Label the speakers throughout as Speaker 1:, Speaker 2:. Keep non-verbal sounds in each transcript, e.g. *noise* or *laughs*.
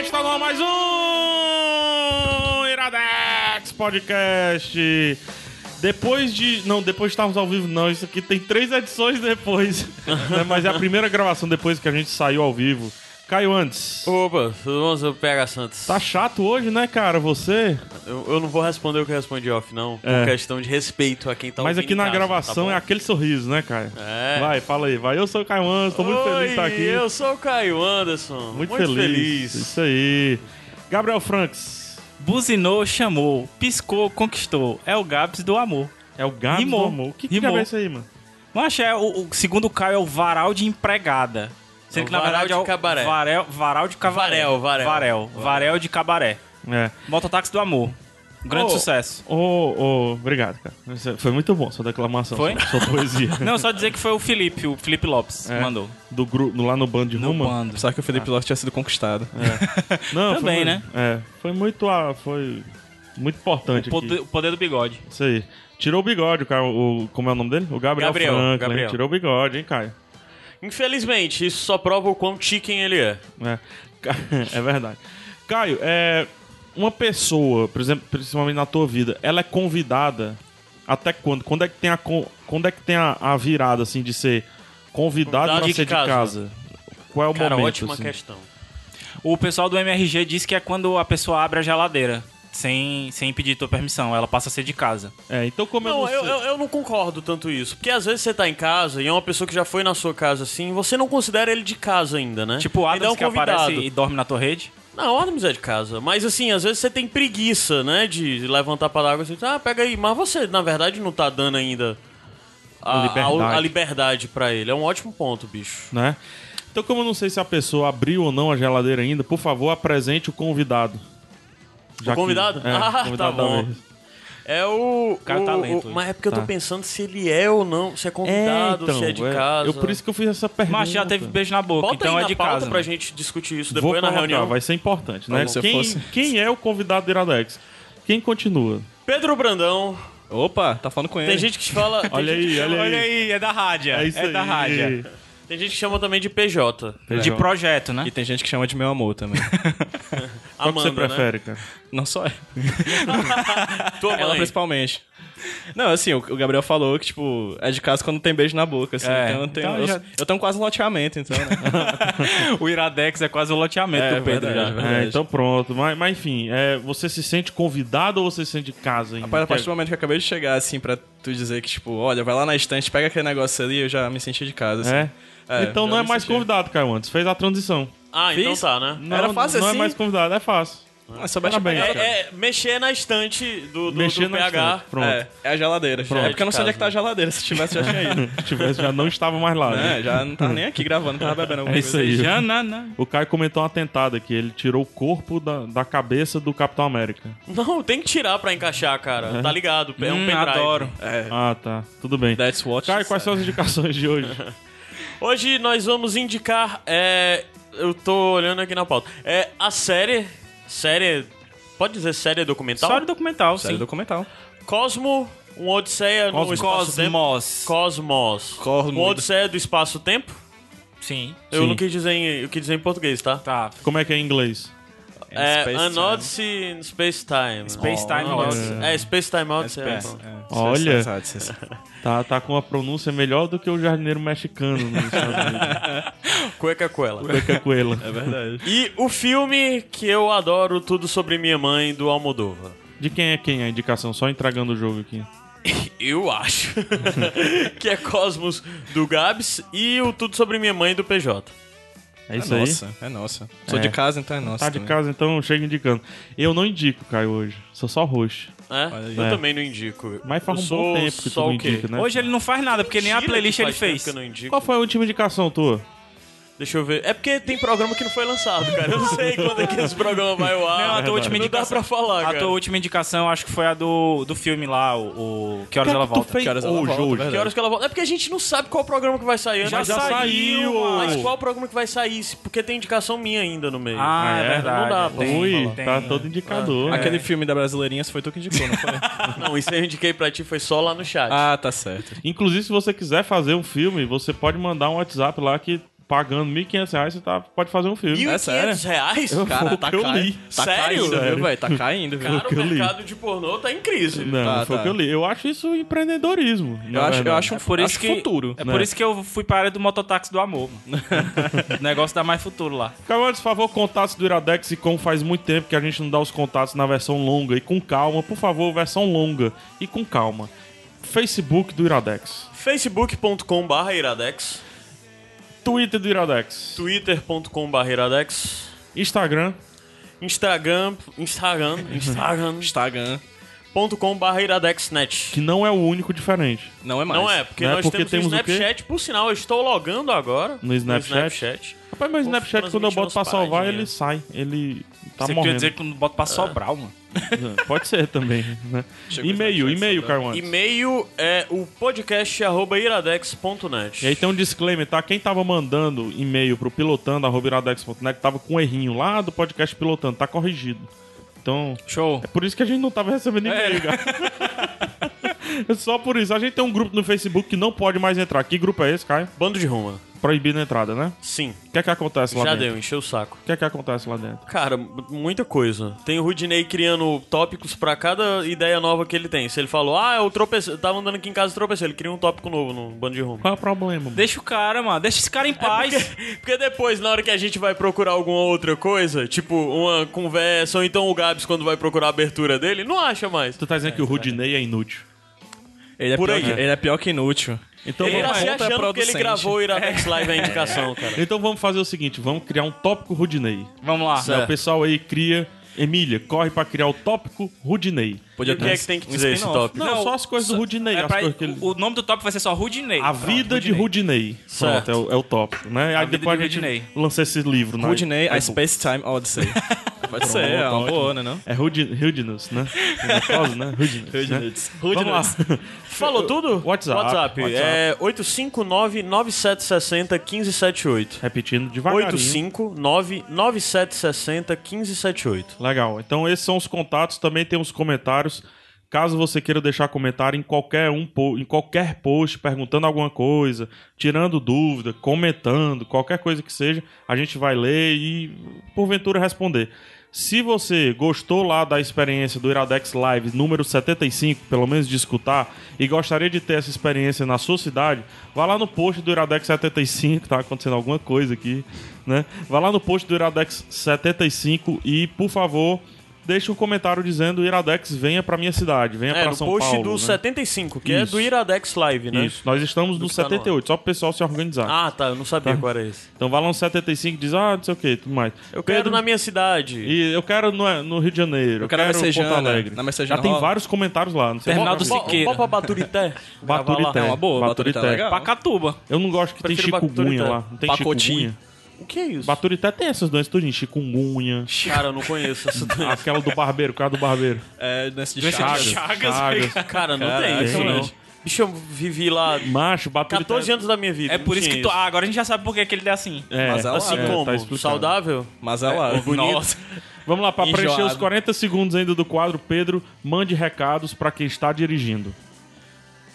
Speaker 1: Está no ar mais um Iradex Podcast. Depois de. Não, depois de estarmos ao vivo, não. Isso aqui tem três edições
Speaker 2: *laughs*
Speaker 1: depois. né? Mas é a primeira gravação depois que a gente saiu ao vivo. Caio antes.
Speaker 2: Opa, tudo bom, seu PH Santos?
Speaker 1: Tá chato hoje, né, cara? Você.
Speaker 2: Eu, eu não vou responder o que eu respondi off, não. Por
Speaker 1: É.
Speaker 2: questão de respeito a quem tá
Speaker 1: Mas
Speaker 2: ouvindo
Speaker 1: aqui
Speaker 2: em
Speaker 1: na
Speaker 2: casa,
Speaker 1: gravação é
Speaker 2: tá
Speaker 1: aquele sorriso, né, Caio?
Speaker 2: É.
Speaker 1: Vai, fala aí. Vai, eu sou o Caio Antes, tô muito feliz de estar aqui.
Speaker 2: Eu sou o Caio Anderson.
Speaker 1: Muito, feliz. Isso aí. Gabriel Franks.
Speaker 3: Buzinou, chamou, piscou, conquistou. É o Gabs do amor.
Speaker 1: É o Gabi do
Speaker 3: Rimou.
Speaker 1: Amor. O que que
Speaker 3: Rimou.
Speaker 1: é isso aí, mano?
Speaker 3: Mas é o, o segundo Caio é o varal de empregada. Sendo
Speaker 2: É o
Speaker 3: que na
Speaker 2: varal
Speaker 3: verdade
Speaker 2: de
Speaker 3: é o
Speaker 2: cabaré.
Speaker 3: Varel, varal de cabaré.
Speaker 2: Varel, varel.
Speaker 3: Varel, varel de cabaré.
Speaker 1: É.
Speaker 3: Mototáxi do amor. Um Grande
Speaker 1: Oh.
Speaker 3: sucesso.
Speaker 1: Ô, ô, obrigado, cara. Isso é, Foi muito bom sua declamação.
Speaker 3: Foi?
Speaker 1: Sua, sua poesia.
Speaker 3: *laughs* Não, só dizer que foi o Felipe, o Felipe Lopes, que
Speaker 1: É.
Speaker 3: mandou.
Speaker 1: Do grupo, lá no bando de Roma.
Speaker 3: bando. Ah.
Speaker 4: Pensava que o Felipe Lopes tinha sido conquistado.
Speaker 2: É,
Speaker 1: Não,
Speaker 3: Também,
Speaker 1: foi,
Speaker 3: né?
Speaker 1: É, foi muito, ah, foi muito importante
Speaker 3: O
Speaker 1: aqui.
Speaker 3: poder, o poder do bigode.
Speaker 1: Isso aí. Tirou o bigode, o cara, o, como é o nome dele? O Gabriel,
Speaker 2: Gabriel,
Speaker 1: Franklin.
Speaker 2: Gabriel.
Speaker 1: Tirou o bigode, hein, Caio?
Speaker 2: Infelizmente, isso só prova o quão chicken ele é.
Speaker 1: É, Ca- *laughs* é verdade. Caio, é, uma pessoa, por exemplo, principalmente na tua vida, ela é convidada até quando? Quando é que tem a, con- quando é que tem a, a virada, assim, de ser convidado
Speaker 2: Convidado
Speaker 1: pra
Speaker 2: de
Speaker 1: ser de
Speaker 2: casa.
Speaker 1: casa? Qual é o
Speaker 2: Cara,
Speaker 1: momento?
Speaker 2: ótima
Speaker 1: assim?
Speaker 2: questão.
Speaker 3: O pessoal do MRG diz que é quando a pessoa abre a geladeira, sem, sem pedir tua permissão. Ela passa a ser de casa.
Speaker 1: É, então como eu
Speaker 2: Não,
Speaker 1: não sei...
Speaker 2: eu, eu, eu não concordo tanto isso. Porque às vezes você tá em casa e é uma pessoa que já foi na sua casa assim, você não considera ele de casa ainda, né?
Speaker 3: Tipo o
Speaker 2: Ele é
Speaker 3: Adams
Speaker 2: um
Speaker 3: que
Speaker 2: convidado.
Speaker 3: aparece e dorme na torrede.
Speaker 2: Não, o Adams é de casa. Mas assim, às vezes você tem preguiça, né? De levantar pra dar água e assim, ah, pega aí. Mas você, na verdade, não tá dando ainda a,
Speaker 1: A liberdade.
Speaker 2: a- a liberdade pra ele. É um ótimo ponto, bicho.
Speaker 1: né? Então como eu não sei se a pessoa abriu ou não a geladeira ainda, por favor, apresente o convidado. Já
Speaker 2: o
Speaker 1: que-
Speaker 2: convidado?
Speaker 1: é,
Speaker 2: ah,
Speaker 1: convidado
Speaker 2: tá
Speaker 1: da
Speaker 2: bom.
Speaker 1: vez.
Speaker 2: É o.
Speaker 3: cara
Speaker 2: o-
Speaker 3: tá
Speaker 2: o-
Speaker 3: lento.
Speaker 2: Mas é porque eu
Speaker 1: Tá. então,
Speaker 2: tô pensando se ele é ou não, se é convidado, se é de casa.
Speaker 1: Eu, por isso que eu fiz essa pergunta.
Speaker 3: Mas já teve beijo na boca,
Speaker 2: Bota
Speaker 3: então
Speaker 2: aí
Speaker 3: é de
Speaker 2: na pauta
Speaker 3: casa.
Speaker 2: pra
Speaker 3: né?
Speaker 2: gente discutir isso
Speaker 1: Vou
Speaker 2: depois é na
Speaker 1: colocar,
Speaker 2: reunião.
Speaker 1: vai ser importante, né?
Speaker 4: Como Tá se eu
Speaker 1: Quem,
Speaker 4: fosse-
Speaker 1: quem é o convidado do Iradex? Quem continua?
Speaker 2: Pedro Brandão.
Speaker 4: Opa, tá falando com ele.
Speaker 2: Tem gente que fala. tem
Speaker 1: *laughs* Olha
Speaker 2: gente que
Speaker 1: aí,
Speaker 2: chama-
Speaker 1: olha aí.
Speaker 3: é da rádio.
Speaker 1: É isso aí.
Speaker 2: Tem gente que chama também de PJ.
Speaker 3: De projeto, né?
Speaker 4: E tem gente que chama de meu amor *laughs* também.
Speaker 1: Qual que
Speaker 2: Amanda,
Speaker 1: você prefere, cara?
Speaker 4: Não só eu.
Speaker 2: Né? Tua
Speaker 4: ela,
Speaker 2: mãe.
Speaker 4: principalmente. Não, assim, o o Gabriel falou que, tipo, é de casa quando tem beijo na boca, assim.
Speaker 3: É.
Speaker 4: Então, eu tenho,
Speaker 3: Então
Speaker 4: eu,
Speaker 3: já-
Speaker 4: eu tenho quase um loteamento, então, *laughs* né?
Speaker 3: o Iradex é quase o loteamento
Speaker 4: É,
Speaker 3: do Pedro
Speaker 4: verdade,
Speaker 3: já.
Speaker 1: É,
Speaker 4: verdade.
Speaker 1: então pronto. Mas, mas enfim, é, você se sente convidado ou você se sente de casa ainda?
Speaker 4: Rapaz, a partir
Speaker 1: Que
Speaker 4: do momento que eu acabei de chegar, assim, pra tu dizer que, tipo, olha, vai lá na estante, pega aquele negócio ali, eu já me senti de casa, assim.
Speaker 1: é- é?
Speaker 4: É,
Speaker 1: então
Speaker 4: já
Speaker 1: não é
Speaker 4: me
Speaker 1: mais
Speaker 4: senti.
Speaker 1: convidado, Caio Antes. Fez a transição.
Speaker 2: Ah, então
Speaker 4: Fiz?
Speaker 2: tá, né?
Speaker 1: Não,
Speaker 4: Era fácil
Speaker 1: não
Speaker 4: assim?
Speaker 1: é mais convidado, é fácil.
Speaker 4: É só baixar
Speaker 1: Parabéns,
Speaker 4: pra-
Speaker 1: cara.
Speaker 2: É, é, mexer na estante do, do,
Speaker 1: Mexer
Speaker 2: do
Speaker 1: na
Speaker 2: PH.
Speaker 1: estante. Pronto.
Speaker 4: É, é a geladeira.
Speaker 2: É
Speaker 4: É
Speaker 2: de
Speaker 4: porque eu não sei onde é que tá a
Speaker 2: casa.
Speaker 4: geladeira. Se tivesse, já tinha *laughs* ido.
Speaker 1: Se tivesse, já não estava mais lá. né?
Speaker 4: né? Já *laughs* não tava nem aqui gravando, tava bebendo alguma
Speaker 1: É isso
Speaker 4: coisa.
Speaker 1: aí.
Speaker 3: Já, não, não.
Speaker 1: O Caio comentou um atentado aqui. Ele tirou o corpo da, da cabeça do Capitão América.
Speaker 2: Não, tem que tirar pra encaixar, cara. Tá ligado? É um
Speaker 3: Hum,
Speaker 2: pendrive.
Speaker 3: adoro.
Speaker 4: É,
Speaker 1: Ah, tá. Tudo bem.
Speaker 4: that's what she
Speaker 1: Caio, quais são as indicações de hoje?
Speaker 2: Hoje nós vamos indicar. É, eu tô olhando aqui na pauta. É a série. Série. Pode dizer série documental?
Speaker 3: História Tá um documental,
Speaker 4: Série
Speaker 3: sim.
Speaker 4: documental.
Speaker 2: Cosmo, um Odisseia no
Speaker 1: Cosmos.
Speaker 2: espaço-tempo.
Speaker 3: Cosmos.
Speaker 2: Cosmos.
Speaker 4: Cosmo.
Speaker 2: Um Odisseia do espaço-tempo.
Speaker 3: Sim.
Speaker 2: Eu
Speaker 1: Sim.
Speaker 2: não quis dizer em, eu quis dizer em português, tá?
Speaker 3: Tá.
Speaker 1: Como é que é em inglês?
Speaker 2: É,
Speaker 4: Space
Speaker 2: An
Speaker 4: Time.
Speaker 2: Odyssey in Space Time.
Speaker 3: Space Time
Speaker 2: Oh,
Speaker 3: Odyssey.
Speaker 2: É, Space Time Odyssey. é.
Speaker 4: Space- é,
Speaker 1: Olha.
Speaker 4: Space Odyssey.
Speaker 1: Tá, tá com uma pronúncia melhor do que o jardineiro mexicano nos Estados Unidos.
Speaker 2: Cueca Cuela.
Speaker 1: Peca Coelho.
Speaker 4: É verdade.
Speaker 2: E o filme que eu adoro, Tudo Sobre Minha Mãe, do Almodóvar.
Speaker 1: De quem é quem a indicação? Só entregando o jogo aqui.
Speaker 2: Eu *laughs* acho. que é Cosmos, do Gabs, e o Tudo Sobre Minha Mãe, do PJ.
Speaker 1: É isso
Speaker 4: é
Speaker 1: aí.
Speaker 4: nossa, é nossa. Sou
Speaker 1: É.
Speaker 4: de casa, então é nossa.
Speaker 1: Tá de
Speaker 4: também.
Speaker 1: casa, então chega indicando. Eu não indico, Caio, hoje. Sou só roxo.
Speaker 4: Olha
Speaker 2: É?
Speaker 4: aí.
Speaker 2: Eu
Speaker 1: É.
Speaker 2: também não indico.
Speaker 1: Mas faz
Speaker 2: Eu
Speaker 1: um
Speaker 2: sou
Speaker 1: bom tempo que tu
Speaker 2: só
Speaker 1: não
Speaker 2: o quê?
Speaker 1: indica, né?
Speaker 3: Hoje ele não faz nada, porque nem a
Speaker 2: Tira
Speaker 3: playlist
Speaker 2: que
Speaker 3: ele
Speaker 2: faz tempo
Speaker 3: fez.
Speaker 2: que eu não indico.
Speaker 1: Qual foi a última indicação tua?
Speaker 2: Deixa eu ver. É porque tem programa que não foi lançado, cara. Eu
Speaker 3: *laughs*
Speaker 2: não sei quando é que esse programa vai ao ar.
Speaker 3: Não, a tua última
Speaker 2: Não dá
Speaker 3: indicação-
Speaker 2: pra falar,
Speaker 3: A
Speaker 2: cara.
Speaker 3: tua última indicação, acho que foi a do, do filme lá, o, o Que Horas
Speaker 1: que
Speaker 3: Ela
Speaker 1: é que tu
Speaker 3: Volta.
Speaker 1: fez
Speaker 4: Que horas ela
Speaker 1: hoje,
Speaker 4: volta,
Speaker 1: hoje?
Speaker 4: verdade.
Speaker 2: Que horas que ela volta? É porque a gente não sabe qual programa que vai sair.
Speaker 3: né?
Speaker 2: né?
Speaker 3: Já
Speaker 2: Mas-
Speaker 1: já saiu,
Speaker 2: Mas
Speaker 1: mano.
Speaker 2: qual programa que vai sair? Se- Porque tem indicação minha ainda no meio.
Speaker 3: Ah, é,
Speaker 1: é?
Speaker 3: verdade.
Speaker 2: Não dá
Speaker 4: né?
Speaker 2: pra
Speaker 3: tem,
Speaker 1: Ui,
Speaker 3: tem.
Speaker 1: tá todo indicador.
Speaker 4: Aquele filme da Brasileirinha foi tu que indicou, não foi?
Speaker 1: *laughs*
Speaker 2: Não, isso eu indiquei pra ti, foi só lá no chat.
Speaker 4: ah, tá certo.
Speaker 1: Inclusive, se você quiser fazer um filme, você pode mandar um WhatsApp lá que pagando R$ 1.500 reais você tá, pode fazer um filme.
Speaker 4: é sério?
Speaker 2: 1.500 reais?
Speaker 4: Cara, tá,
Speaker 1: eu
Speaker 4: cai-
Speaker 1: li.
Speaker 4: tá
Speaker 2: Sério?
Speaker 4: caindo,
Speaker 1: Sério.
Speaker 4: viu, velho? Tá caindo, viu?
Speaker 2: Cara,
Speaker 1: que
Speaker 2: o
Speaker 1: eu li.
Speaker 2: mercado de pornô tá em crise.
Speaker 1: Não,
Speaker 4: Tá,
Speaker 1: foi o
Speaker 4: tá.
Speaker 1: que eu li. Eu acho isso empreendedorismo. na
Speaker 4: Eu acho, eu
Speaker 1: verdade.
Speaker 4: acho,
Speaker 3: É por isso
Speaker 4: acho
Speaker 3: que,
Speaker 4: futuro.
Speaker 3: É
Speaker 1: né?
Speaker 3: por isso que eu fui pra área do mototáxi do amor. mano. o negócio dá mais futuro lá.
Speaker 1: Camarões, Então, por favor, contatos do Iradex e como faz muito tempo que a gente não dá os contatos na versão longa e com calma, por favor, versão longa e com calma. Facebook do Iradex,
Speaker 2: facebook.com.br iradex,
Speaker 1: Twitter do Iradex,
Speaker 2: twitter.com.br iradex,
Speaker 1: Instagram,
Speaker 2: instagram, instagram, instagram.com.br
Speaker 4: Instagram
Speaker 2: iradexnet.
Speaker 1: que não é o único diferente.
Speaker 4: não é mais.
Speaker 2: Não é, porque
Speaker 1: Não é
Speaker 2: nós
Speaker 1: porque
Speaker 2: temos,
Speaker 1: temos
Speaker 2: o
Speaker 1: o quê?
Speaker 2: Snapchat. Por sinal, eu estou logando agora
Speaker 1: No Snapchat?
Speaker 2: Snapchat.
Speaker 1: Rapaz, meu
Speaker 2: Vou
Speaker 1: Snapchat, quando eu
Speaker 2: transmitir
Speaker 1: boto pra
Speaker 2: umas
Speaker 1: salvar,
Speaker 2: paradinhas.
Speaker 1: ele sai. Ele tá
Speaker 3: né? Você quer
Speaker 1: morrendo. É,
Speaker 3: dizer que não bota pra sobrar, mano.
Speaker 1: Pode ser também, né?
Speaker 4: Chegou o
Speaker 1: E-mail,
Speaker 4: Snapchat,
Speaker 1: e-mail,
Speaker 4: saudade.
Speaker 1: Carmona.
Speaker 2: E-mail é o podcast arroba iradex.net.
Speaker 1: E aí tem um disclaimer, tá? Quem tava mandando e-mail pro pilotando.iradex.net tava com um errinho lá do podcast pilotando, tá corrigido. Então,
Speaker 3: Show.
Speaker 1: É por isso que a gente não tava recebendo e-mail, cara. É só por isso. A gente tem um grupo no Facebook que não pode mais entrar. Que grupo é esse, Caio?
Speaker 2: Bando de Roma.
Speaker 1: Proibido a entrada, né?
Speaker 2: Sim,
Speaker 1: O que é que acontece lá
Speaker 2: já
Speaker 1: dentro?
Speaker 2: deu, encheu o saco.
Speaker 1: O que é que acontece lá dentro?
Speaker 2: Cara, m- muita coisa. Tem o Rudinei criando tópicos pra cada ideia nova que ele tem. Se ele falou, ah, eu tropecei, tava andando aqui em casa e tropecei, ele cria um tópico novo no Bando de Roma.
Speaker 1: Qual é o problema? mano?
Speaker 3: Deixa o cara, mano. Deixa esse cara em paz.
Speaker 2: Porque, *laughs* porque depois, na hora que a gente vai procurar alguma outra coisa, tipo uma conversa, ou então o Gabs, quando vai procurar a abertura dele, não acha mais.
Speaker 1: Tu tá dizendo que o Rudinei é inútil.
Speaker 4: Ele é,
Speaker 2: Por
Speaker 4: pior,
Speaker 2: aí.
Speaker 4: que- ele é pior que inútil.
Speaker 1: Então
Speaker 2: ele tá
Speaker 1: vamos,
Speaker 2: se achando que ele
Speaker 4: contraproducente.
Speaker 2: gravou o Iradex Live a indicação, cara.
Speaker 1: então vamos fazer o seguinte, vamos criar um tópico Rudinei.
Speaker 3: Vamos lá.
Speaker 1: Né, O pessoal aí cria... Emília, corre pra criar o tópico Rudinei.
Speaker 4: Podia
Speaker 2: E o que é que tem que dizer esse
Speaker 4: spin-off.
Speaker 2: tópico?
Speaker 1: Não, só as coisas do Rudinei.
Speaker 3: É
Speaker 1: as
Speaker 3: pra-
Speaker 1: coisas que ele-
Speaker 3: O nome do top vai ser só Rudinei.
Speaker 1: A
Speaker 3: Pronto,
Speaker 1: vida de Rudinei.
Speaker 2: Certo.
Speaker 1: Pronto, é o, é o tópico, né? aí
Speaker 3: vida
Speaker 1: depois
Speaker 3: de
Speaker 1: a gente
Speaker 3: Rudinei.
Speaker 1: lança esse livro, né?
Speaker 4: Rudney,
Speaker 2: É
Speaker 4: a Space Time
Speaker 2: *laughs*
Speaker 4: Odyssey. Pode ser, é uma
Speaker 1: ótimo.
Speaker 4: boa, né? Não?
Speaker 1: É Rudi- Rudinus, né? Rudinus, né? Rudinus. né?
Speaker 4: Rudney.
Speaker 1: Vamos lá. *laughs*
Speaker 2: Falou tudo?
Speaker 1: WhatsApp.
Speaker 2: WhatsApp.
Speaker 1: WhatsApp.
Speaker 2: É 859-9760-1578.
Speaker 1: Repetindo devagarinho.
Speaker 2: 859-9760-1578.
Speaker 1: Legal. Então esses são os contatos. Também tem os comentários. Caso você queira deixar comentário em qualquer um po- em qualquer post, perguntando alguma coisa, tirando dúvida, comentando, qualquer coisa que seja, a gente vai ler e porventura responder. Se você gostou lá da experiência do Iradex Live número 75, pelo menos de escutar, e gostaria de ter essa experiência na sua cidade, vá lá no post do Iradex 75, tá acontecendo alguma coisa aqui, né? Vá lá no post do Iradex 75 e, por favor, deixe um comentário dizendo Iradex venha pra minha cidade, venha
Speaker 2: É,
Speaker 1: pra
Speaker 2: no
Speaker 1: São
Speaker 2: post
Speaker 1: Paulo.
Speaker 2: do
Speaker 1: né?
Speaker 2: 75, que é
Speaker 1: Isso.
Speaker 2: do Iradex Live, né?
Speaker 1: Isso, nós estamos no
Speaker 2: que tá no ar.
Speaker 1: 78, só pro pessoal se organizar.
Speaker 2: Ah, tá, eu não sabia qual era esse.
Speaker 1: Então vá lá no 75 e diz, ah, não sei o que, tudo mais.
Speaker 2: Eu quero na minha cidade.
Speaker 1: E eu quero no, no Rio de Janeiro, eu
Speaker 4: Eu quero
Speaker 1: quero,
Speaker 4: na
Speaker 1: em Porto
Speaker 4: Messejana,
Speaker 1: Alegre.
Speaker 4: na Messejana
Speaker 1: Já tem
Speaker 4: rola.
Speaker 1: vários comentários lá, não sei
Speaker 3: Terminal
Speaker 1: qual
Speaker 3: do
Speaker 1: é.
Speaker 2: Bo-
Speaker 3: Siqueira.
Speaker 2: Bora pra Baturité.
Speaker 1: *laughs* Baturité.
Speaker 4: É uma boa,
Speaker 1: Baturité.
Speaker 4: Baturité é legal.
Speaker 3: Pacatuba.
Speaker 1: Eu não gosto que
Speaker 2: Prefiro
Speaker 1: tem chikungunya
Speaker 2: Baturité.
Speaker 1: lá. Não tem
Speaker 4: Pacotinho.
Speaker 1: chikungunya.
Speaker 2: O que é isso?
Speaker 1: Baturité tem essas doenças tudinho. Chikungunya.
Speaker 2: Cara, eu não
Speaker 1: *laughs*
Speaker 2: conheço essa doença.
Speaker 1: Aquela do barbeiro, o cara do barbeiro.
Speaker 4: É, doença de
Speaker 3: Doença de
Speaker 4: Chagas.
Speaker 3: Chagas.
Speaker 1: Chagas.
Speaker 2: Cara, não
Speaker 4: Caraca,
Speaker 2: tem isso, não.
Speaker 4: gente.
Speaker 2: Bicho, eu vivi lá
Speaker 1: Macho, Baturité...
Speaker 2: 14 né? anos da minha vida.
Speaker 3: É
Speaker 2: não
Speaker 3: por isso
Speaker 2: tinha
Speaker 3: que tu. Ah, agora a gente já sabe por que que ele é assim.
Speaker 1: É,
Speaker 4: Mas ela-
Speaker 2: Assim
Speaker 4: É,
Speaker 2: como?
Speaker 1: tá explicado.
Speaker 2: Saudável?
Speaker 4: Mas é lá.
Speaker 2: bonito.
Speaker 4: Nossa.
Speaker 1: Vamos lá, pra
Speaker 4: Enjoado.
Speaker 1: preencher os 40 segundos ainda do quadro, Pedro, mande recados pra quem está dirigindo.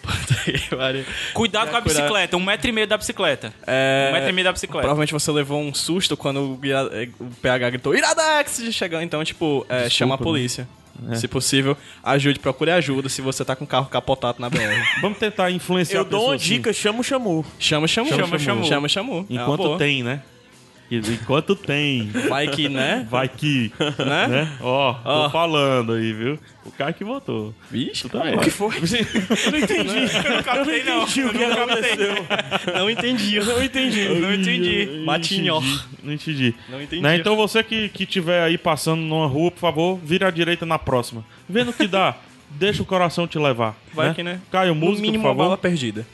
Speaker 1: É.
Speaker 3: Cuidado com a
Speaker 4: cuidado.
Speaker 3: bicicleta. Um metro e meio da bicicleta.
Speaker 4: É,
Speaker 3: Um metro e meio da bicicleta.
Speaker 4: Provavelmente você levou um susto quando o, ira- eh, o PH gritou Iradex! de chegar, então, tipo, é,
Speaker 1: né?
Speaker 4: chama a polícia.
Speaker 1: É.
Speaker 4: Se possível, ajude, procure ajuda se você tá com o carro capotado na BR.
Speaker 1: Vamos tentar influenciar
Speaker 2: Eu
Speaker 1: a pessoa
Speaker 2: dou uma
Speaker 1: assim,
Speaker 2: dica, chama o Chamu.
Speaker 4: chama, chamou.
Speaker 3: Chama, chamou.
Speaker 4: Chama, chamou. É
Speaker 1: Enquanto tem, né? Enquanto tem.
Speaker 4: Vai que, né?
Speaker 1: Vai que,
Speaker 4: Né?
Speaker 1: né? Ó, tô
Speaker 4: Ó.
Speaker 1: falando aí, viu? O cara que votou.
Speaker 4: Vixe,
Speaker 1: também.
Speaker 4: o que foi?
Speaker 2: Eu não entendi. Eu não captei, não. o que aconteceu.
Speaker 4: Não entendi.
Speaker 2: Eu não entendi.
Speaker 4: Matinho.
Speaker 1: Não entendi.
Speaker 4: Não entendi.
Speaker 1: Né, Então você que, que tiver aí passando numa rua, por favor, vira à direita na próxima. Vendo que dá, *laughs* deixa o coração te levar.
Speaker 4: Vai que, né?
Speaker 1: Caio,
Speaker 4: No
Speaker 1: música, por
Speaker 4: mínimo, uma
Speaker 1: favor.
Speaker 4: bala perdida.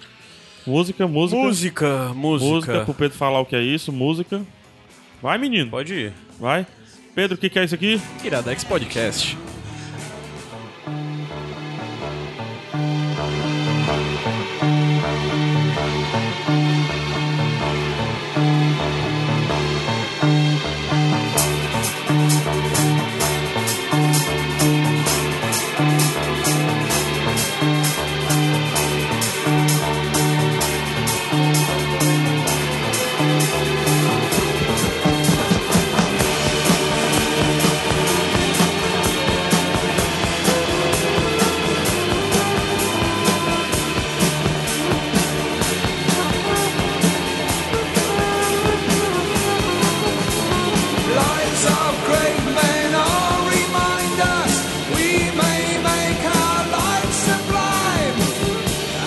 Speaker 1: Música, música.
Speaker 2: Música,
Speaker 1: Música,
Speaker 2: música.
Speaker 1: pro Pedro falar o que é isso, música. Vai, menino,
Speaker 2: Pode ir.
Speaker 1: vai. Pedro, o que, que é isso aqui?
Speaker 4: Iradex Podcast.
Speaker 5: Lives of great men all remind us we may make our lives sublime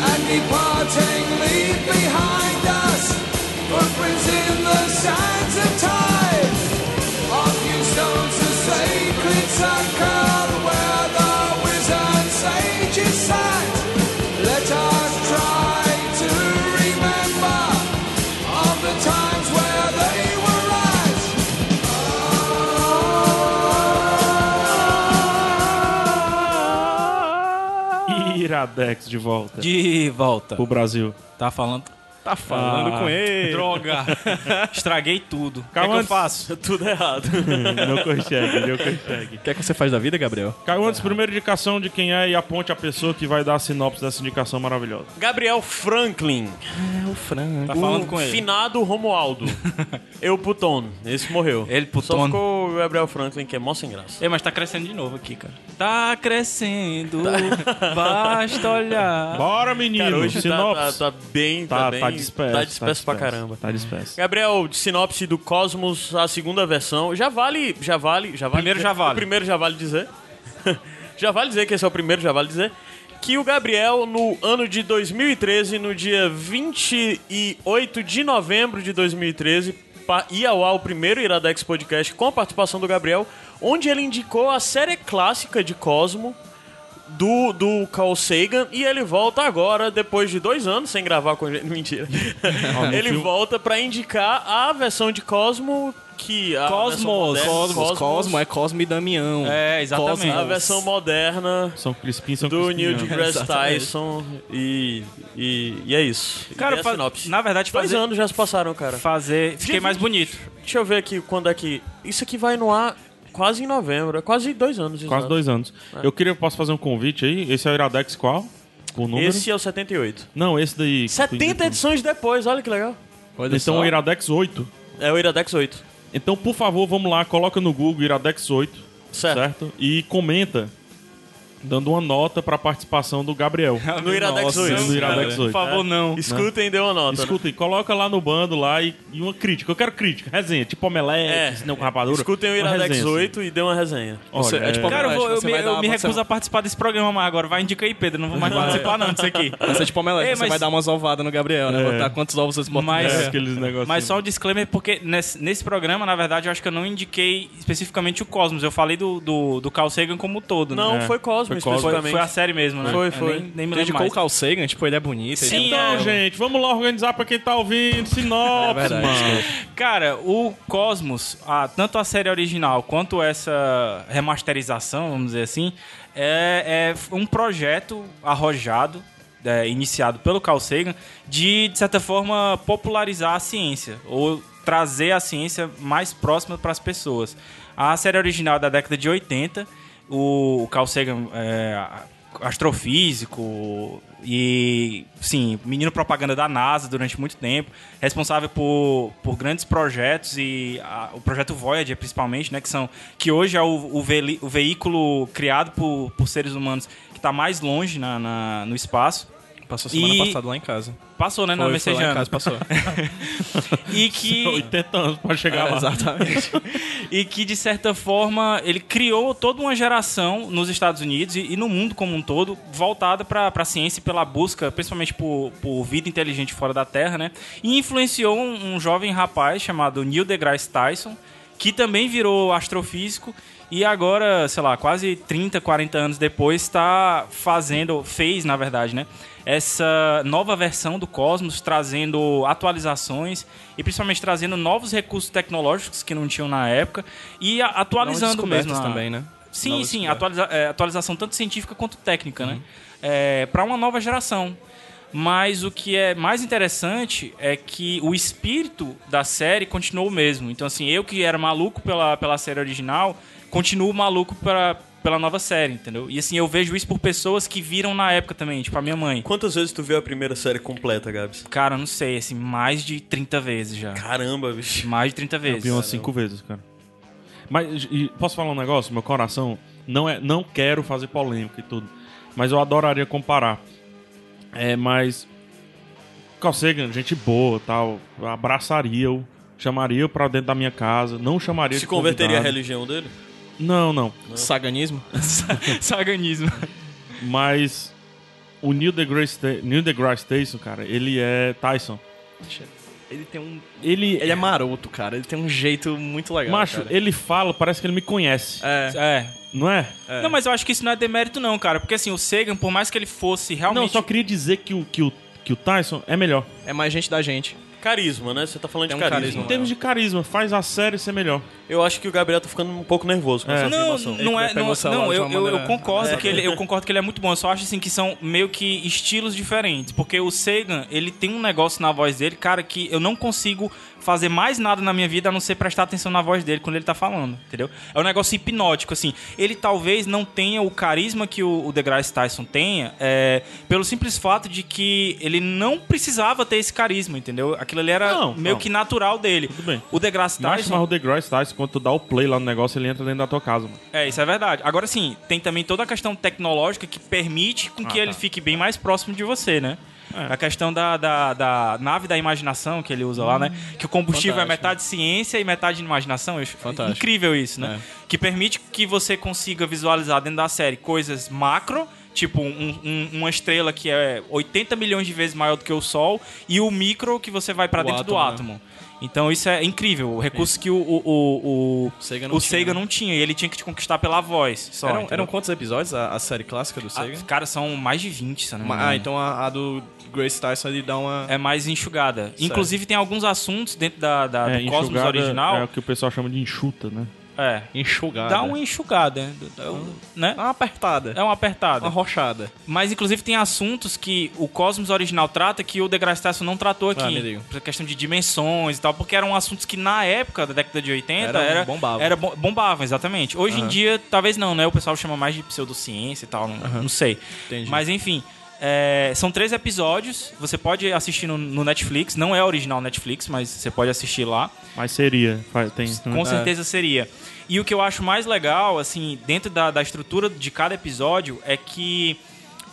Speaker 5: and departing leave behind us footprints in the sands of time. On new stones a sacred circle where the wizard sages sat. Let us try to remember of the times where they were at.
Speaker 1: *laughs* Iradex de volta
Speaker 3: De volta.
Speaker 1: pro Brasil.
Speaker 3: Tá falando.
Speaker 4: Tá falando
Speaker 1: Ah.
Speaker 4: com ele. *laughs*
Speaker 3: Droga! Estraguei tudo. O que, é que
Speaker 1: Calma
Speaker 3: eu
Speaker 1: antes. Hum,
Speaker 3: faço?
Speaker 2: Tá Tudo errado.
Speaker 1: não
Speaker 4: *laughs*
Speaker 1: consegue, não consegue.
Speaker 4: O que é que você faz da vida, Gabriel?
Speaker 1: Caio, antes, primeira indicação de quem é e aponte a pessoa que vai dar a sinopse dessa indicação maravilhosa.
Speaker 2: Gabriel Franklin.
Speaker 4: É o Fran.
Speaker 3: Tá
Speaker 2: O
Speaker 3: falando
Speaker 1: Uh,
Speaker 3: com ele.
Speaker 2: Finado
Speaker 3: *laughs*
Speaker 2: Romualdo. Eu Puton. Esse morreu.
Speaker 3: Ele
Speaker 2: Só
Speaker 3: Puton.
Speaker 2: ficou o Gabriel Franklin, que é mó sem graça.
Speaker 3: Ei, mas tá crescendo de novo aqui, cara.
Speaker 1: *laughs*
Speaker 3: Tá crescendo,
Speaker 1: Tá.
Speaker 3: basta olhar.
Speaker 1: Bora, menino!
Speaker 2: Cara, hoje tá, tá,
Speaker 1: sinopse.
Speaker 2: tá bem, tá, bem. Tá disperso pra caramba.
Speaker 1: Tá disperso.
Speaker 2: Gabriel, de sinopse do Cosmos, a segunda versão. Já vale, já vale, já vale.
Speaker 3: Primeiro
Speaker 2: dizer-
Speaker 3: já vale.
Speaker 2: O primeiro já vale dizer. *laughs* já vale dizer que esse é o primeiro, já vale dizer. Que o Gabriel, no ano de 2013, no dia 28 de novembro de 2013, pa- ia ao ar o primeiro Iradex Podcast com a participação do Gabriel, onde ele indicou a série clássica de Cosmo do, do Carl Sagan e ele volta agora, depois de dois anos sem gravar com a gente. *laughs* Mentira. ele volta pra indicar a versão de Cosmo que. A
Speaker 3: Cosmos.
Speaker 2: versão moderna-
Speaker 3: Cosmos,
Speaker 4: Cosmos. Cosmo é Cosmo e Damião.
Speaker 3: É, exatamente.
Speaker 4: Cosmo.
Speaker 2: A versão moderna
Speaker 1: São Crispim, São
Speaker 2: do
Speaker 1: Crispim.
Speaker 2: Neil
Speaker 1: né?
Speaker 2: deGrasse
Speaker 4: Exatamente.
Speaker 2: Tyson e, e. e é isso.
Speaker 3: Cara,
Speaker 2: e é a
Speaker 3: fa-
Speaker 2: sinopse.
Speaker 3: na verdade,
Speaker 2: Dois
Speaker 3: fazer-
Speaker 2: anos já se passaram, cara.
Speaker 3: Fazer. Fiquei
Speaker 2: Dia
Speaker 3: mais
Speaker 2: 20.
Speaker 3: bonito.
Speaker 2: Deixa eu ver aqui quando é que. Isso aqui vai no ar quase em novembro. É quase dois anos.
Speaker 1: Quase
Speaker 2: exato.
Speaker 1: dois anos.
Speaker 2: É.
Speaker 1: Eu queria, posso fazer um convite aí? Esse é o Iradex qual? Com o número?
Speaker 2: Esse é o 78.
Speaker 1: Não, esse daí.
Speaker 2: 70 edições depois, olha que legal.
Speaker 4: Olha
Speaker 1: Então
Speaker 4: só.
Speaker 1: o Iradex 8.
Speaker 2: É o Iradex 8.
Speaker 1: Então, por favor, vamos lá, coloca no Google Iradex 8,
Speaker 2: Certo.
Speaker 1: certo? E comenta, dando uma nota pra participação do Gabriel.
Speaker 2: *laughs* No Iradex
Speaker 4: Nossa,
Speaker 2: 8.
Speaker 1: no Iradex
Speaker 2: cara.
Speaker 1: 8.
Speaker 3: Por favor, não.
Speaker 2: Escutem, deu uma nota. né?
Speaker 1: Escutem, coloca lá no bando lá e, e uma crítica. Eu quero crítica, resenha, tipo
Speaker 2: É.
Speaker 1: omelete, não com rapadura.
Speaker 2: Escutem o
Speaker 1: Uma
Speaker 2: Iradex
Speaker 1: resenha, assim.
Speaker 2: 8 e dê uma resenha.
Speaker 4: Você-
Speaker 1: Olha,
Speaker 4: é tipo
Speaker 1: é-
Speaker 3: Cara, eu, vou- eu
Speaker 4: Você
Speaker 3: me,
Speaker 4: vai dar
Speaker 3: eu me
Speaker 4: uma-
Speaker 3: recuso a participar desse programa mais agora. Vai, indica aí, Pedro. Não vou mais participar, não, disso aqui.
Speaker 4: Você é tipo omelete,
Speaker 3: Ei,
Speaker 4: você
Speaker 3: mas-
Speaker 4: vai dar umas ovadas no Gabriel, né?
Speaker 1: É.
Speaker 4: Botar quantos ovos vocês botam
Speaker 3: Mas-
Speaker 4: nele.
Speaker 1: É, aqueles negócios.
Speaker 3: Mas só um disclaimer, porque nesse, nesse programa, na verdade, eu acho que eu não indiquei especificamente o Cosmos. Eu falei do, do, do Carl Sagan como um todo, né?
Speaker 2: Não,
Speaker 1: É.
Speaker 2: foi
Speaker 1: Foi Cosmo.
Speaker 2: Cosmo,
Speaker 3: Foi,
Speaker 2: especificamente.
Speaker 3: foi a série mesmo, né?
Speaker 2: Foi, assim.
Speaker 3: Eu
Speaker 2: foi.
Speaker 3: Nem, nem me
Speaker 4: Ele
Speaker 3: lembro
Speaker 4: indicou o
Speaker 3: mais.
Speaker 4: Carl Sagan, tipo, ele é bonito. ele-
Speaker 3: Sim,
Speaker 1: Então,
Speaker 3: é.
Speaker 1: gente, vamos lá organizar pra quem tá ouvindo. Sinopse,
Speaker 4: verdade,
Speaker 1: mano.
Speaker 3: Cara, o Cosmos, a- tanto a série original quanto essa remasterização, vamos dizer assim, é, é um projeto arrojado, é, iniciado pelo Carl Sagan, de, de certa forma, popularizar a ciência, ou trazer a ciência mais próxima para as pessoas. A série original é da década de 80, o, o Carl Sagan é, astrofísico e, sim, menino propaganda da NASA durante muito tempo, responsável por, por grandes projetos e a- o projeto Voyager, principalmente, né, que são que hoje é o, o, veli- tá o veículo criado por, por seres humanos que está mais longe na- na, no espaço
Speaker 4: Passou semana
Speaker 3: E-
Speaker 4: passada lá em casa.
Speaker 3: Passou, né? na
Speaker 4: Foi, foi lá
Speaker 3: Messejana.
Speaker 4: em casa, *laughs* passou.
Speaker 3: E
Speaker 4: *laughs*
Speaker 3: que.
Speaker 1: 80 anos pra chegar lá.
Speaker 4: É, *laughs* exatamente.
Speaker 3: e que de certa forma ele criou toda uma geração nos Estados Unidos e, e no mundo como um todo voltada para a ciência e pela busca, principalmente por, por vida inteligente fora da Terra, né? E influenciou um, um jovem rapaz chamado Neil deGrasse Tyson, que também virou astrofísico e agora, sei lá, quase 30, 40 anos depois está fazendo, fez na verdade, né? Essa nova versão do Cosmos, trazendo atualizações e principalmente trazendo novos recursos tecnológicos que não tinam na época e a- atualizando
Speaker 4: Novas
Speaker 3: mesmo. a-
Speaker 4: descobertas também, né?
Speaker 3: Sim,
Speaker 4: Novas
Speaker 3: sim,
Speaker 4: descobertas. Uhum.
Speaker 3: atualiza- é, atualização tanto científica quanto técnica, né? para uma nova geração. Mas o que é mais interessante é que o espírito da série continuou o mesmo. Então, assim, eu que era maluco pela, pela série original, continuo maluco pra, pela nova série, entendeu? E assim, eu vejo isso por pessoas que viram na época também, tipo a minha mãe.
Speaker 2: Quantas vezes tu viu a primeira série completa, Gabs?
Speaker 3: Cara, eu não sei, assim, mais de 30 vezes já.
Speaker 2: Caramba, bicho.
Speaker 3: Mais de 30
Speaker 1: Eu vi umas
Speaker 3: vezes.
Speaker 1: cinco vezes, cara. Mas e, posso falar um negócio? Meu coração não é, não quero fazer polêmica e tudo, mas eu adoraria comparar. É, mas Carl Sagan, gente boa, tal, abraçaria eu, chamaria eu pra dentro da minha casa, não chamaria
Speaker 2: Se
Speaker 1: de
Speaker 2: converteria à
Speaker 1: convidado.
Speaker 2: religião dele?
Speaker 1: Não, não.
Speaker 4: Saganismo?
Speaker 3: *laughs* Saganismo.
Speaker 1: Mas o Neil deGrasse, Ta- Neil deGrasse Tyson, cara, ele é Tyson.
Speaker 4: Ele tem um.
Speaker 1: Ele, é
Speaker 4: Ele é maroto, cara. Ele tem um jeito muito legal.
Speaker 1: macho,
Speaker 4: cara.
Speaker 1: ele fala, parece que ele me conhece,
Speaker 4: É.
Speaker 3: É.
Speaker 1: não é?
Speaker 3: Não, mas eu acho que isso não é demérito, não, cara. Porque assim, o Sagan, por mais que ele fosse realmente.
Speaker 1: Não, só queria dizer que o que o, que o Tyson é melhor.
Speaker 4: É mais gente da gente.
Speaker 2: Carisma, né? Você tá falando
Speaker 4: Tem
Speaker 2: de
Speaker 4: um
Speaker 2: carisma.
Speaker 1: Em termos de carisma, faz a série ser melhor.
Speaker 2: Eu acho que o Gabriel tá ficando um pouco nervoso com essa
Speaker 3: Não,
Speaker 2: afirmação.
Speaker 3: não é.
Speaker 4: pegou
Speaker 3: Não,
Speaker 4: o celular
Speaker 3: não,
Speaker 4: de
Speaker 3: eu,
Speaker 4: uma
Speaker 3: eu, eu
Speaker 4: maneira-
Speaker 3: concordo que ele, eu concordo que ele é muito bom. Eu só acho assim que são meio que estilos diferentes. Porque o Sagan, ele tem um negócio na voz dele, cara, que eu não consigo fazer mais nada na minha vida a não ser prestar atenção na voz dele quando ele tá falando, entendeu? É um negócio hipnótico, assim. Ele talvez não tenha o carisma que o, o DeGrasse Tyson tenha, é, pelo simples fato de que ele não precisava ter esse carisma, entendeu? Aquilo ali era
Speaker 1: Não,
Speaker 3: meio
Speaker 1: não.
Speaker 3: que natural dele.
Speaker 1: Tudo bem.
Speaker 3: O DeGrasse
Speaker 1: Mas,
Speaker 3: Tyson.
Speaker 1: mas o DeGrasse Tyson, quando tu dá o play lá no negócio, ele entra dentro da tua casa, mano.
Speaker 3: É, isso é verdade. Agora sim, tem também toda a questão tecnológica que permite com
Speaker 4: Ah,
Speaker 3: que ele
Speaker 4: tá.
Speaker 3: fique bem mais próximo de você, né?
Speaker 4: É.
Speaker 3: A questão da, da, da nave da imaginação que ele usa lá, né? Que o combustível é
Speaker 4: Hum, Fantástico.
Speaker 3: metade ciência e metade imaginação. Eu acho
Speaker 4: Fantástico. É.
Speaker 3: Incrível isso, né? Que permite que você consiga visualizar dentro da série coisas macro, tipo um- um- uma estrela que é 80 milhões de vezes maior do que o Sol, e o micro que você vai pra
Speaker 4: O
Speaker 3: dentro do
Speaker 4: átomo, né?
Speaker 3: átomo. Então isso é incrível. O recurso que o, o, o, o,
Speaker 4: Sagan não
Speaker 3: o
Speaker 4: tinha,
Speaker 3: Sagan
Speaker 4: né?
Speaker 3: não tinha, e ele tinha que te conquistar pela voz. Só,
Speaker 4: eram,
Speaker 3: entendeu?
Speaker 4: eram quantos episódios a, a série clássica do Sega?
Speaker 3: Ah, Cara, são mais de 20, se eu não me
Speaker 4: Ma-
Speaker 3: engano.
Speaker 4: ah, então a, a do Grace Tyson ele dá uma.
Speaker 3: É mais enxugada. Inclusive, tem alguns assuntos dentro da, da- É do Cosmos
Speaker 1: enxugada
Speaker 3: original.
Speaker 1: É o que o pessoal chama de enxuta, né?
Speaker 3: É.
Speaker 4: enxugada.
Speaker 3: Dá uma enxugada, dá um- né?
Speaker 4: Dá uma apertada.
Speaker 3: É uma apertada.
Speaker 4: Uma rochada.
Speaker 3: Mas, inclusive, tem assuntos que o Cosmos original trata que o DeGrasse Tyson não tratou aqui.
Speaker 4: Ah, me diga.
Speaker 3: Por questão de dimensões e tal, porque eram assuntos que na época da década de 80
Speaker 4: Era- um
Speaker 3: era,
Speaker 4: bombava.
Speaker 3: era bom- bombava, exatamente. Hoje em dia, talvez não, né? O pessoal chama mais de pseudociência e tal, não, não sei.
Speaker 4: Entendi.
Speaker 3: Mas, enfim... é, são três episódios, você pode assistir no, no Netflix, não é original Netflix, mas você pode assistir lá.
Speaker 1: Mas seria. faz- Tem, né?
Speaker 3: Com certeza seria. E o que eu acho mais legal, assim, dentro da, da estrutura de cada episódio, é que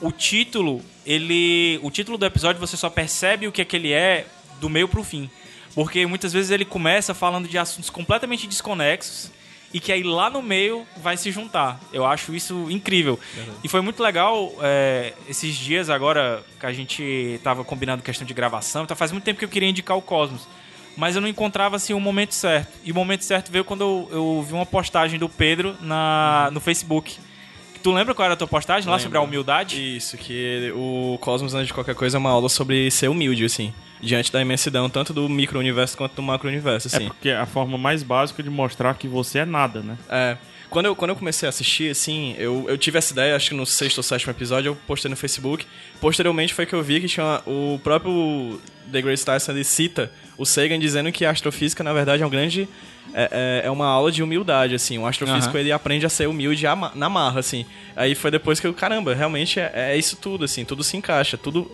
Speaker 3: o título, ele. O título do episódio você só percebe o que é que ele é do meio pro fim. Porque muitas vezes ele começa falando de assuntos completamente desconexos e que aí lá no meio vai se juntar. Eu acho isso incrível. E foi muito legal é, esses dias agora que a gente tava combinando questão de gravação, então faz muito tempo que eu queria indicar o Cosmos mas eu não encontrava assim o momento certo. E o momento certo veio quando eu, eu vi uma postagem do Pedro na,
Speaker 4: Uhum.
Speaker 3: no Facebook. Tu lembra qual era a tua postagem lá sobre a humildade?
Speaker 4: Isso, que ele- o Cosmos antes de qualquer coisa é uma aula sobre ser humilde, assim. Diante da imensidão, tanto do micro-universo quanto do
Speaker 1: É
Speaker 4: macro-universo, assim.
Speaker 1: porque é a forma mais básica de mostrar que você é nada, né?
Speaker 4: É, quando eu, quando eu comecei a assistir, assim, eu, eu tive essa ideia, acho que no sexto ou sétimo episódio, eu postei no Facebook. Posteriormente foi que eu vi que tinha o próprio The Great Tyson ele cita o Sagan dizendo que a astrofísica, na verdade, é um grande. É, é- é uma aula de humildade, assim. O astrofísico
Speaker 3: Aham.
Speaker 4: ele aprende a ser humilde a ma- na marra, assim. Aí foi depois que eu, caramba, realmente é, é isso tudo, assim, tudo se encaixa, tudo.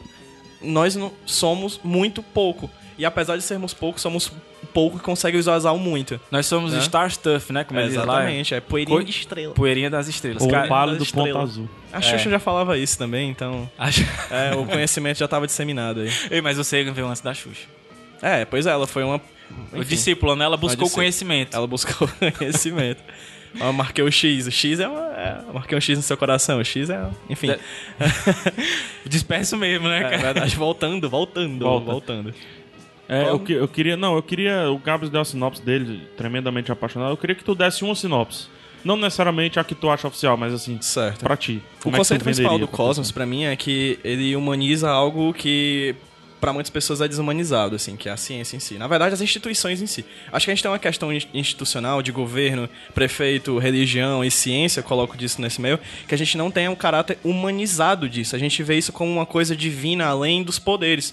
Speaker 4: Nós não somos muito pouco. E apesar de sermos poucos, somos pouco que consegue usar muito.
Speaker 3: Nós somos
Speaker 4: Né?
Speaker 3: Star Stuff, né? Como
Speaker 4: É,
Speaker 3: eles diz lá.
Speaker 4: exatamente, é poeirinha
Speaker 3: Co-
Speaker 4: de estrela.
Speaker 3: Poeirinha das estrelas.
Speaker 1: Ou
Speaker 3: Cara,
Speaker 1: o palo do
Speaker 4: estrela.
Speaker 1: ponto azul.
Speaker 4: A
Speaker 1: É.
Speaker 4: Xuxa já falava isso também, então...
Speaker 3: *laughs* acho-
Speaker 4: É,
Speaker 1: *laughs*
Speaker 4: o conhecimento já tava disseminado aí.
Speaker 3: Ei, mas o Sagan veio antes da Xuxa.
Speaker 4: É, pois é, ela foi uma...
Speaker 3: o
Speaker 4: enfim.
Speaker 3: discípulo, né? Ela buscou
Speaker 4: Pode ser.
Speaker 3: conhecimento.
Speaker 4: Ela buscou *laughs* conhecimento. Eu marquei o X. O X é uma. É, eu marquei um X no seu coração. O X é. Enfim.
Speaker 3: É. Disperso mesmo, né,
Speaker 4: É,
Speaker 3: cara?
Speaker 4: verdade, voltando, voltando,
Speaker 1: Volta.
Speaker 4: voltando.
Speaker 1: É, eu, que- eu queria. Não, eu queria. O Gabs deu a sinopse dele, tremendamente apaixonado. Eu queria que tu desse uma sinopse. Não necessariamente a que tu acha oficial, mas assim,
Speaker 4: Certo.
Speaker 1: pra ti.
Speaker 4: O
Speaker 1: Como é que tu
Speaker 4: conceito principal
Speaker 1: venderia
Speaker 4: do
Speaker 1: pra
Speaker 4: Cosmos,
Speaker 1: pessoa?
Speaker 4: pra mim, é que ele humaniza algo que pra muitas pessoas é desumanizado, assim, que é a ciência em si. Na verdade, as instituições em si. Acho que a gente tem uma questão in- institucional de governo, prefeito, religião e ciência, eu coloco disso nesse meio, que a gente não tem um caráter humanizado disso. A gente vê isso como uma coisa divina além dos poderes.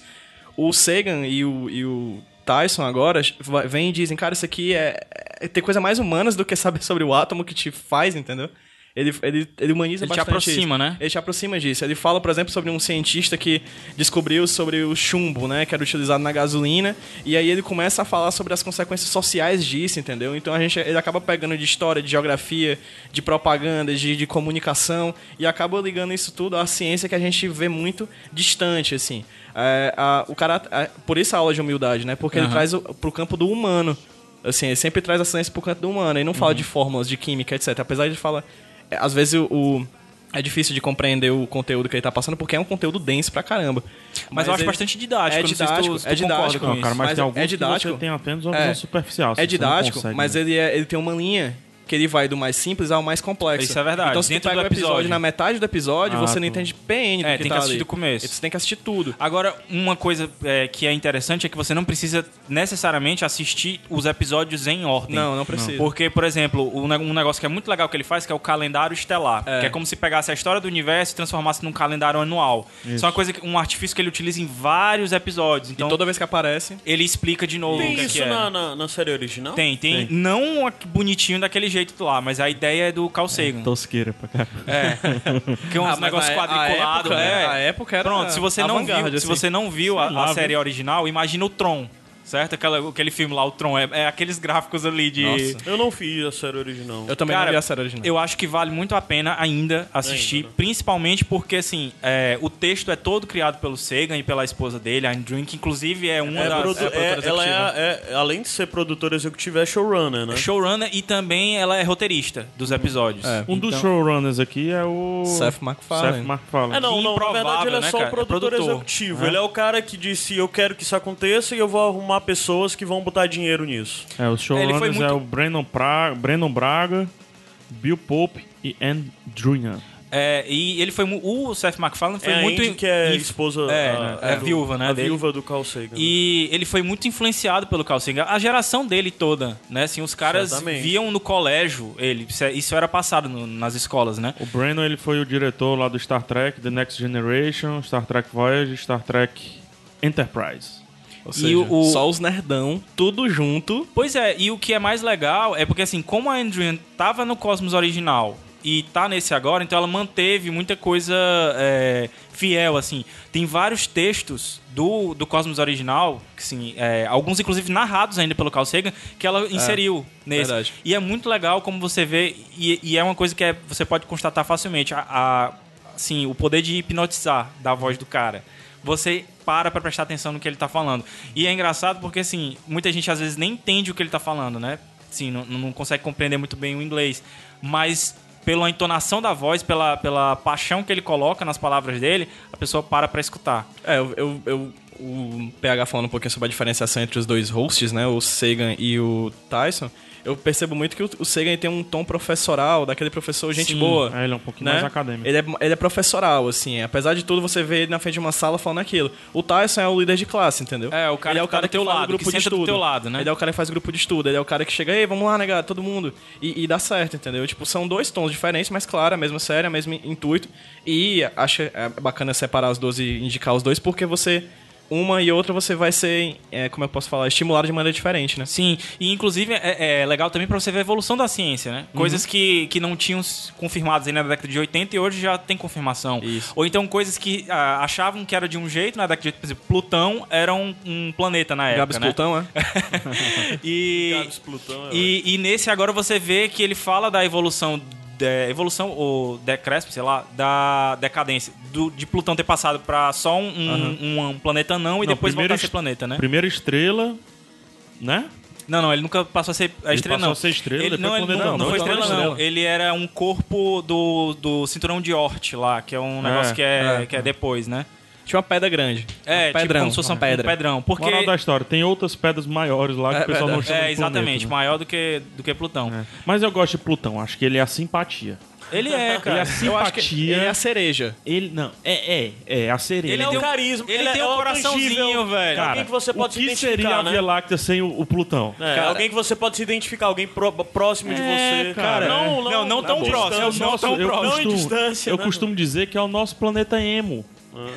Speaker 4: O Sagan e o, e o Tyson agora va- vêm e dizem, cara, isso aqui é, é tem coisa mais humanas do que saber sobre o átomo que te faz, entendeu? Ele, ele, ele humaniza
Speaker 3: Ele te
Speaker 4: bastante isso.
Speaker 3: aproxima, né?
Speaker 4: Ele te aproxima disso. Ele fala, por exemplo, sobre um cientista que descobriu sobre o chumbo, né? Que era utilizado na gasolina. E aí ele começa a falar sobre as consequências sociais disso, entendeu? Então a gente, ele acaba pegando de história, de geografia, de propaganda, de, de comunicação. E acaba ligando isso tudo à ciência que a gente vê muito distante, assim. É, a- o cara, a- por isso a aula de humildade, né? Porque ele traz o, pro campo do humano. Assim, ele sempre traz a ciência pro canto do humano. Ele não fala de fórmulas, de química, etc. Apesar de falar... é, Às vezes o- o é difícil de compreender o conteúdo que ele tá passando, porque é um conteúdo denso pra caramba.
Speaker 3: Mas eu acho
Speaker 4: ele-
Speaker 3: bastante didático,
Speaker 4: É
Speaker 3: não sei se tu-
Speaker 4: didático,
Speaker 3: se tu
Speaker 4: é didático.
Speaker 3: concorda com
Speaker 1: Não, cara, mas,
Speaker 4: Mas
Speaker 1: tem alguns
Speaker 4: é
Speaker 1: que
Speaker 4: didático.
Speaker 1: você tem apenas uma
Speaker 4: É.
Speaker 1: visão superficial. assim,
Speaker 4: É
Speaker 1: você não
Speaker 4: didático,
Speaker 1: consegue,
Speaker 4: mas
Speaker 1: né?
Speaker 4: ele, é- ele tem uma linha que ele vai do mais simples ao mais complexo.
Speaker 3: Isso é verdade,
Speaker 4: Então, se tu
Speaker 3: dentro
Speaker 4: pega o
Speaker 3: do
Speaker 4: episódio,
Speaker 3: episódio.
Speaker 4: na metade do episódio,
Speaker 1: Ah,
Speaker 4: você não
Speaker 1: tu-
Speaker 4: entende PN do
Speaker 3: É,
Speaker 4: que
Speaker 3: tem
Speaker 4: tá
Speaker 3: que assistir
Speaker 4: ali.
Speaker 3: do começo.
Speaker 4: Você tem que assistir tudo.
Speaker 3: Agora, uma coisa é, que é interessante é que você não precisa necessariamente assistir os episódios em ordem.
Speaker 4: Não, não precisa.
Speaker 3: Porque, por exemplo, o ne- um negócio que é muito legal que ele faz, que é o calendário estelar. Que é como se pegasse a história do universo e transformasse num calendário anual. Isso é uma coisa que, um artifício que ele utiliza em vários episódios. Então,
Speaker 4: e toda vez que aparece...
Speaker 3: ele explica de novo o que
Speaker 2: Tem
Speaker 3: é
Speaker 2: isso
Speaker 3: que é.
Speaker 2: na, na, na série original?
Speaker 3: Tem, tem,
Speaker 1: Tem.
Speaker 3: Não a- bonitinho daquele jeito lá, mas a ideia é do Carl Sagan.
Speaker 1: Tosqueira pra cá.
Speaker 3: que é um
Speaker 4: então- Ah, mas
Speaker 3: negócio
Speaker 4: na- a
Speaker 3: quadriculado,
Speaker 4: época,
Speaker 3: né?
Speaker 4: né? A época era
Speaker 3: Pronto, se você não viu,
Speaker 4: avant-garde,
Speaker 3: se
Speaker 4: assim.
Speaker 3: você não viu a,
Speaker 1: Sei
Speaker 3: a
Speaker 1: lá,
Speaker 3: série original, imagina o Tron, certo? Aquela, aquele filme lá, o Tron, é, é aqueles gráficos ali de.
Speaker 4: Nossa.
Speaker 2: Eu não fiz a série original.
Speaker 4: Eu também
Speaker 3: Cara,
Speaker 4: não vi a série original.
Speaker 3: Eu acho que vale muito a pena ainda assistir,
Speaker 2: Ainda,
Speaker 3: principalmente porque, assim, é, o texto é todo criado pelo Sagan e pela esposa dele, a Drink, inclusive é uma
Speaker 2: É
Speaker 3: das...
Speaker 2: produ-
Speaker 4: é produtora
Speaker 2: é- ela
Speaker 4: executiva.
Speaker 2: é, é- além de ser produtora executiva, é showrunner, né?
Speaker 3: Showrunner e também ela é roteirista dos episódios. Então,
Speaker 4: É.
Speaker 1: Um dos showrunners aqui é o.
Speaker 4: Seth MacFarlane.
Speaker 1: Seth MacFarlane.
Speaker 2: É, não, não, na
Speaker 3: Improvável,
Speaker 2: verdade ele é
Speaker 3: né,
Speaker 2: só o
Speaker 3: cara? É
Speaker 2: produtor
Speaker 3: produtor.
Speaker 2: executivo. Ele é o cara que disse, eu quero que isso aconteça e eu vou arrumar pessoas que vão botar dinheiro nisso.
Speaker 1: É, os showrunners
Speaker 3: Ele foi muito-
Speaker 1: é o Brandon, pra... Brandon Braga, Bill Pope e Ann Druyan.
Speaker 3: É, e ele foi. mu- O Seth MacFarlane foi
Speaker 2: é
Speaker 3: muito.
Speaker 2: a Indy que é
Speaker 3: inf-
Speaker 2: esposa...
Speaker 3: É,
Speaker 2: a,
Speaker 3: é a
Speaker 2: do-
Speaker 3: viúva, né,
Speaker 2: A
Speaker 3: dele.
Speaker 2: viúva do Carl Sagan. né?
Speaker 3: E ele foi muito influenciado pelo Carl Sagan. A geração dele toda, né? Assim, os caras
Speaker 2: Certamente.
Speaker 3: viam no colégio ele. isso é- Isso era passado no- nas escolas, né?
Speaker 1: O Brandon ele foi o diretor lá do Star Trek, The Next Generation, Star Trek Voyage, Star Trek Enterprise.
Speaker 4: Ou seja,
Speaker 3: o-
Speaker 4: só os nerdão, tudo junto.
Speaker 3: Pois é, e o que é mais legal é porque, assim, como a Andrian tava no Cosmos original e tá nesse agora, então ela manteve muita coisa é, fiel, assim. Tem vários textos do, do Cosmos original, que, assim, é, alguns inclusive narrados ainda pelo Carl Sagan, que ela inseriu nesse.
Speaker 4: verdade.
Speaker 3: E é muito legal como você vê, e, e é uma coisa que é- você pode constatar facilmente, a, a- assim, o poder de hipnotizar da voz do cara. Você para pra prestar atenção no que ele tá falando. E é engraçado porque, assim, muita gente às vezes nem entende o que ele tá falando, né? Assim, não, não consegue compreender muito bem o inglês. Mas pela entonação da voz, pela, pela paixão que ele coloca nas palavras dele, a pessoa para pra escutar.
Speaker 4: É, eu, eu, eu- o PH falando um pouquinho sobre a diferenciação entre os dois hosts, né? O Sagan e o Tyson. Eu percebo muito que o, o Sagan tem um tom professoral, daquele professor gente
Speaker 3: Sim,
Speaker 4: boa.
Speaker 1: É, ele é um pouquinho
Speaker 4: né?
Speaker 1: mais acadêmico.
Speaker 4: Ele é, ele é professoral, assim. Apesar de tudo, você vê ele na frente de uma sala falando aquilo. O Tyson é o líder de classe, entendeu?
Speaker 3: É, o cara
Speaker 4: ele é o
Speaker 3: que tá
Speaker 4: cara
Speaker 3: do teu
Speaker 4: que fala
Speaker 3: lado,
Speaker 4: grupo
Speaker 3: que
Speaker 4: de
Speaker 3: senta do
Speaker 4: estudo.
Speaker 3: teu lado, né?
Speaker 4: Ele é o cara que faz grupo de estudo. Ele é o cara que chega, ei, vamos lá, negado, todo mundo. E, e dá certo, entendeu? Tipo, são dois tons diferentes, mas claro, a mesma série, o mesmo intuito. E acho é bacana separar os dois e indicar os dois, porque você uma e outra você vai ser, é, como eu posso falar, estimulado de maneira diferente, né?
Speaker 3: Sim, e inclusive é, é legal também pra você ver a evolução da ciência, né? Coisas que, que não tinham s- confirmadas ainda na década de 80 e hoje já tem confirmação.
Speaker 4: Isso.
Speaker 3: Ou então coisas que ah, achavam que era de um jeito na década de 80, por exemplo, Plutão era um, um planeta na época,
Speaker 4: Gabs
Speaker 3: né?
Speaker 4: Plutão, né?
Speaker 3: *laughs* E,
Speaker 2: Gabs Plutão, é
Speaker 3: e, e nesse agora você vê que ele fala da evolução. da evolução ou decréscimo, sei lá, da decadência. do- de Plutão ter passado pra só um, um- um planeta não e
Speaker 1: Não,
Speaker 3: depois
Speaker 1: primeiro
Speaker 3: voltar a ser
Speaker 1: est-
Speaker 3: planeta, né?
Speaker 1: Primeira estrela, né?
Speaker 3: Não, não, ele nunca passou a ser a
Speaker 1: Ele
Speaker 3: estrela,
Speaker 1: passou
Speaker 3: não.
Speaker 1: a ser estrela,
Speaker 3: ele,
Speaker 1: depois
Speaker 3: não, ele
Speaker 1: planeta
Speaker 3: não,
Speaker 1: não,
Speaker 3: não foi
Speaker 1: depois
Speaker 3: estrela,
Speaker 1: estrela.
Speaker 3: não. Ele era um corpo do, do cinturão de Oort lá, que é um negócio
Speaker 1: É,
Speaker 3: que, é,
Speaker 4: é.
Speaker 3: que é depois, né?
Speaker 4: Tinha uma pedra grande.
Speaker 3: É,
Speaker 4: um pedrão,
Speaker 3: tipo como se fosse
Speaker 4: uma
Speaker 3: um
Speaker 4: pedra.
Speaker 3: um pedrão. Porque
Speaker 1: Moral da história, tem outras pedras maiores lá que o pessoal não chama
Speaker 3: é,
Speaker 1: de
Speaker 3: exatamente,
Speaker 1: planeta,
Speaker 3: maior do que, do que Plutão.
Speaker 1: né? Mas eu gosto de Plutão, acho que ele é a simpatia.
Speaker 3: Ele é,
Speaker 1: Ele é
Speaker 3: cara.
Speaker 1: a
Speaker 4: Eu acho que
Speaker 1: simpatia.
Speaker 4: ele é a cereja.
Speaker 1: Ele não, é, é, é a sereia.
Speaker 2: Ele é
Speaker 3: tem
Speaker 2: o
Speaker 3: um-
Speaker 2: carisma.
Speaker 3: ele tem
Speaker 2: é
Speaker 3: um
Speaker 2: o
Speaker 3: coraçãozinho,
Speaker 2: tangível,
Speaker 3: velho.
Speaker 2: alguém que você pode
Speaker 1: o
Speaker 2: se
Speaker 1: que
Speaker 2: identificar,
Speaker 1: seria a
Speaker 2: né?
Speaker 1: Via Láctea sem o, o Plutão?
Speaker 2: É, alguém que você pode se identificar, alguém pro- próximo de
Speaker 1: É,
Speaker 2: você.
Speaker 1: cara.
Speaker 2: não, não, tá
Speaker 3: Não, não tão
Speaker 2: distante,
Speaker 3: próximo,
Speaker 1: É o
Speaker 2: não
Speaker 1: nosso,
Speaker 2: tão
Speaker 1: eu
Speaker 2: próximo.
Speaker 1: costumo,
Speaker 2: Não em um distância.
Speaker 1: eu
Speaker 2: né?
Speaker 1: costumo dizer que é o nosso planeta emo.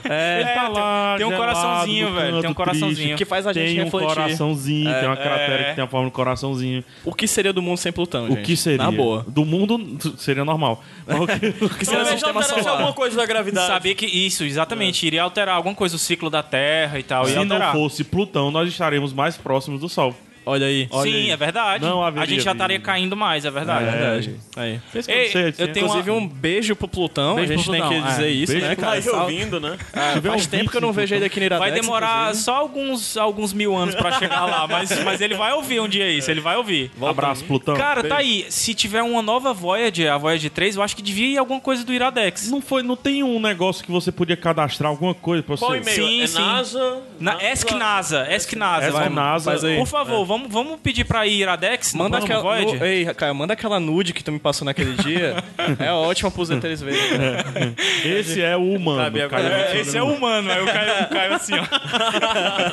Speaker 4: É,
Speaker 1: Ele tá lá,
Speaker 3: tem um
Speaker 1: gelado,
Speaker 3: coraçãozinho,
Speaker 1: no
Speaker 3: velho, tem um
Speaker 1: canto,
Speaker 3: coraçãozinho.
Speaker 1: triste.
Speaker 4: que faz a gente
Speaker 1: tem um
Speaker 4: refletir.
Speaker 1: coraçãozinho, tem uma cratera
Speaker 3: é.
Speaker 1: que tem a forma de coraçãozinho.
Speaker 4: O que seria do mundo sem Plutão,
Speaker 1: O
Speaker 4: gente?
Speaker 1: que seria?
Speaker 4: Na boa.
Speaker 1: Do mundo seria normal.
Speaker 3: É.
Speaker 1: Mas o que- o que
Speaker 4: Isso
Speaker 2: Não,
Speaker 4: era
Speaker 3: um
Speaker 2: mas
Speaker 4: sistema
Speaker 2: alterasse
Speaker 4: solar.
Speaker 2: alguma coisa da gravidade.
Speaker 3: Sabia que isso, exatamente, iria alterar alguma coisa, o ciclo da Terra e tal.
Speaker 1: É. se
Speaker 3: ia
Speaker 1: não
Speaker 3: alterar.
Speaker 1: fosse Plutão, nós estaremos mais próximos do Sol.
Speaker 4: Olha aí.
Speaker 1: Olha
Speaker 3: Sim,
Speaker 1: aí.
Speaker 3: é verdade.
Speaker 1: Não haveria
Speaker 3: a gente já
Speaker 1: vida.
Speaker 3: estaria caindo mais, é verdade.
Speaker 4: É verdade. Aí.
Speaker 3: Ei,
Speaker 1: não sei, assim,
Speaker 3: eu tenho
Speaker 4: Inclusive,
Speaker 3: uma...
Speaker 4: um beijo pro Plutão.
Speaker 3: Beijo
Speaker 4: a gente
Speaker 3: pro
Speaker 4: tem
Speaker 3: Plutão,
Speaker 4: que dizer
Speaker 3: é.
Speaker 4: isso,
Speaker 1: Beijo
Speaker 4: né,
Speaker 1: pro
Speaker 2: Tá
Speaker 4: cara?
Speaker 2: aí
Speaker 4: Salve.
Speaker 2: ouvindo, né?
Speaker 1: tiver
Speaker 4: Faz
Speaker 1: um
Speaker 4: tempo que eu
Speaker 1: vídeo
Speaker 4: não vejo ele aqui no Iradex.
Speaker 3: Vai demorar
Speaker 4: inclusive.
Speaker 3: só alguns, alguns mil anos pra chegar lá, mas, mas ele vai ouvir um dia isso, ele vai ouvir.
Speaker 1: Abraço, Plutão.
Speaker 3: Cara, tá aí. Se tiver uma nova Voyager, a Voyager 3, eu acho que devia ir alguma coisa do Iradex.
Speaker 1: Não, foi, não tem um negócio que você podia cadastrar alguma coisa pra você?
Speaker 2: Qual e-mail?
Speaker 3: Sim,
Speaker 2: é
Speaker 3: sim.
Speaker 2: NASA?
Speaker 3: Na ESC-NASA, ESC-NASA.
Speaker 1: Essa
Speaker 3: vamos-
Speaker 1: NASA.
Speaker 4: faz aí.
Speaker 3: Por favor, vamos, vamos pedir pra ir Iradex?
Speaker 4: Manda
Speaker 3: Vamos,
Speaker 4: aquela,
Speaker 3: Voyager?
Speaker 4: nu- ei, Caio, manda aquela nude que tu me passou *laughs* naquele dia. é ótima pros ETs verem.
Speaker 1: É.
Speaker 4: né?
Speaker 1: Esse é o humano.
Speaker 4: Sabe, é
Speaker 1: cara.
Speaker 3: É, esse é humano, aí o Caio, o Caio assim, ó.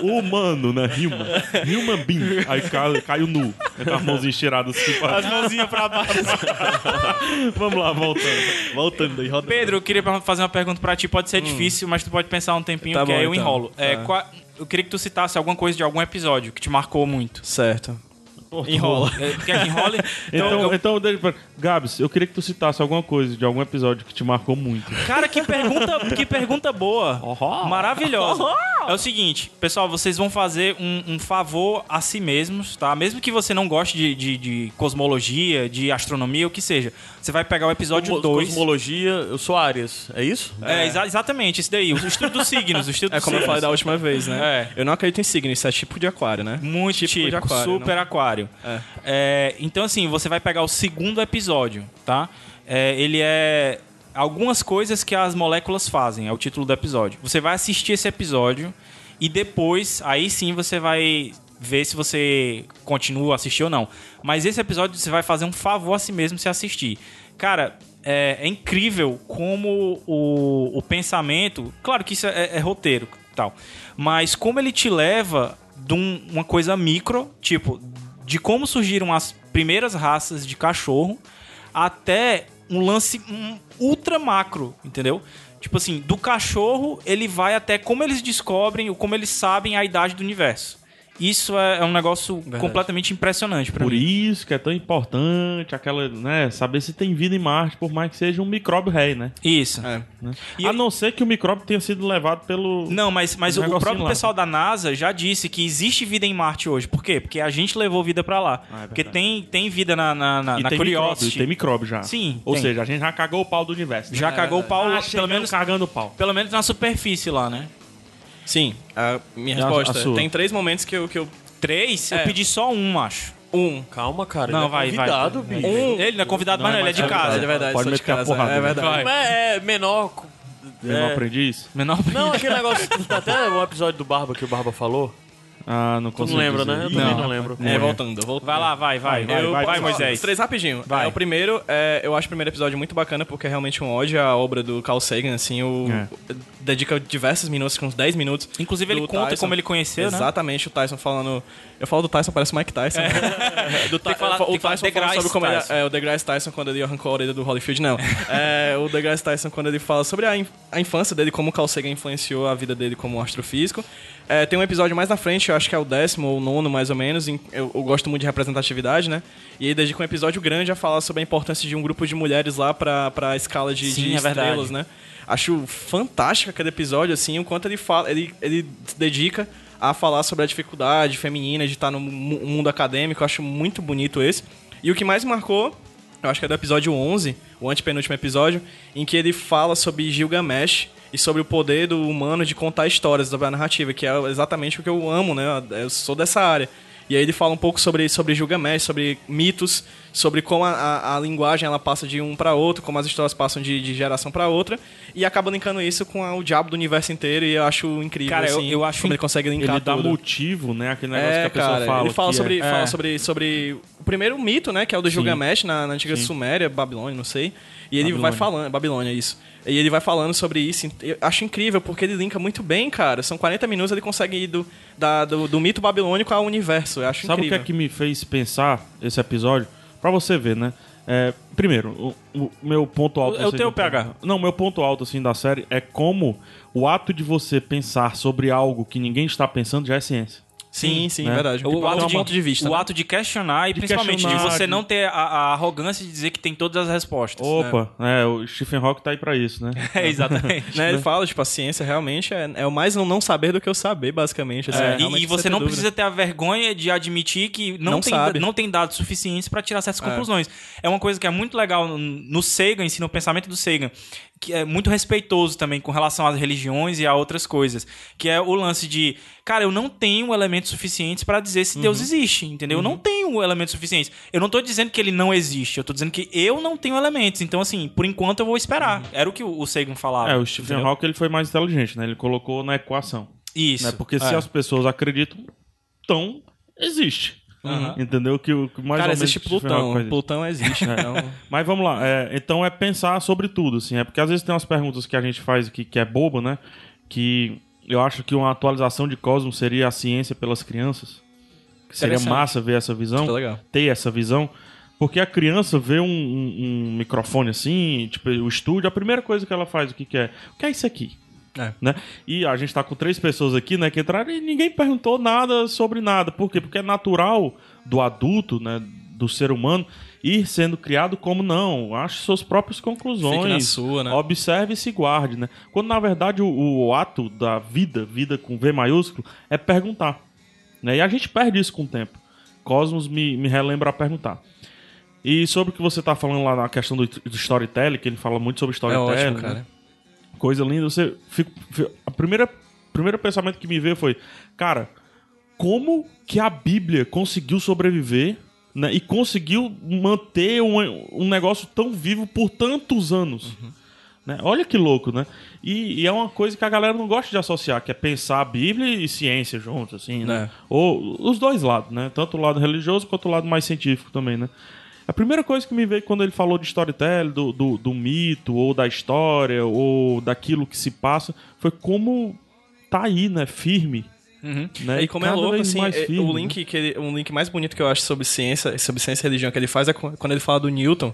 Speaker 1: O humano, né? Human.
Speaker 3: *laughs*
Speaker 1: Human being. Aí cai- caiu nu. Com as mãozinhas tiradas assim. pra-
Speaker 3: As mãozinhas pra baixo.
Speaker 1: Vamos lá, voltando.
Speaker 4: Voltando aí, roda.
Speaker 3: Pedro, eu queria pergun- fazer uma pergunta pra ti. Pode ser difícil, mas tu pode pensar um tempinho,
Speaker 4: Tá
Speaker 3: porque
Speaker 4: bom,
Speaker 3: aí eu
Speaker 4: então.
Speaker 3: enrolo. É,
Speaker 4: Tá.
Speaker 3: qua- Eu queria que tu citasse alguma coisa de algum episódio que te marcou muito.
Speaker 4: Certo. Enrola.
Speaker 3: É, tu quer que
Speaker 4: *laughs*
Speaker 3: enrole? Então,
Speaker 1: Então,
Speaker 3: eu-
Speaker 1: então, deixa pra... Gabs, eu queria que tu citasse alguma coisa de algum episódio que te marcou muito.
Speaker 4: é-
Speaker 3: Cara, que pergunta, que pergunta boa. Maravilhosa. É o seguinte, pessoal, vocês vão fazer um, um favor a si mesmos, tá? Mesmo que você não goste de, de- de cosmologia, de astronomia, o que seja. Você vai pegar o episódio
Speaker 2: Cosmo-
Speaker 3: 2.
Speaker 2: Cosmologia, eu sou Ares. É isso?
Speaker 3: É, exa- exatamente, isso daí. O estudo dos signos, o estudo
Speaker 4: É
Speaker 3: dos
Speaker 4: como eu
Speaker 3: signos.
Speaker 4: falei da última vez, né?
Speaker 3: É.
Speaker 4: Eu não acredito em signo, isso é tipo de aquário, né?
Speaker 3: Muito tipo,
Speaker 4: de aquário,
Speaker 3: super
Speaker 4: não?
Speaker 3: aquário. É, então, assim, você vai pegar o segundo episódio, tá? É, ele é algumas coisas que as moléculas fazem, é o título do episódio. Você vai assistir esse episódio e depois, aí sim, você vai ver se você continua a assistir ou não. Mas esse episódio você vai fazer um favor a si mesmo se assistir. Cara, é, é incrível como o, o pensamento. Claro que isso é, é roteiro e tal. Mas como ele te leva de um- uma coisa micro, tipo, de como surgiram as primeiras raças de cachorro, até um lance hum, ultra macro, entendeu? Tipo assim, do cachorro ele vai até como eles descobrem ou como eles sabem a idade do universo. Isso é, é um negócio completamente impressionante pra
Speaker 1: Por
Speaker 3: mim.
Speaker 1: isso que é tão importante aquela, né, saber se tem vida em Marte, por mais que seja um micróbio rei, né?
Speaker 3: Isso.
Speaker 4: É.
Speaker 1: Né?
Speaker 3: E
Speaker 1: a
Speaker 3: ele-
Speaker 1: não ser que o micróbio tenha sido levado pelo...
Speaker 3: Não, mas, mas
Speaker 1: Um
Speaker 3: o
Speaker 1: negocinho
Speaker 3: próprio
Speaker 1: lá.
Speaker 3: pessoal da NASA já disse que existe vida em Marte hoje. Por quê? Porque a gente levou vida pra lá.
Speaker 1: é
Speaker 3: Porque
Speaker 1: verdade.
Speaker 3: tem, tem vida na, na, na,
Speaker 1: E
Speaker 3: na
Speaker 1: tem
Speaker 3: Curiosity.
Speaker 1: micróbio, tem micróbio já.
Speaker 3: Sim,
Speaker 1: Ou
Speaker 3: tem.
Speaker 1: seja, a gente já cagou o pau do universo. né?
Speaker 3: Já cagou o pau,
Speaker 1: Ah,
Speaker 3: pelo,
Speaker 1: chegamos
Speaker 3: menos,
Speaker 1: cagando o pau.
Speaker 3: pelo menos na superfície lá, né?
Speaker 4: Sim, a minha
Speaker 1: E a-
Speaker 4: resposta.
Speaker 1: a sua?
Speaker 4: Tem três momentos que eu. Que eu...
Speaker 3: Três, eu
Speaker 4: É.
Speaker 3: pedi só um, macho.
Speaker 4: Um.
Speaker 2: Calma, cara.
Speaker 3: Não,
Speaker 2: ele
Speaker 3: vai,
Speaker 2: é
Speaker 3: vai.
Speaker 2: convidado, bicho.
Speaker 4: Um.
Speaker 3: Ele não é convidado, mas não, ele é de
Speaker 4: É
Speaker 3: casa.
Speaker 4: verdade,
Speaker 1: Pode
Speaker 4: sou de
Speaker 1: meter a
Speaker 4: casa,
Speaker 1: porrada,
Speaker 4: É
Speaker 1: né?
Speaker 4: verdade.
Speaker 3: Vai.
Speaker 2: Mas é menor. co-
Speaker 3: É.
Speaker 1: Eu não aprendi isso.
Speaker 3: Menor
Speaker 2: *laughs* um Não, aquele negócio. Até o episódio do Barba que o Barba falou.
Speaker 1: Ah, não
Speaker 2: Tu
Speaker 1: consigo.
Speaker 2: não lembra,
Speaker 1: dizer.
Speaker 2: né? Eu também
Speaker 4: Não.
Speaker 2: não lembro.
Speaker 4: É, voltando, voltando.
Speaker 3: Vai lá, vai, vai.
Speaker 1: Vai,
Speaker 3: eu-
Speaker 1: vai,
Speaker 3: vai,
Speaker 1: vai.
Speaker 3: Moisés.
Speaker 4: Os três rapidinho.
Speaker 3: Vai.
Speaker 4: É, o primeiro, é, eu acho o primeiro episódio muito bacana, porque é realmente um ódio à obra do Carl Sagan, assim, o
Speaker 1: É.
Speaker 4: dedica diversos minutos, acho que uns 10 minutos.
Speaker 3: Inclusive, ele
Speaker 4: do
Speaker 3: conta como ele conheceu, né? É,
Speaker 4: Exatamente, o Tyson falando... Eu falo do Tyson, parece *laughs* o Mike Tyson.
Speaker 3: tá,
Speaker 4: né? Do Ty-
Speaker 3: que falar-
Speaker 4: o
Speaker 3: tem que falar
Speaker 4: Tyson falando
Speaker 3: DeGrasse
Speaker 4: sobre como ele,
Speaker 3: tipo, Tyson.
Speaker 4: é, o DeGrasse Tyson quando ele arrancou a orelha do Holyfield, não. é, o DeGrasse Tyson quando ele fala sobre a, in- a infância dele, como o Carl Sagan influenciou a vida dele como astrofísico. É, tem um episódio mais na frente, eu acho que é o décimo ou nono, mais ou menos. em- eu, eu gosto muito de representatividade, né? E aí dedica um episódio grande a falar sobre a importância de um grupo de mulheres lá pra, pra escala de,
Speaker 3: Sim,
Speaker 4: de
Speaker 3: é verdade.
Speaker 4: estrelas, né? Acho fantástico cada episódio, assim, o quanto ele fala, ele, ele se dedica a falar sobre a dificuldade feminina de estar no mu- mundo acadêmico. Eu acho muito bonito esse. E o que mais marcou, eu acho que é do episódio 11, o antepenúltimo episódio, em que ele fala sobre Gilgamesh e sobre o poder do humano de contar histórias, sobre a narrativa, que é exatamente o que eu amo, né? Eu sou dessa área. E aí ele fala um pouco sobre, sobre Gilgamesh, sobre mitos, sobre como a, a, a linguagem ela passa de um para outro, como as histórias passam de, de geração para outra, e acaba linkando isso com a- o diabo do universo inteiro, e eu acho incrível,
Speaker 3: Cara, eu-
Speaker 4: assim,
Speaker 3: eu acho
Speaker 4: como
Speaker 3: inc-
Speaker 4: ele consegue
Speaker 1: Ele
Speaker 3: Tá
Speaker 4: linkar
Speaker 1: dá
Speaker 4: tudo.
Speaker 1: motivo, né? Aquele negócio que
Speaker 4: É,
Speaker 1: a pessoa
Speaker 4: cara,
Speaker 1: fala.
Speaker 4: ele fala,
Speaker 1: que
Speaker 4: sobre,
Speaker 1: é-
Speaker 4: fala sobre, sobre o primeiro mito, né, que é o do Gilgamesh na, na antiga Suméria, Babilônia, não sei. E ele vai
Speaker 1: Babilônia.
Speaker 4: falando, Babilônia, isso. E ele vai falando sobre isso. Eu acho incrível, porque ele linka muito bem, cara. São 40 minutos, ele consegue ir do, da- do, do mito babilônico ao universo. Eu acho
Speaker 1: Sabe
Speaker 4: incrível.
Speaker 1: o que é que me fez pensar esse episódio? Pra você ver, né? É, primeiro, o, o meu ponto alto...
Speaker 3: É o
Speaker 1: assim,
Speaker 3: teu
Speaker 1: do-
Speaker 3: PH.
Speaker 1: Não, meu ponto alto, assim, da série é como o ato de você pensar sobre algo que ninguém está pensando já é ciência.
Speaker 4: Sim, sim,
Speaker 1: né?
Speaker 4: verdade.
Speaker 3: O ato,
Speaker 4: um
Speaker 3: de,
Speaker 4: ponto de vista.
Speaker 3: o
Speaker 4: né?
Speaker 3: ato de questionar e
Speaker 1: De
Speaker 3: principalmente de
Speaker 1: questionar,
Speaker 3: você
Speaker 1: de-
Speaker 3: não ter a, a arrogância de dizer que tem todas as respostas.
Speaker 1: Opa, é, o Stephen Hawking tá aí pra isso,
Speaker 4: *laughs*
Speaker 1: né?
Speaker 3: É, *laughs* exatamente.
Speaker 4: Né, Ele fala, tipo, a ciência realmente é, é o mais não, não saber do que eu saber, basicamente. assim,
Speaker 3: É,
Speaker 4: realmente
Speaker 3: e, e você
Speaker 4: tem
Speaker 3: não
Speaker 4: dúvida.
Speaker 3: precisa ter a vergonha de admitir que não,
Speaker 4: Não
Speaker 3: tem,
Speaker 4: sabe.
Speaker 3: não tem dados suficientes para tirar certas conclusões. É uma coisa que é muito legal no, no Sagan, em si, no pensamento do Sagan, que é muito respeitoso também com relação às religiões e a outras coisas, que é o lance de, cara, eu não tenho elementos suficientes para dizer se Deus existe, entendeu? Eu não tenho elementos suficientes. Eu não tô dizendo que ele não existe, eu tô dizendo que eu não tenho elementos. Então, assim, por enquanto eu vou esperar. Era o que o o Sagan falava.
Speaker 1: É, o Stephen
Speaker 3: entendeu?
Speaker 1: Hawking ele foi mais inteligente, né? Ele colocou na equação.
Speaker 3: Isso.
Speaker 1: Né? Porque se
Speaker 3: é.
Speaker 1: as pessoas acreditam, então existe. Entendeu? Que, o que mais
Speaker 4: Cara,
Speaker 1: ou menos
Speaker 4: existe
Speaker 1: o Stephen Hawking
Speaker 4: Plutão.
Speaker 1: faz.
Speaker 4: Plutão
Speaker 1: É.
Speaker 4: existe, né? Então,
Speaker 1: Mas vamos lá, é, então é pensar sobre tudo, assim, é porque às vezes tem umas perguntas que a gente faz aqui que é bobo, né? Que eu acho que uma atualização de Cosmos seria a ciência pelas crianças. Que seria
Speaker 4: Interessante.
Speaker 1: massa ver essa visão,
Speaker 4: Tá legal.
Speaker 1: ter essa visão. Porque a criança vê um, um- um microfone assim, tipo, o estúdio, a primeira coisa que ela faz, o que, que é? O que é isso aqui?
Speaker 4: É.
Speaker 1: Né? E a gente tá com três pessoas aqui, né, que entraram e ninguém perguntou nada sobre nada. Por quê? Porque é natural do adulto, né, do ser humano, ir sendo criado como não. Ache suas próprias conclusões.
Speaker 4: Fique na sua, né?
Speaker 1: Observe e se guarde, né? Quando, na verdade, o, o ato da vida, vida com V maiúsculo, é perguntar. Né? E a gente perde isso com o tempo. Cosmos me, me relembra a perguntar. E sobre o que você tá falando lá na questão do, do storytelling, que ele fala muito sobre
Speaker 4: é
Speaker 1: storytelling,
Speaker 4: ótimo,
Speaker 1: né?
Speaker 4: cara.
Speaker 1: coisa linda. Você fica, fica- a primeira primeiro pensamento que me veio foi, cara, como que a Bíblia conseguiu sobreviver né, e conseguiu manter um, um negócio tão vivo por tantos anos? Né? Olha que louco, né? E, e é uma coisa que a galera não gosta de associar, que é pensar a Bíblia e ciência juntos, assim, né? Ou os dois lados, né? Tanto o lado religioso quanto o lado mais científico também, né? A primeira coisa que me veio quando ele falou de storytelling, do, do, do mito, ou da história, ou daquilo que se passa, foi como tá aí, né? Firme. Né?
Speaker 4: E como é
Speaker 1: Cada
Speaker 4: louco,
Speaker 1: vez
Speaker 4: assim,
Speaker 1: mais
Speaker 4: é-
Speaker 3: né?
Speaker 1: firme, né?
Speaker 4: o link que ele- um link mais bonito que eu acho sobre ciência, sobre ciência e religião que ele faz é qu- quando ele fala do Newton.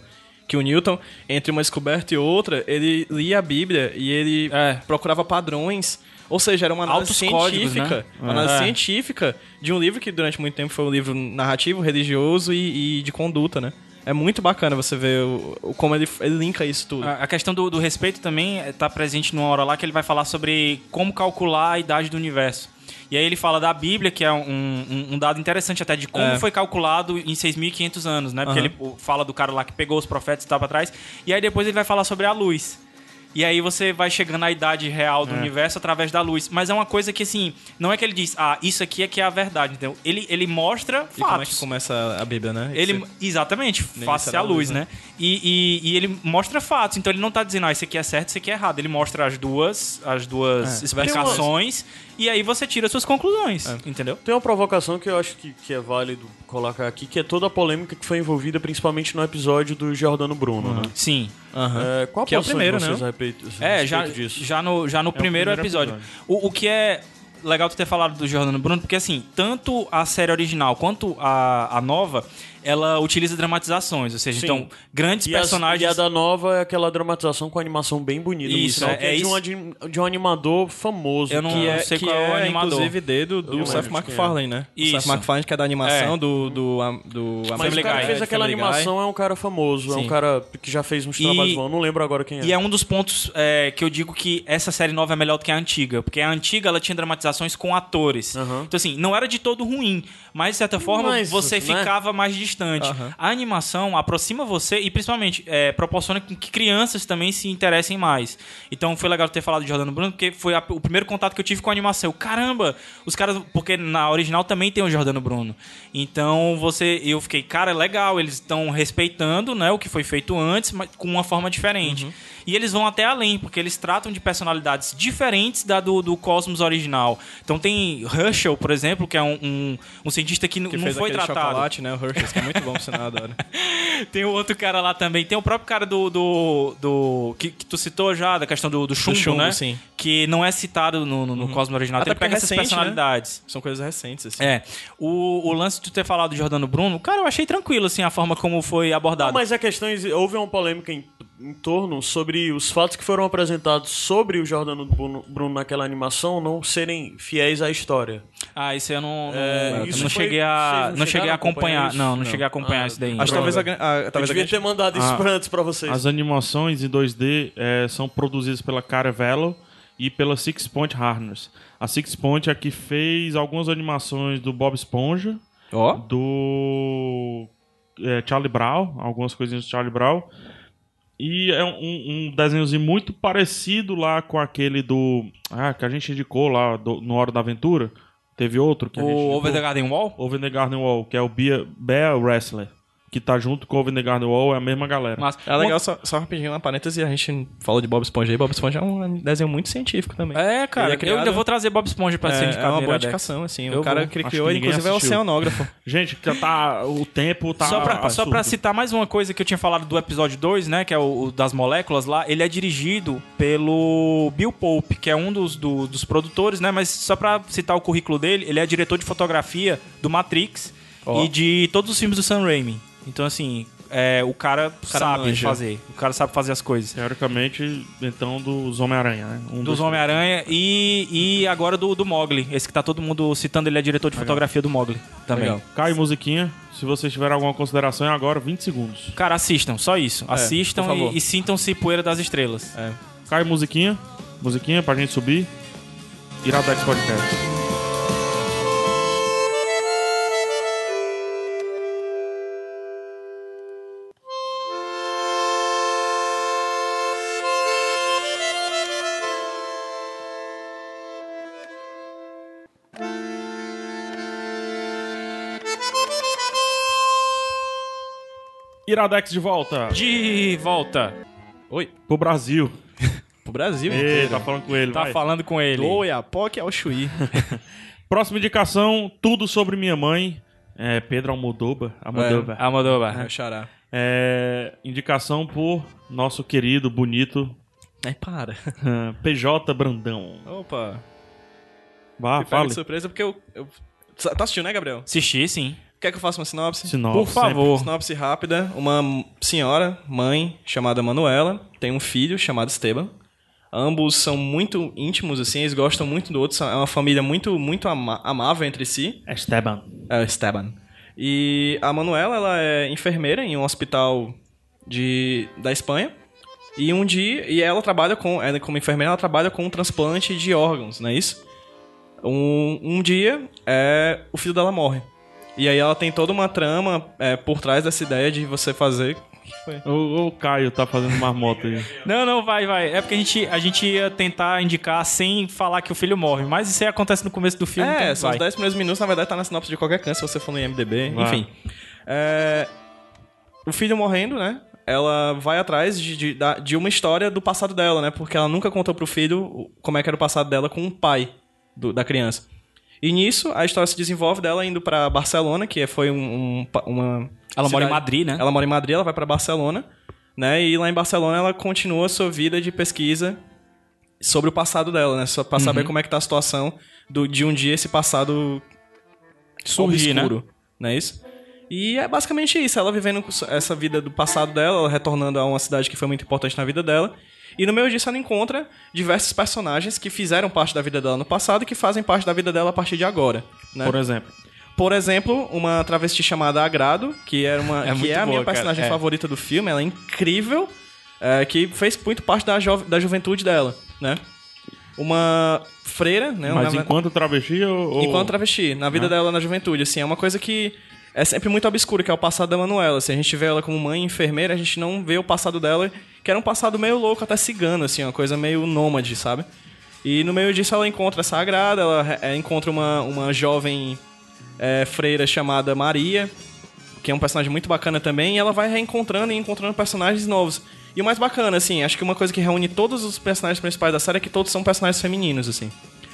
Speaker 4: Que o Newton, entre uma descoberta e outra, ele lia a Bíblia e ele
Speaker 3: É.
Speaker 4: procurava padrões. Ou seja, era uma análise
Speaker 3: Altos códigos,
Speaker 4: científica.
Speaker 3: né?
Speaker 4: Uma análise
Speaker 3: É.
Speaker 4: científica de um livro que durante muito tempo foi um livro narrativo, religioso e, e de conduta, né? É muito bacana você ver o, o- como ele, ele linka isso tudo.
Speaker 3: A a questão do, do respeito também está presente numa hora lá que ele vai falar sobre como calcular a idade do universo. E aí ele fala da Bíblia, que é um, um- um dado interessante até de como
Speaker 4: É.
Speaker 3: foi calculado em 6.500 anos, né? Porque
Speaker 4: Aham.
Speaker 3: ele o, fala do cara lá que pegou os profetas e tal pra trás. E aí depois ele vai falar sobre a luz. E aí você vai chegando à idade real
Speaker 4: É.
Speaker 3: do universo através da luz. Mas é uma coisa que, assim, não é que ele diz, ah, isso aqui é que é a verdade, entendeu? Ele, ele mostra
Speaker 4: E como é que
Speaker 3: fatos.
Speaker 4: começa a Bíblia, né?
Speaker 3: Ele,
Speaker 4: Você-
Speaker 3: exatamente, face
Speaker 4: será
Speaker 3: à
Speaker 4: a
Speaker 3: luz,
Speaker 4: luz,
Speaker 3: né? E, e- e ele mostra fatos, então ele não tá dizendo, ah, isso aqui é certo, isso aqui é errado. Ele mostra as duas, as
Speaker 2: É,
Speaker 3: duas explicações e aí você tira suas conclusões, entendeu?
Speaker 2: Tem uma provocação que eu acho que, que é válido colocar aqui, que é toda a polêmica que foi envolvida principalmente no episódio do Giordano Bruno, né?
Speaker 3: Sim.
Speaker 2: É, qual a
Speaker 4: Que é o
Speaker 2: posição
Speaker 4: primeiro,
Speaker 2: de vocês
Speaker 4: né?
Speaker 2: a respeito, a
Speaker 3: É,
Speaker 2: respeito
Speaker 3: já,
Speaker 2: disso? É
Speaker 3: já no, já no primeiro,
Speaker 1: primeiro
Speaker 3: episódio. O, o que é legal tu ter falado do Jordano Bruno, porque assim, tanto a série original quanto a, a nova, ela utiliza dramatizações, ou seja,
Speaker 2: Sim.
Speaker 3: então, grandes
Speaker 2: E, as-
Speaker 3: personagens...
Speaker 2: e a da nova é aquela dramatização com animação bem bonita. por
Speaker 3: Isso,
Speaker 2: sinal,
Speaker 3: é-
Speaker 2: que
Speaker 3: é
Speaker 2: de, um,
Speaker 3: isso.
Speaker 2: anim- de um animador famoso.
Speaker 3: Eu não-
Speaker 2: que
Speaker 4: que
Speaker 2: é-
Speaker 4: é,
Speaker 3: sei
Speaker 4: que
Speaker 3: qual é o
Speaker 4: é,
Speaker 3: animador.
Speaker 4: inclusive, dedo do
Speaker 2: lembro
Speaker 4: Seth
Speaker 2: de quem é.
Speaker 4: MacFarlane, né? O
Speaker 3: Isso.
Speaker 4: Seth MacFarlane, que é da animação do, do, am- do
Speaker 2: Mas
Speaker 4: Family
Speaker 2: o cara
Speaker 4: Guy.
Speaker 2: que fez
Speaker 4: É,
Speaker 2: aquela
Speaker 4: Family Guy.
Speaker 2: animação é um cara famoso, é um
Speaker 3: Sim.
Speaker 2: cara que já fez uns
Speaker 3: E-
Speaker 2: trabalhos bons, não lembro agora quem é.
Speaker 3: E é um dos pontos é, que eu digo que essa série nova é melhor do que a antiga. Porque a antiga ela tinha dramatizações com atores. Então, assim, não era de todo ruim. Mas, de certa forma,
Speaker 2: Mas,
Speaker 3: você
Speaker 2: né?
Speaker 3: ficava mais distante. A animação aproxima você e, principalmente, é, proporciona com que crianças também se interessem mais. Então, foi legal ter falado de Jordano Bruno, porque foi a- o primeiro contato que eu tive com a animação. Eu, caramba! Os caras. Porque na original também tem o Jordano Bruno. Então, você. Eu fiquei, cara, é legal. Eles estão respeitando né, o que foi feito antes, mas com uma forma diferente.
Speaker 4: Uhum.
Speaker 3: E eles vão até além, porque eles tratam de personalidades diferentes da do, do Cosmos original. Então tem Herschel, por exemplo, que é um, um, um cientista que, n-
Speaker 4: Que
Speaker 3: não
Speaker 4: fez
Speaker 3: foi
Speaker 4: aquele
Speaker 3: tratado.
Speaker 4: chocolate, né? O Hershey's, que é muito bom, por sinal, adoro. *laughs*
Speaker 3: *laughs* Tem o outro cara lá também. Tem o próprio cara do. do, do que, que tu citou já, da questão do, do chumbo,
Speaker 4: chumbo,
Speaker 3: né?
Speaker 4: sim.
Speaker 3: Que não é citado no, no, no Cosmos original.
Speaker 4: Até
Speaker 3: Então ele pega
Speaker 4: porque é
Speaker 3: essas
Speaker 4: recente, né?
Speaker 3: personalidades.
Speaker 4: São coisas recentes, assim.
Speaker 3: É, o, o lance de tu ter falado do Jordano Bruno, cara, eu achei tranquilo, assim, a forma como foi abordado.
Speaker 2: Não, mas a questão é, houve uma polêmica em, em torno sobre os fatos que foram apresentados sobre o Jordano Bruno, Bruno naquela animação não serem fiéis à história.
Speaker 3: Ah, isso eu não, não,
Speaker 2: É,
Speaker 3: eu
Speaker 2: isso
Speaker 3: não
Speaker 2: foi-
Speaker 3: cheguei a
Speaker 2: vocês não
Speaker 3: não cheguei a
Speaker 2: chegaram a acompanhar
Speaker 3: acompanhar,
Speaker 2: isso?
Speaker 3: não, não,
Speaker 2: Não.
Speaker 3: cheguei a acompanhar
Speaker 2: Ah,
Speaker 3: isso daí.
Speaker 4: Acho que talvez a, gran- a,
Speaker 2: Eu
Speaker 4: talvez
Speaker 2: devia
Speaker 4: a grande-
Speaker 2: ter mandado isso
Speaker 1: Ah.
Speaker 2: pra antes pra vocês.
Speaker 1: As animações em 2D eh, são produzidas pela Caravello e pela Six Point Harness. A Six Point é que fez algumas animações do Bob Esponja,
Speaker 4: Ó.
Speaker 1: do eh, Charlie Brown, algumas coisinhas do Charlie Brown. E é um, um desenhozinho muito parecido lá com aquele do. Ah, que a gente indicou lá do- no Hora da Aventura. Teve outro que a gente.
Speaker 3: o
Speaker 1: indicou.
Speaker 3: Over the Garden Wall?
Speaker 1: Over the Garden Wall, que é o Bear, Bear Wrestler. Que tá junto com o Over the Garden Wall, é a mesma galera.
Speaker 3: Mas,
Speaker 4: É legal, só, só rapidinho uma parêntese, a gente falou de Bob Esponja aí. Bob Esponja é um desenho muito científico também.
Speaker 3: É, cara,
Speaker 4: Ele é
Speaker 3: eu
Speaker 4: criado-
Speaker 3: ainda vou trazer Bob Esponja pra ser
Speaker 4: É, é
Speaker 3: indicado.
Speaker 4: uma boa
Speaker 3: Iradex.
Speaker 4: indicação, assim.
Speaker 3: Eu
Speaker 4: o cara
Speaker 3: vou.
Speaker 4: que
Speaker 1: Acho
Speaker 4: criou,
Speaker 1: que ninguém
Speaker 4: inclusive, é
Speaker 1: assistiu.
Speaker 4: oceanógrafo.
Speaker 1: Gente, que tá, o tempo tá.
Speaker 3: Só pra, só
Speaker 1: absurdo.
Speaker 3: pra citar mais uma coisa que eu tinha falado do episódio 2, né? Que é o, o das moléculas lá. Ele é dirigido pelo Bill Pope, que é um dos, do- dos produtores, né? Mas só pra citar o currículo dele, ele é diretor de fotografia do Matrix
Speaker 4: Ó.
Speaker 3: e de todos os filmes do Sam Raimi. Então, assim, é, o, cara
Speaker 4: cara
Speaker 3: sabe
Speaker 4: manja. É
Speaker 3: fazer. O cara sabe fazer as coisas.
Speaker 1: Teoricamente, então, dos Homem-Aranha, né? Um
Speaker 3: Dos Homem-Aranha e, e agora do, do Mogli. Esse que tá todo mundo citando, ele é diretor de fotografia do Mogli também.
Speaker 4: Legal.
Speaker 1: Cai musiquinha. Se vocês tiverem alguma consideração, é agora 20 segundos.
Speaker 3: Cara, assistam, só isso. assistam
Speaker 4: É, por favor.
Speaker 3: e, e sintam-se poeira das estrelas.
Speaker 1: Cai musiquinha. Musiquinha pra gente subir. Iradex Podcast. Iradex de volta
Speaker 3: De volta.
Speaker 4: Oi.
Speaker 1: pro Brasil.
Speaker 4: *laughs* Pro Brasil
Speaker 1: Ei, tá
Speaker 4: inteiro.
Speaker 1: falando com ele,
Speaker 3: Tá
Speaker 1: vai.
Speaker 3: falando com ele.
Speaker 4: Do Oiapoque ao *laughs* Chuí.
Speaker 1: Próxima indicação, Tudo Sobre Minha Mãe. É, Pedro Almodoba. Almodoba.
Speaker 3: Amodoba.
Speaker 4: É, xará.
Speaker 1: É, indicação por nosso querido, bonito *laughs*
Speaker 4: Ai, para.
Speaker 1: ah, PJ Brandão.
Speaker 4: Opa.
Speaker 1: Vá,
Speaker 4: Me pega
Speaker 1: Ah, fale.
Speaker 4: de surpresa porque eu... eu- Tá assistindo, né, Gabriel?
Speaker 3: Assisti, sim.
Speaker 4: Quer que eu faça uma sinopse?
Speaker 1: Sinopse,
Speaker 3: Por favor.
Speaker 4: Sinopse rápida. Uma senhora, mãe, chamada Manuela, tem um filho chamado Esteban. Ambos são muito íntimos, assim, eles gostam muito do outro. são- É uma família muito, muito ama- amável entre si.
Speaker 1: sempre. Esteban.
Speaker 4: É, Esteban. E a Manuela, ela é enfermeira em um hospital de, da Espanha. E um dia... E ela trabalha com... Ela, como enfermeira, ela trabalha com um transplante de órgãos, não é isso? Um, um dia, é, o filho dela morre. E aí ela tem toda uma trama é, por trás dessa ideia de você fazer
Speaker 1: O, o Caio tá fazendo marmota
Speaker 4: *laughs*
Speaker 1: aí.
Speaker 3: Não, não, vai, vai. É porque a gente, a gente ia tentar indicar sem falar que o filho morre, mas isso aí acontece no começo do filme.
Speaker 4: É,
Speaker 3: então
Speaker 4: são
Speaker 3: vai.
Speaker 4: os 10 primeiros minutos, na verdade, tá na sinopse de qualquer canto, se você for no IMDB,
Speaker 1: Vai.
Speaker 4: enfim. É, O filho morrendo, né? Ela vai atrás de, de, da- de uma história do passado dela, né? Porque ela nunca contou pro filho o- como é que era o passado dela com o pai do- da criança. E nisso, a história se desenvolve dela indo pra Barcelona, que foi um, um pa- uma...
Speaker 3: Ela mora em
Speaker 4: cidade- É um
Speaker 3: Madrid, né?
Speaker 4: Ela mora em Madrid, ela vai pra Barcelona, né? E lá em Barcelona ela continua a sua vida de pesquisa sobre o passado dela, né? Só pra
Speaker 3: Uhum.
Speaker 4: saber como é que tá a situação do, de um dia esse passado
Speaker 3: Surgir, né?
Speaker 4: obscuro, não é isso? E é basicamente isso, ela vivendo com essa vida do passado dela, ela retornando a uma cidade que foi muito importante na vida dela. E no meio disso ela encontra diversos personagens que fizeram parte da vida dela no passado e que fazem parte da vida dela a partir de agora, né?
Speaker 1: Por exemplo.
Speaker 4: Por exemplo, uma travesti chamada Agrado, que, era uma,
Speaker 3: É
Speaker 4: que
Speaker 3: muito
Speaker 4: é a minha
Speaker 3: boa, cara,
Speaker 4: personagem
Speaker 3: é.
Speaker 4: favorita do filme, ela é incrível, é, que fez muito parte da, jo da juventude dela, né? Uma freira, né?
Speaker 1: Mas
Speaker 4: Na-
Speaker 1: enquanto travesti ou. ou-
Speaker 4: enquanto travesti, na vida dela na juventude, assim, é uma coisa que é sempre muito obscura, que é o passado da Manuela. Assim, a gente vê ela como mãe, enfermeira, a gente não vê o passado dela, que era um passado meio louco, até cigano, assim, uma coisa meio nômade, sabe? E no meio disso ela encontra a Sagrada, ela é, encontra uma, uma jovem é, freira chamada Maria, que é um personagem muito bacana também, e ela vai reencontrando e encontrando personagens novos. E o mais bacana, assim, acho que uma coisa que reúne todos os personagens principais da série é que todos são personagens femininos, assim.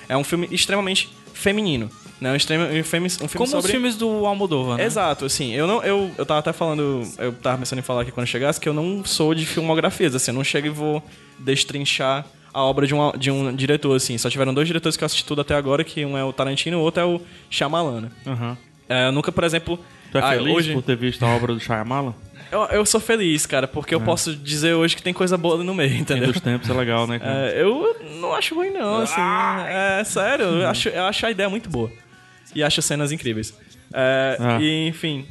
Speaker 4: É um filme extremamente feminino, né? Um, extremo, um, filme, um filme
Speaker 3: Como
Speaker 4: sobre...
Speaker 3: os filmes do Almodóvar, né?
Speaker 4: Exato, assim, eu não, eu, eu tava até falando, eu tava pensando em falar aqui quando chegasse, que eu não sou de filmografias, assim, eu não chego e vou destrinchar a obra de um, de um diretor, assim, só tiveram dois diretores que eu assisti tudo até agora, que um é o Tarantino e o outro é o Shyamalan, né?
Speaker 1: Aham.
Speaker 4: É, eu nunca, por exemplo...
Speaker 1: Tu é
Speaker 4: ah,
Speaker 1: feliz
Speaker 4: hoje...
Speaker 1: por ter visto a obra do
Speaker 4: *laughs*
Speaker 1: Shyamalan?
Speaker 4: Eu, eu sou feliz, cara, porque eu posso dizer hoje que tem coisa boa ali no meio,
Speaker 1: Fim
Speaker 4: entendeu?
Speaker 1: dos tempos é legal, né, cara?
Speaker 4: É, eu não acho ruim, não, assim. É sério, eu acho, eu acho a ideia muito boa. E acho cenas incríveis. É,
Speaker 1: Ah.
Speaker 4: e, enfim.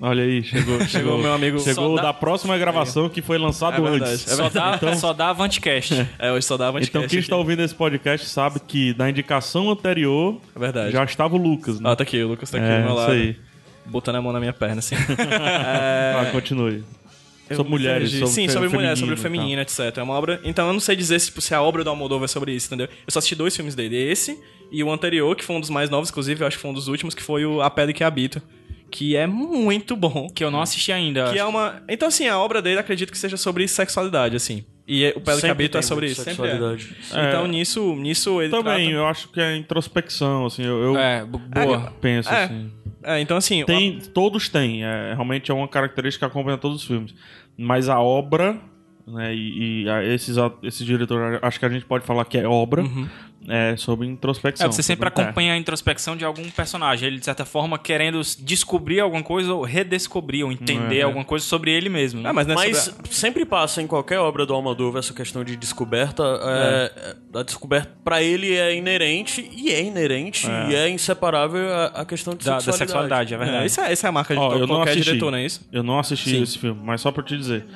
Speaker 1: Olha aí,
Speaker 4: *laughs*
Speaker 1: chegou, chegou,
Speaker 4: meu amigo.
Speaker 1: Chegou
Speaker 3: Só
Speaker 1: o
Speaker 3: dá-
Speaker 1: da próxima gravação que foi lançado
Speaker 4: É verdade,
Speaker 1: antes.
Speaker 4: é
Speaker 3: Só dá,
Speaker 4: *laughs*
Speaker 1: Então-
Speaker 3: só dá Avantcast.
Speaker 4: É, hoje só dava
Speaker 1: Então, quem está ouvindo esse podcast sabe que na indicação anterior
Speaker 4: É verdade.
Speaker 1: já estava o Lucas, né?
Speaker 4: Ah, tá aqui, o Lucas tá aqui
Speaker 1: é,
Speaker 4: do meu lado.
Speaker 1: isso aí.
Speaker 4: Botando a mão na minha perna, assim. É.
Speaker 1: Ah, continue. Sobre
Speaker 4: me
Speaker 1: mulheres,
Speaker 4: perdi.
Speaker 1: sobre
Speaker 4: Sim,
Speaker 1: fe-
Speaker 4: sobre mulheres, sobre o
Speaker 1: feminino
Speaker 4: feminino, etc. É uma obra. Então eu não sei dizer se, tipo, se a obra do Almodóvar é sobre isso, entendeu? Eu só assisti dois filmes dele, esse e o anterior, que foi um dos mais novos, inclusive, eu acho que foi um dos últimos, que foi o A Pele que Habito, que é muito bom.
Speaker 3: Que eu não assisti ainda.
Speaker 4: Que é uma. Então, assim, a obra dele acredito que seja sobre sexualidade, assim. E o Pele que
Speaker 2: Sempre
Speaker 4: Habito é
Speaker 2: tem
Speaker 4: sobre
Speaker 2: muita
Speaker 4: isso. Sempre é.
Speaker 2: sexualidade.
Speaker 4: Então,
Speaker 1: É.
Speaker 4: nisso, nisso ele.
Speaker 1: Também,
Speaker 4: trata-
Speaker 1: eu acho que é introspecção, assim, eu, eu
Speaker 3: É, bo- boa.
Speaker 1: penso
Speaker 4: um- É.
Speaker 1: assim.
Speaker 4: É, então assim.
Speaker 1: Tem, todos têm, é, realmente é uma característica que acompanha todos os filmes. Mas a obra, né, e, e a- esses, a- esses diretores, acho que a gente pode falar que é obra,
Speaker 4: Uhum.
Speaker 1: é sobre introspecção.
Speaker 3: É, você sempre
Speaker 1: sobre-
Speaker 3: acompanha a introspecção de algum personagem. Ele, de certa forma, querendo s- descobrir alguma coisa ou redescobrir ou entender
Speaker 1: É.
Speaker 3: alguma coisa sobre ele mesmo. né?
Speaker 4: Ah, mas não Uhum. é
Speaker 2: Mas
Speaker 4: sobre-
Speaker 2: sempre passa em qualquer obra do Almodóvar essa questão de descoberta. é, A descoberta pra ele é inerente e é inerente e é inseparável a, a questão de
Speaker 3: da, da
Speaker 2: sexualidade.
Speaker 3: sexualidade, é
Speaker 4: É,
Speaker 3: verdade.
Speaker 4: isso é, essa é a marca de
Speaker 1: Ó, eu não
Speaker 4: qualquer
Speaker 1: assisti.
Speaker 4: diretor, não é isso?
Speaker 1: Eu não assisti
Speaker 4: Sim.
Speaker 1: esse filme, mas só pra te dizer.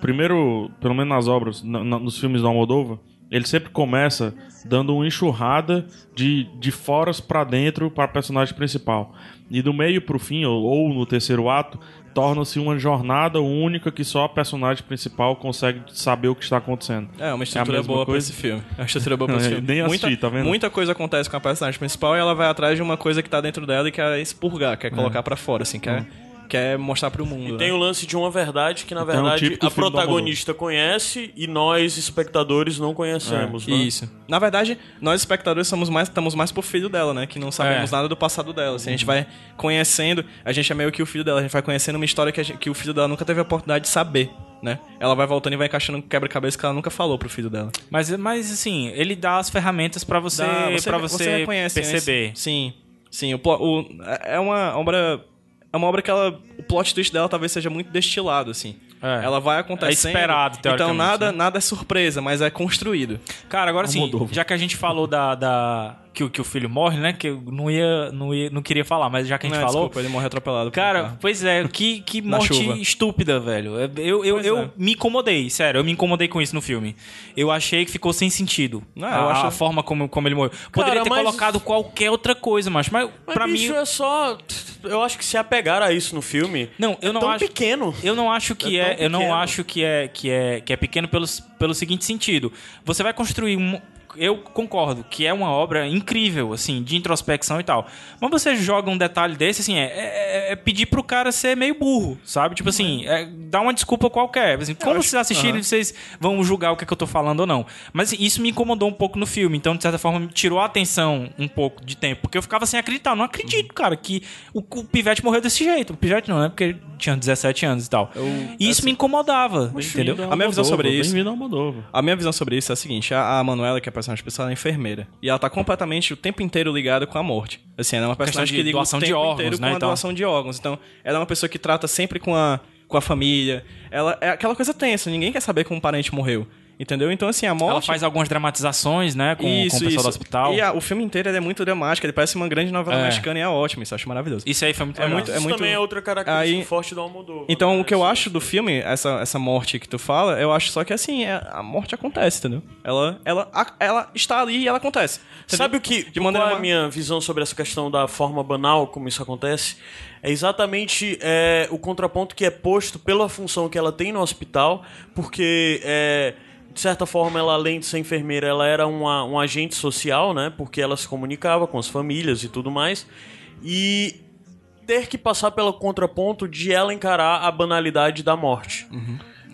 Speaker 1: Primeiro, pelo menos nas obras, na- na- nos filmes do Almodóvar, ele sempre começa dando uma enxurrada de, de foras pra dentro pra personagem principal. E do meio pro fim, ou, ou no terceiro ato, torna-se uma jornada única que só a personagem principal consegue saber o que está acontecendo.
Speaker 4: É, uma estrutura
Speaker 1: É a mesma coisa?
Speaker 4: boa pra esse filme. É uma estrutura boa
Speaker 1: *laughs*
Speaker 4: pra
Speaker 1: Não,
Speaker 4: esse
Speaker 1: eu
Speaker 4: filme.
Speaker 1: nem assisti,
Speaker 4: muita,
Speaker 1: tá vendo?
Speaker 4: Muita coisa acontece com a personagem principal e ela vai atrás de uma coisa que tá dentro dela e quer expurgar,
Speaker 1: É.
Speaker 4: quer colocar pra fora, assim, quer, quer mostrar pro mundo. né?
Speaker 2: Tem o lance de uma verdade que, na
Speaker 4: Então,
Speaker 1: é um
Speaker 2: verdade,
Speaker 1: típico
Speaker 2: a
Speaker 1: filme do
Speaker 2: protagonista conhece e nós, espectadores, não conhecemos.
Speaker 4: né?
Speaker 2: né?
Speaker 4: Isso. Na verdade, nós espectadores somos mais, estamos mais pro filho dela, né? Que não sabemos
Speaker 3: É.
Speaker 4: nada do passado dela. Assim, a gente vai conhecendo, a gente é meio que o filho dela, a gente vai conhecendo uma história que, a gente- que o filho dela nunca teve a oportunidade de saber, né? Ela vai voltando e vai encaixando um quebra-cabeça que ela nunca falou pro filho dela.
Speaker 3: Mas, mas assim, ele dá as ferramentas pra você,
Speaker 4: Dá,
Speaker 3: pra você,
Speaker 4: reconhece, né?
Speaker 3: perceber.
Speaker 4: Sim, sim. O, plo- o- é uma obra. É uma obra que ela. O plot twist dela talvez seja muito destilado, assim.
Speaker 3: É.
Speaker 4: Ela vai acontecendo.
Speaker 3: É esperado,
Speaker 4: Então
Speaker 3: teoricamente,
Speaker 4: nada,
Speaker 3: né?
Speaker 4: nada é surpresa, mas é construído.
Speaker 3: Cara, agora sim, já que a gente falou da, da, que, o- que o filho morre, né? Que eu não ia, não ia, não queria falar, mas já que a gente
Speaker 4: Não, é,
Speaker 3: falou,
Speaker 4: Desculpa, ele morre atropelado. por um
Speaker 3: Cara,
Speaker 4: carro.
Speaker 3: pois é, que, que
Speaker 4: *laughs* Na
Speaker 3: morte
Speaker 4: chuva.
Speaker 3: estúpida, velho. Eu, eu,
Speaker 4: Pois
Speaker 3: eu
Speaker 4: é.
Speaker 3: me incomodei, sério, eu me incomodei com isso no filme. Eu achei que ficou sem sentido.
Speaker 4: Não,
Speaker 3: a,
Speaker 4: eu acho-
Speaker 3: a forma como, como ele morreu. Poderia ter
Speaker 2: mas-
Speaker 3: colocado qualquer outra coisa, macho, mas,
Speaker 2: Mas,
Speaker 3: pra
Speaker 2: bicho,
Speaker 3: mim.
Speaker 2: é só... Eu acho que se apegaram a isso no filme.
Speaker 3: Não, eu não
Speaker 2: tão
Speaker 3: acho.
Speaker 2: pequeno.
Speaker 3: Eu não acho que
Speaker 2: É
Speaker 3: é,
Speaker 2: tão
Speaker 3: eu não
Speaker 2: pequeno.
Speaker 3: acho que é que é que é pequeno pelo, pelo seguinte sentido. Você vai construir um eu concordo que é uma obra incrível, assim, de introspecção e tal. Mas você joga um detalhe desse, assim, é, é- é pedir pro cara ser meio burro, sabe? Tipo
Speaker 2: Uhum.
Speaker 3: assim, é, dá uma desculpa qualquer. Assim, como vocês assistirem, vocês vão julgar o que, é que eu tô falando ou não. Mas assim, isso me incomodou um pouco no filme, então, de certa forma, me tirou a atenção um pouco de tempo. Porque eu ficava sem acreditar, eu não acredito,
Speaker 2: Uhum.
Speaker 3: cara, que o, o Pivete morreu desse jeito. O Pivete não, né? Porque ele tinha 17 anos e tal. e isso me incomodava, entendeu?
Speaker 4: A minha visão sobre isso-
Speaker 1: Bem-vindo ao Moldova.
Speaker 4: A minha visão sobre isso é a seguinte: a, a Manuela, que é a personagem principal, ela é enfermeira. E ela tá completamente o tempo inteiro ligada com a morte. Assim, ela é uma personagem
Speaker 3: de
Speaker 4: que liga
Speaker 3: doação
Speaker 4: o
Speaker 3: de
Speaker 4: tempo
Speaker 3: órgãos,
Speaker 4: inteiro
Speaker 3: né,
Speaker 4: com
Speaker 3: e
Speaker 4: a
Speaker 3: tal.
Speaker 4: doação de órgãos. Então, ela é uma pessoa que trata sempre com a, com a família. Ela é aquela coisa tensa, ninguém quer saber como um parente morreu. Entendeu? Então, assim, a morte.
Speaker 3: Ela faz algumas dramatizações, né? Com, com o pessoal do hospital.
Speaker 4: E a- o filme inteiro ele é muito dramático, ele parece uma grande novela
Speaker 3: É.
Speaker 4: mexicana e é ótimo, isso eu acho maravilhoso.
Speaker 3: Isso aí foi muito
Speaker 4: É
Speaker 3: legal.
Speaker 4: muito-
Speaker 2: Isso
Speaker 4: muito-
Speaker 2: também é outra característica
Speaker 4: Aí-
Speaker 2: forte do Almodóvar.
Speaker 4: Então,
Speaker 2: né?
Speaker 4: o que eu
Speaker 2: Assim,
Speaker 4: acho do filme, essa, essa morte que tu fala, eu acho só que assim, é- a morte acontece, entendeu? Ela, ela, a- ela está ali e ela acontece. entendeu?
Speaker 2: Sabe o que?
Speaker 4: De
Speaker 2: qual
Speaker 4: maneira
Speaker 2: é a
Speaker 4: ma-
Speaker 2: minha visão sobre essa questão da forma banal, como isso acontece? É exatamente é, o contraponto que é posto pela função que ela tem no hospital, porque é, de certa forma ela, além de ser enfermeira, ela era uma, um agente social, né? Porque ela se comunicava com as famílias e tudo mais. E ter que passar pelo contraponto de ela encarar a banalidade da morte.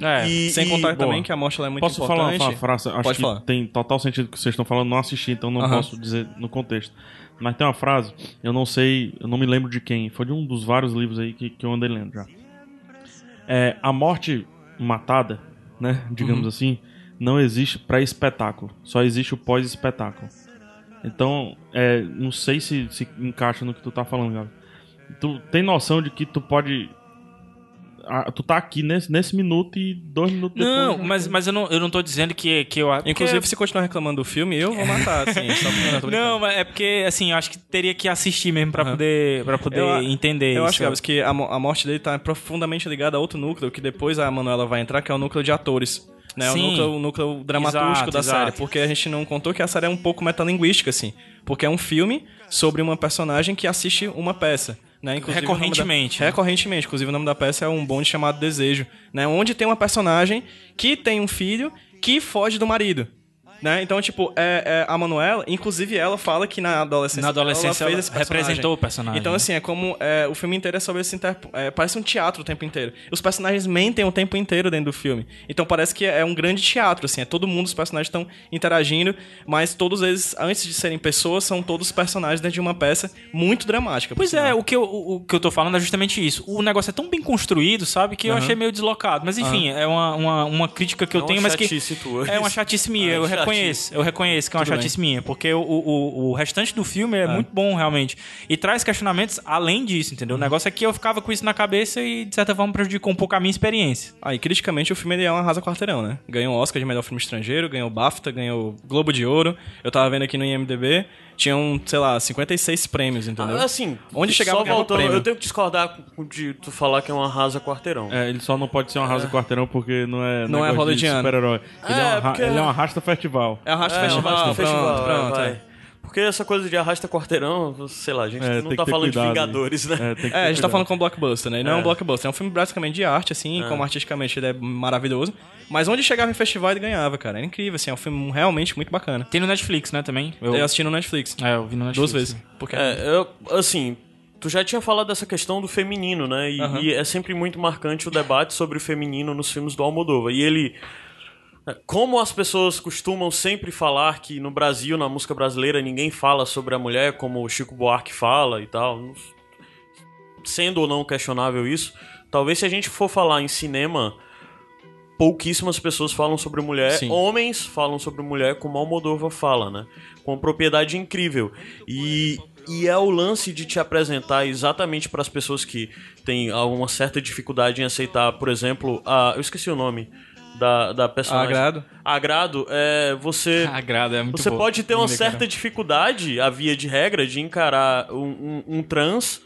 Speaker 3: É.
Speaker 2: E-
Speaker 4: Uhum. Sem
Speaker 2: e-
Speaker 4: contar
Speaker 2: boa.
Speaker 4: também que a morte ela é muito
Speaker 1: Posso falar
Speaker 4: importante.
Speaker 1: uma frase? Acho
Speaker 4: Pode
Speaker 1: que
Speaker 4: falar.
Speaker 1: tem total sentido o que vocês estão falando. Não assisti, então não
Speaker 4: Aham.
Speaker 1: posso dizer no contexto. Mas tem uma frase, eu não sei, eu não me lembro de quem. Foi de um dos vários livros aí que, que eu andei lendo já. É, a morte matada, né?
Speaker 4: Uhum.
Speaker 1: Digamos assim, não existe pré-espetáculo. Só existe o pós-espetáculo. Então, é, não sei se se encaixa no que tu tá falando, Gabi. Tu tem noção de que tu pode. ah, tu tá aqui nesse, nesse minuto e dois minutos depois. né?
Speaker 3: Não,
Speaker 1: já-
Speaker 3: mas, mas eu, não, eu não tô dizendo que, que eu... porque-
Speaker 4: né, Inclusive, se continuar reclamando do filme, eu vou
Speaker 2: *laughs*
Speaker 4: matar, assim.
Speaker 2: É.
Speaker 4: só pra... tô brincando.
Speaker 3: Não, mas é porque, assim, eu acho que teria que assistir mesmo pra
Speaker 4: Aham.
Speaker 3: poder, pra poder
Speaker 4: Eu a-
Speaker 3: entender
Speaker 4: Eu
Speaker 3: isso.
Speaker 4: acho, Gabs, que é a, mo- a morte dele tá profundamente ligada a outro núcleo, que depois a Manuela vai entrar, que é o núcleo de atores. Né? O,
Speaker 3: Sim.
Speaker 4: núcleo, o núcleo dramatúrgico
Speaker 3: Exato,
Speaker 4: da
Speaker 3: exato.
Speaker 4: série. Porque a gente não contou que a série é um pouco metalinguística, assim. Porque é um filme sobre uma personagem que assiste uma peça. Né? Inclusive, o nome da-
Speaker 3: Recorrentemente, né?
Speaker 4: Recorrentemente. Inclusive, o nome da peça é Um Bonde Chamado Desejo. Né? Onde tem uma personagem que tem um filho que foge do marido. Né? Então, tipo, é, é, a Manuela, inclusive ela fala que na adolescência,
Speaker 3: Na adolescência,
Speaker 4: fez
Speaker 3: ela
Speaker 4: esse personagem.
Speaker 3: representou o personagem,
Speaker 4: Então,
Speaker 3: né?
Speaker 4: assim, é como é, o filme inteiro é sobre esse inter... é, parece um teatro o tempo inteiro. Os personagens mentem o tempo inteiro dentro do filme. Então parece que é um grande teatro, assim, é todo mundo, os personagens estão interagindo, mas todos eles, antes de serem pessoas, são todos personagens dentro de uma peça muito dramática. por
Speaker 3: Pois é,
Speaker 4: sinal.
Speaker 3: o que, eu, o o que eu tô falando é justamente isso. O negócio é tão bem construído, sabe, que eu achei meio deslocado. Mas enfim, é uma, uma, uma crítica que eu
Speaker 2: É uma
Speaker 3: tenho, mas que.
Speaker 2: chatice tua.
Speaker 3: É uma chatice minha,
Speaker 4: *laughs*
Speaker 2: Ah,
Speaker 3: eu
Speaker 2: chatice.
Speaker 3: reconheço. Eu reconheço que é uma
Speaker 4: Tudo Ah.
Speaker 3: chatice minha, porque o, o, o restante do filme é, muito bom, realmente. E traz questionamentos além disso, entendeu? O
Speaker 4: Uhum.
Speaker 3: negócio é que eu ficava com isso na cabeça e, de certa forma, prejudicou um pouco a minha experiência.
Speaker 4: Aí, criticamente, o filme ele é um arrasa quarteirão, né? Ganhou o Oscar de melhor filme estrangeiro, ganhou o BAFTA, ganhou o Globo de Ouro. Eu tava vendo aqui no IMDB, tinham, um, sei lá, 56 prêmios, entendeu?
Speaker 2: Ah, Assim,
Speaker 4: Onde chegava
Speaker 2: só
Speaker 4: ganhava
Speaker 2: voltando,
Speaker 4: prêmio.
Speaker 2: eu tenho que discordar com- de tu falar que é uma rasa quarteirão.
Speaker 1: É, ele só não pode ser um arrasa quarteirão porque não é
Speaker 4: Não é
Speaker 1: negócio de
Speaker 4: hollywoodiano.
Speaker 1: super-herói. Ele, é,
Speaker 2: É,
Speaker 1: um arra-
Speaker 2: porque-
Speaker 1: ele é um arrasta festival.
Speaker 4: É arrasta
Speaker 2: É,
Speaker 4: festival,
Speaker 2: arrasta
Speaker 4: pronto,
Speaker 2: festival, é,
Speaker 4: pronto.
Speaker 2: vai.
Speaker 4: é.
Speaker 2: Porque essa coisa de arrasta quarteirão, sei lá, a gente
Speaker 1: É,
Speaker 2: não
Speaker 1: tem
Speaker 2: tá
Speaker 1: que ter
Speaker 2: falando
Speaker 1: cuidado,
Speaker 2: de Vingadores, né?
Speaker 1: É, tem que ter
Speaker 4: É, a gente tá
Speaker 1: cuidado.
Speaker 4: falando com blockbuster, né? E Não é. um blockbuster, é um filme basicamente de arte, assim, como artisticamente ele é maravilhoso. Mas onde chegava em festival ele ganhava, cara. Era incrível, assim, é um filme realmente muito bacana.
Speaker 3: Tem no Netflix, né, também? Eu,
Speaker 4: Eu assisti no Netflix.
Speaker 3: é, eu vi no Netflix.
Speaker 4: Duas vezes.
Speaker 2: *laughs*
Speaker 4: Porque
Speaker 2: É, eu, assim, tu já tinha falado dessa questão do feminino, né? E, e é sempre muito marcante o debate sobre o feminino nos filmes do Almodóvar. E ele... é, Como as pessoas costumam sempre falar que no Brasil, na música brasileira, ninguém fala sobre a mulher como o Chico Buarque fala e tal. Sendo ou não questionável isso, talvez se a gente for falar em cinema, pouquíssimas pessoas falam sobre mulher.
Speaker 4: Sim.
Speaker 2: Homens falam sobre mulher como Almodóvar fala, né? Com propriedade incrível. E, e é o lance de te apresentar exatamente para as pessoas que têm alguma certa dificuldade em aceitar, por exemplo, a... eu esqueci o nome da, da personagem.
Speaker 4: Agrado. Ah,
Speaker 2: Agrado é
Speaker 4: *laughs*
Speaker 2: você.
Speaker 3: Agrado, é muito
Speaker 2: Você
Speaker 3: boa.
Speaker 2: pode ter uma
Speaker 4: né?
Speaker 3: Linda,
Speaker 2: certa
Speaker 3: cara.
Speaker 2: dificuldade, a via de regra, de encarar um, um- um trans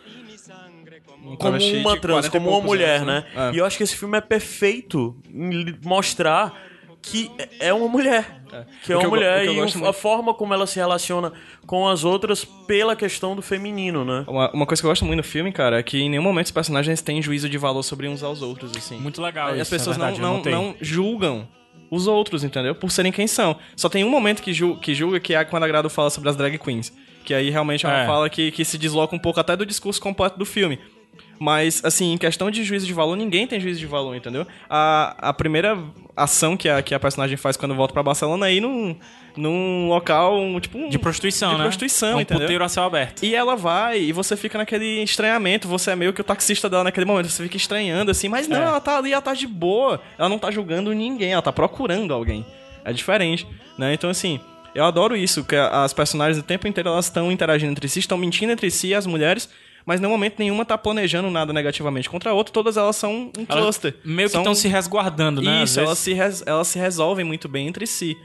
Speaker 4: Um
Speaker 2: como
Speaker 4: travesti de
Speaker 2: uma
Speaker 4: 40
Speaker 2: trans,
Speaker 4: e
Speaker 2: como uma
Speaker 4: poucos
Speaker 2: mulher,
Speaker 4: anos,
Speaker 2: né?
Speaker 4: É.
Speaker 2: E eu acho que esse filme é perfeito em li- mostrar que é uma mulher. Que é uma
Speaker 4: O que eu go- o
Speaker 2: mulher
Speaker 4: que eu
Speaker 2: e
Speaker 4: gosto
Speaker 2: o- a
Speaker 4: muito-
Speaker 2: forma como ela se relaciona com as outras pela questão do feminino, né?
Speaker 4: Uma, uma coisa que eu gosto muito do filme, cara, é que em nenhum momento os personagens têm juízo de valor sobre uns aos outros, assim.
Speaker 3: Muito legal
Speaker 4: As
Speaker 3: isso,
Speaker 4: pessoas
Speaker 3: é verdade, eu
Speaker 4: não,
Speaker 3: notei.
Speaker 4: não, não julgam os outros, entendeu? Por serem quem são. Só tem um momento que, ju- que julga, que é quando a Grado fala sobre as drag queens. Que aí realmente é uma
Speaker 3: É.
Speaker 4: fala que, que se desloca um pouco até do discurso completo do filme. Mas, assim, em questão de juízo de valor, ninguém tem juízo de valor, entendeu? A, a primeira ação que a, que a personagem faz quando volta pra Barcelona é ir num, num local, um, tipo um...
Speaker 3: De prostituição,
Speaker 4: de
Speaker 3: né?
Speaker 4: prostituição,
Speaker 3: um
Speaker 4: entendeu?
Speaker 3: puteiro a céu aberto.
Speaker 4: E ela vai e você fica naquele estranhamento, você é meio que o taxista dela naquele momento, você fica estranhando assim, mas não,
Speaker 3: É.
Speaker 4: ela tá ali, ela tá de boa, ela não tá julgando ninguém, ela tá procurando alguém. É diferente, né? Então assim, eu adoro isso, que a- as personagens o tempo inteiro elas estão interagindo entre si, estão mentindo entre si, as mulheres, mas no momento nenhuma tá planejando nada negativamente contra a outra, todas elas são um
Speaker 3: Elas
Speaker 4: cluster.
Speaker 3: Meio que
Speaker 4: São-
Speaker 3: estão se resguardando, né? Às
Speaker 4: isso, elas
Speaker 3: vezes.
Speaker 4: se, res- elas se resolvem muito bem entre si.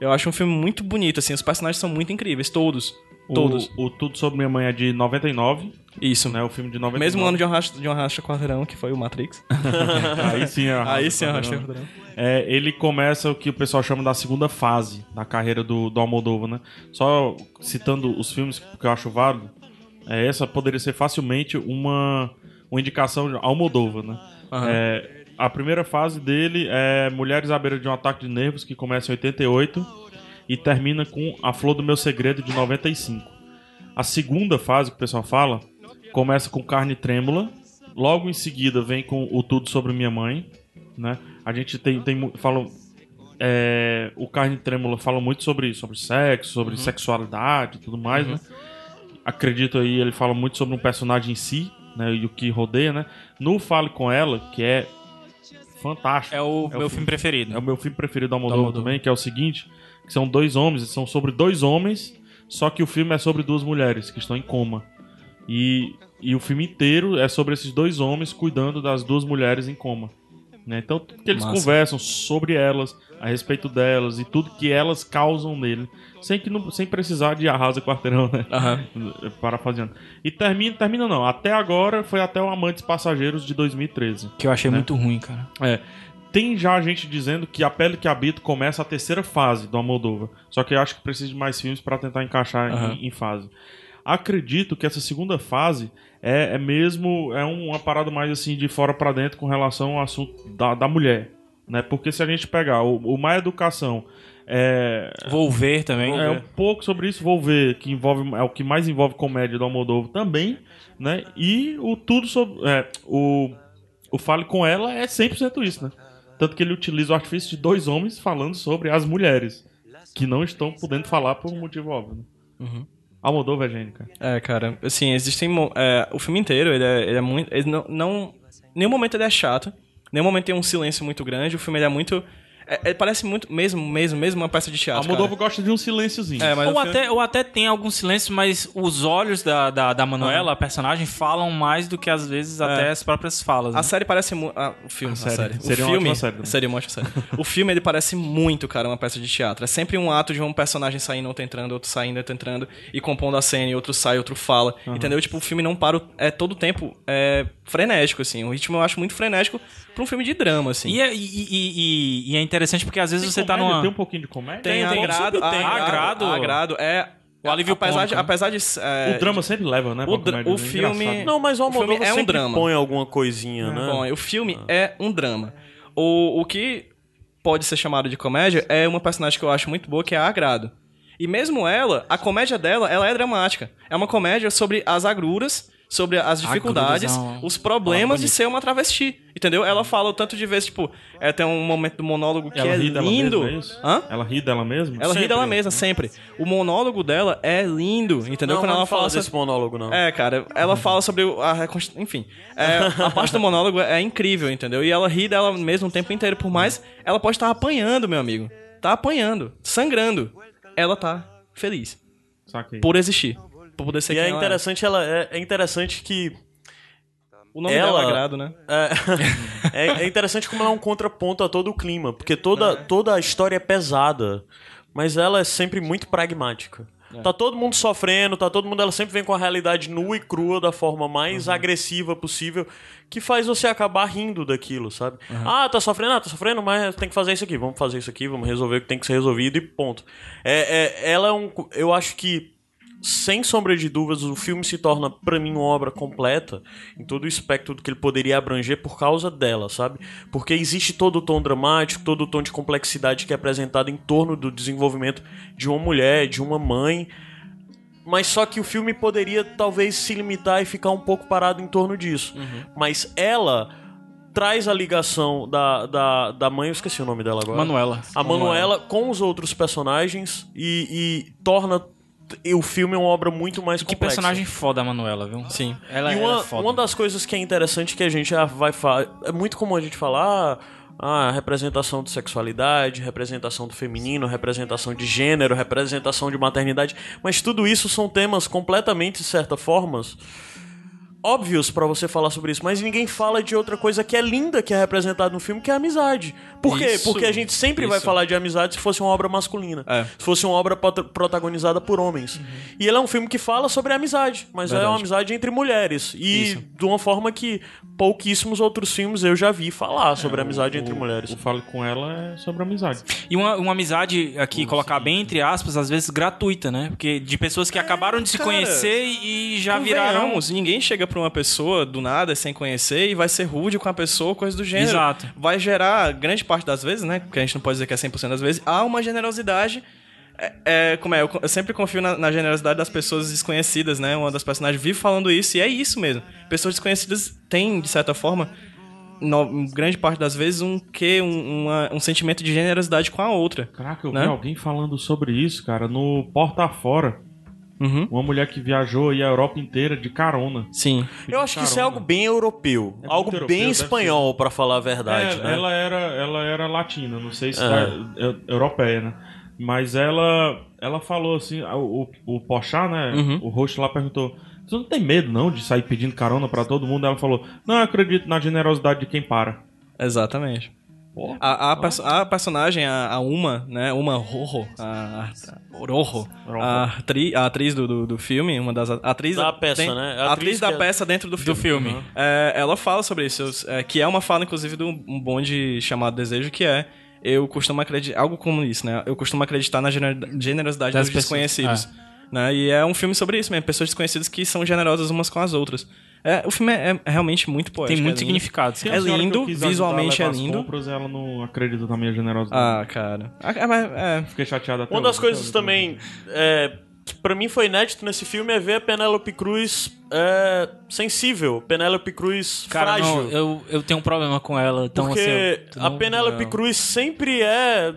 Speaker 4: Eu acho um filme muito bonito, assim, os personagens são muito incríveis, todos. Todos.
Speaker 1: O, o Tudo Sobre Minha Mãe é de 99,
Speaker 4: Isso.
Speaker 1: né? O filme de 99.
Speaker 4: Mesmo ano de um racha, de um racha quadrão, que foi o Matrix.
Speaker 1: Aí sim, é
Speaker 4: Aí sim, é um
Speaker 1: Arrasta
Speaker 4: racha
Speaker 1: Quadrão.
Speaker 4: quadrão.
Speaker 1: É, ele começa o que o pessoal chama da segunda fase da carreira do, do Almodóvar, né? Só citando os filmes que eu acho válido, é, essa poderia ser facilmente uma, uma indicação de Almodóvar, né?
Speaker 4: Aham.
Speaker 1: É, a primeira fase dele é Mulheres à beira de um ataque de nervos, que começa em 88 e termina com A Flor do Meu Segredo, de 95. A segunda fase que o pessoal fala começa com Carne Trêmula, logo em seguida vem com o Tudo Sobre Minha Mãe, né? A gente tem, tem mu- falam é, o Carne Trêmula fala muito sobre sobre sexo, sobre sexualidade e tudo mais, né? Acredito aí, ele fala muito sobre um personagem em si, né, e o que rodeia, né? No Fale com Ela, que é fantástico.
Speaker 3: É o meu
Speaker 1: filme-
Speaker 3: filme preferido.
Speaker 1: é o meu filme preferido da Almodóvar
Speaker 3: Almodóvar.
Speaker 1: também, que é o seguinte, que são dois homens, são sobre dois homens, só que o filme é sobre duas mulheres que estão em coma. E, e o filme inteiro é sobre esses dois homens cuidando das duas mulheres em coma. né? Então, tudo que eles
Speaker 4: Massa.
Speaker 1: conversam sobre elas, a respeito delas e tudo que elas causam nele, sem, que não- sem precisar de arrasa quarteirão, né?
Speaker 4: Aham.
Speaker 1: *laughs* Parafraseando. E termina, termina não. Até agora foi até o Amantes Passageiros de 2013.
Speaker 3: Que eu achei
Speaker 1: Né?
Speaker 3: muito ruim, cara.
Speaker 1: É. Tem já gente dizendo que A Pele que Habito começa a terceira fase do Moldova. Só que eu acho que precisa de mais filmes para tentar encaixar em-
Speaker 4: Aham.
Speaker 1: em, fase. Acredito que essa segunda fase é, é mesmo é um- uma parada mais assim de fora para dentro com relação ao assunto da, da mulher, né? Porque se a gente pegar o, o Má Educação é,
Speaker 3: Vou ver também.
Speaker 1: é um pouco sobre isso, vou ver, que envolve, é o que mais envolve comédia do Almodóvar também, né? E o tudo sobre. é, o, o Fale com ela é 100% isso, né? Tanto que ele utiliza o artifício de dois homens falando sobre as mulheres, que não estão podendo falar por um motivo óbvio. Né?
Speaker 3: Uhum.
Speaker 1: Almodóvar é gênio, cara.
Speaker 4: É, cara, assim, existem. mo- é, o filme inteiro, ele é, ele é muito. Ele não, não. Nenhum momento ele é chato. Nenhum momento tem um silêncio muito grande. O filme ele é muito. é- ele parece muito. Mesmo, mesmo, mesmo uma peça de teatro.
Speaker 1: Almodóvar
Speaker 4: cara.
Speaker 1: gosta de um silênciozinho.
Speaker 4: É, mas. o
Speaker 3: ou,
Speaker 4: filme-
Speaker 3: até, ou até tem algum silêncio, mas os olhos da, da, da Manuela, a personagem, falam mais do que às vezes até as próprias falas. né?
Speaker 4: A série parece muito. Ah, o filme, a
Speaker 1: série.
Speaker 4: série.
Speaker 1: Seria
Speaker 4: o
Speaker 1: uma
Speaker 4: filme,
Speaker 1: ótima série também.
Speaker 4: Seria uma ótima
Speaker 1: *laughs*
Speaker 4: série. o filme, ele parece muito, cara, uma peça de teatro. É sempre um ato de um personagem saindo, outro entrando, outro saindo, outro entrando, e compondo a cena, e outro sai, outro fala. Entendeu? Tipo, o filme não para. o- É todo tempo é, frenético, assim. O ritmo eu acho muito frenético pra um filme de drama, assim.
Speaker 3: E, é, e, e- e- e é interessante porque às vezes você tá
Speaker 1: Comédia,
Speaker 3: numa.
Speaker 1: Tem um pouquinho de comédia?
Speaker 3: tem,
Speaker 4: tem agrado,
Speaker 3: sempre tem.
Speaker 4: agrado,
Speaker 3: Agrado.
Speaker 4: agrado. É.
Speaker 3: O alívio
Speaker 4: apesar
Speaker 3: cômico,
Speaker 4: de,
Speaker 3: né?
Speaker 4: apesar de é,
Speaker 1: O drama sempre leva, né? pra
Speaker 4: o dra-
Speaker 1: comédia,
Speaker 4: o
Speaker 1: né?
Speaker 4: filme-
Speaker 1: Engraçado.
Speaker 2: Não, mas o
Speaker 4: O filme
Speaker 2: Almodóvar
Speaker 4: é um
Speaker 2: sempre
Speaker 4: drama.
Speaker 2: põe alguma coisinha, né?
Speaker 4: Bom, o
Speaker 1: Ah.
Speaker 4: filme é um drama. O, o que pode ser chamado de comédia é uma personagem que eu acho muito boa, que é a Agrado. E mesmo ela, a comédia dela, ela é dramática. É uma comédia sobre as agruras, sobre as dificuldades,
Speaker 3: Agruras é uma
Speaker 4: os problemas
Speaker 3: palavra
Speaker 4: de ser uma travesti. Entendeu? Ela fala o tanto de vezes, tipo, é, tem um momento do monólogo que
Speaker 1: Ela
Speaker 4: é
Speaker 1: ri dela
Speaker 4: lindo.
Speaker 1: mesma, é isso?
Speaker 4: Hã?
Speaker 1: Ela ri dela mesma?
Speaker 4: Ela ri
Speaker 1: Sempre.
Speaker 4: dela mesma, sempre. O monólogo dela é lindo, entendeu?
Speaker 2: Não,
Speaker 4: Quando
Speaker 2: mas
Speaker 4: ela
Speaker 2: não fala
Speaker 4: fala
Speaker 2: desse monólogo, não.
Speaker 4: é, cara, ela fala sobre o- a reconstrução. Enfim, é, a parte do monólogo é incrível, entendeu? E ela ri dela mesmo o tempo inteiro, por mais ela pode estar apanhando, meu amigo. Tá apanhando, sangrando. Ela tá feliz
Speaker 1: Saquei.
Speaker 4: por existir, por poder ser
Speaker 2: E
Speaker 4: quem
Speaker 2: é
Speaker 4: ela
Speaker 2: interessante, ela é, é interessante que
Speaker 4: O nome
Speaker 2: Ela-
Speaker 4: dela é agrado, né?
Speaker 2: É, *laughs* é- é interessante como ela é um contraponto a todo o clima, porque toda, toda a história é pesada, mas ela é sempre muito pragmática. Tá todo mundo sofrendo, tá todo mundo. Ela sempre vem com a realidade nua e crua da forma mais agressiva possível, que faz você acabar rindo daquilo, sabe? Ah, tá sofrendo, ah, tá sofrendo, mas tem que fazer isso aqui, vamos fazer isso aqui, vamos resolver o que tem que ser resolvido e ponto. É, é- ela é um. Eu acho que sem sombra de dúvidas, o filme se torna, pra mim, uma obra completa em todo o espectro do que ele poderia abranger por causa dela, sabe? Porque existe todo o tom dramático, todo o tom de complexidade que é apresentado em torno do desenvolvimento de uma mulher, de uma mãe. Mas só que o filme poderia talvez se limitar e ficar um pouco parado em torno disso. Mas ela traz a ligação da, da, da mãe, eu esqueci o nome dela agora.
Speaker 3: um- Manuela.
Speaker 2: A Manuela com os outros personagens e, e torna t- o filme uma obra muito mais
Speaker 3: Que
Speaker 2: complexa.
Speaker 3: personagem foda a Manuela, viu? é Sim. Ela,
Speaker 2: E
Speaker 3: ela
Speaker 2: uma,
Speaker 3: é foda.
Speaker 2: uma das coisas que é interessante que a gente ah, vai falar. É muito comum a gente falar. Ah, representação de sexualidade, representação do feminino, representação de gênero, representação de maternidade. Mas tudo isso são temas completamente, de certa forma, óbvios pra você falar sobre isso, mas ninguém fala de outra coisa que é linda que é representada no filme, que é a amizade. Por quê?
Speaker 4: Isso.
Speaker 2: Porque a gente sempre vai
Speaker 4: Isso.
Speaker 2: falar de amizade se fosse uma obra masculina.
Speaker 4: É.
Speaker 2: Se fosse uma obra patro- protagonizada por
Speaker 1: Uhum.
Speaker 2: homens. E ele é um filme que fala sobre amizade, mas é uma amizade entre mulheres. E de uma forma que pouquíssimos outros filmes eu já vi falar sobre amizade entre mulheres.
Speaker 1: É, O Fale Com Ela é sobre amizade.
Speaker 3: E uma, uma amizade aqui, colocar bem entre aspas, às vezes gratuita, né? Porque de pessoas que acabaram de se
Speaker 4: É, cara.
Speaker 3: conhecer e já viraram.
Speaker 4: Convenhamos, ninguém chega pra uma pessoa do nada, sem conhecer, e vai ser rude com a pessoa, coisa do gênero.
Speaker 3: Exato.
Speaker 4: Vai gerar, grande parte das vezes, né? Porque a gente não pode dizer que é 100% das vezes, há uma generosidade. É, é, como é? Eu, co- eu sempre confio na, na generosidade das pessoas desconhecidas, né? Uma das personagens vive falando isso, e é isso mesmo. Pessoas desconhecidas têm, de certa forma, no- grande parte das vezes, um quê? Um, uma- um sentimento de generosidade com a outra.
Speaker 1: Caraca, eu
Speaker 4: Né?
Speaker 1: vi alguém falando sobre isso, cara, no Porta Fora.
Speaker 4: Uhum.
Speaker 1: Uma mulher que viajou aí a Europa inteira de carona.
Speaker 4: Sim.
Speaker 1: Pediu
Speaker 2: Eu acho que isso é
Speaker 1: carona.
Speaker 2: algo bem europeu,
Speaker 1: né? É muito
Speaker 2: algo
Speaker 1: europeu,
Speaker 2: bem
Speaker 1: deve ser.
Speaker 2: espanhol, pra falar a verdade,
Speaker 1: É,
Speaker 2: né?
Speaker 1: ela, era, ela era latina, não sei se
Speaker 2: É.
Speaker 1: tá- eu- europeia, né? Mas ela, ela falou assim, a- o, o Pochá, né?
Speaker 4: Uhum.
Speaker 1: O rosto lá perguntou: Você não tem medo, não, de sair pedindo carona pra todo mundo? Ela falou: Não, eu acredito na generosidade de quem para.
Speaker 4: É Exatamente.
Speaker 1: Porra.
Speaker 4: A, a, perso- a personagem, a, a Uma, né? Uma Rojo, a, a, Rojo,
Speaker 1: Rojo.
Speaker 4: a, atri- a atriz do, do, do filme, uma das atrizes
Speaker 2: Da peça, né? A
Speaker 4: A atriz,
Speaker 2: atriz
Speaker 4: da
Speaker 2: que é-
Speaker 4: peça dentro do filme.
Speaker 3: filme. Uhum.
Speaker 4: É, ela fala sobre isso, é, que é uma fala, inclusive, de um um bonde chamado Desejo, que é eu costumo acreditar, algo como isso, né? Eu costumo acreditar na gener- generosidade
Speaker 3: Das
Speaker 4: dos
Speaker 3: pessoas,
Speaker 4: desconhecidos. Né? E é um filme sobre isso mesmo, pessoas desconhecidas que são generosas umas com as outras. É, o filme é, é realmente muito poético.
Speaker 3: Tem muito
Speaker 4: é lindo.
Speaker 3: significado.
Speaker 1: Tem
Speaker 3: sim.
Speaker 1: uma
Speaker 4: é
Speaker 1: senhora que eu
Speaker 4: lindo,
Speaker 1: quis ajudar a
Speaker 4: visualmente
Speaker 1: levar
Speaker 4: é
Speaker 1: as
Speaker 4: lindo.
Speaker 1: Compras, ela não acredita na minha generosidade.
Speaker 4: Ah, cara. Ah, é, mas- é.
Speaker 1: Fiquei chateado até
Speaker 2: Uma das
Speaker 1: hoje,
Speaker 2: coisas
Speaker 1: sabe?
Speaker 2: também é, que pra mim foi inédito nesse filme é ver a Penélope Cruz é, sensível, Penélope Cruz
Speaker 3: Cara,
Speaker 2: frágil.
Speaker 3: não, eu, eu tenho um problema com ela. Então, assim,
Speaker 2: porque
Speaker 3: eu- tu
Speaker 2: a
Speaker 3: não-
Speaker 2: Penélope
Speaker 3: eu-
Speaker 2: Cruz sempre é.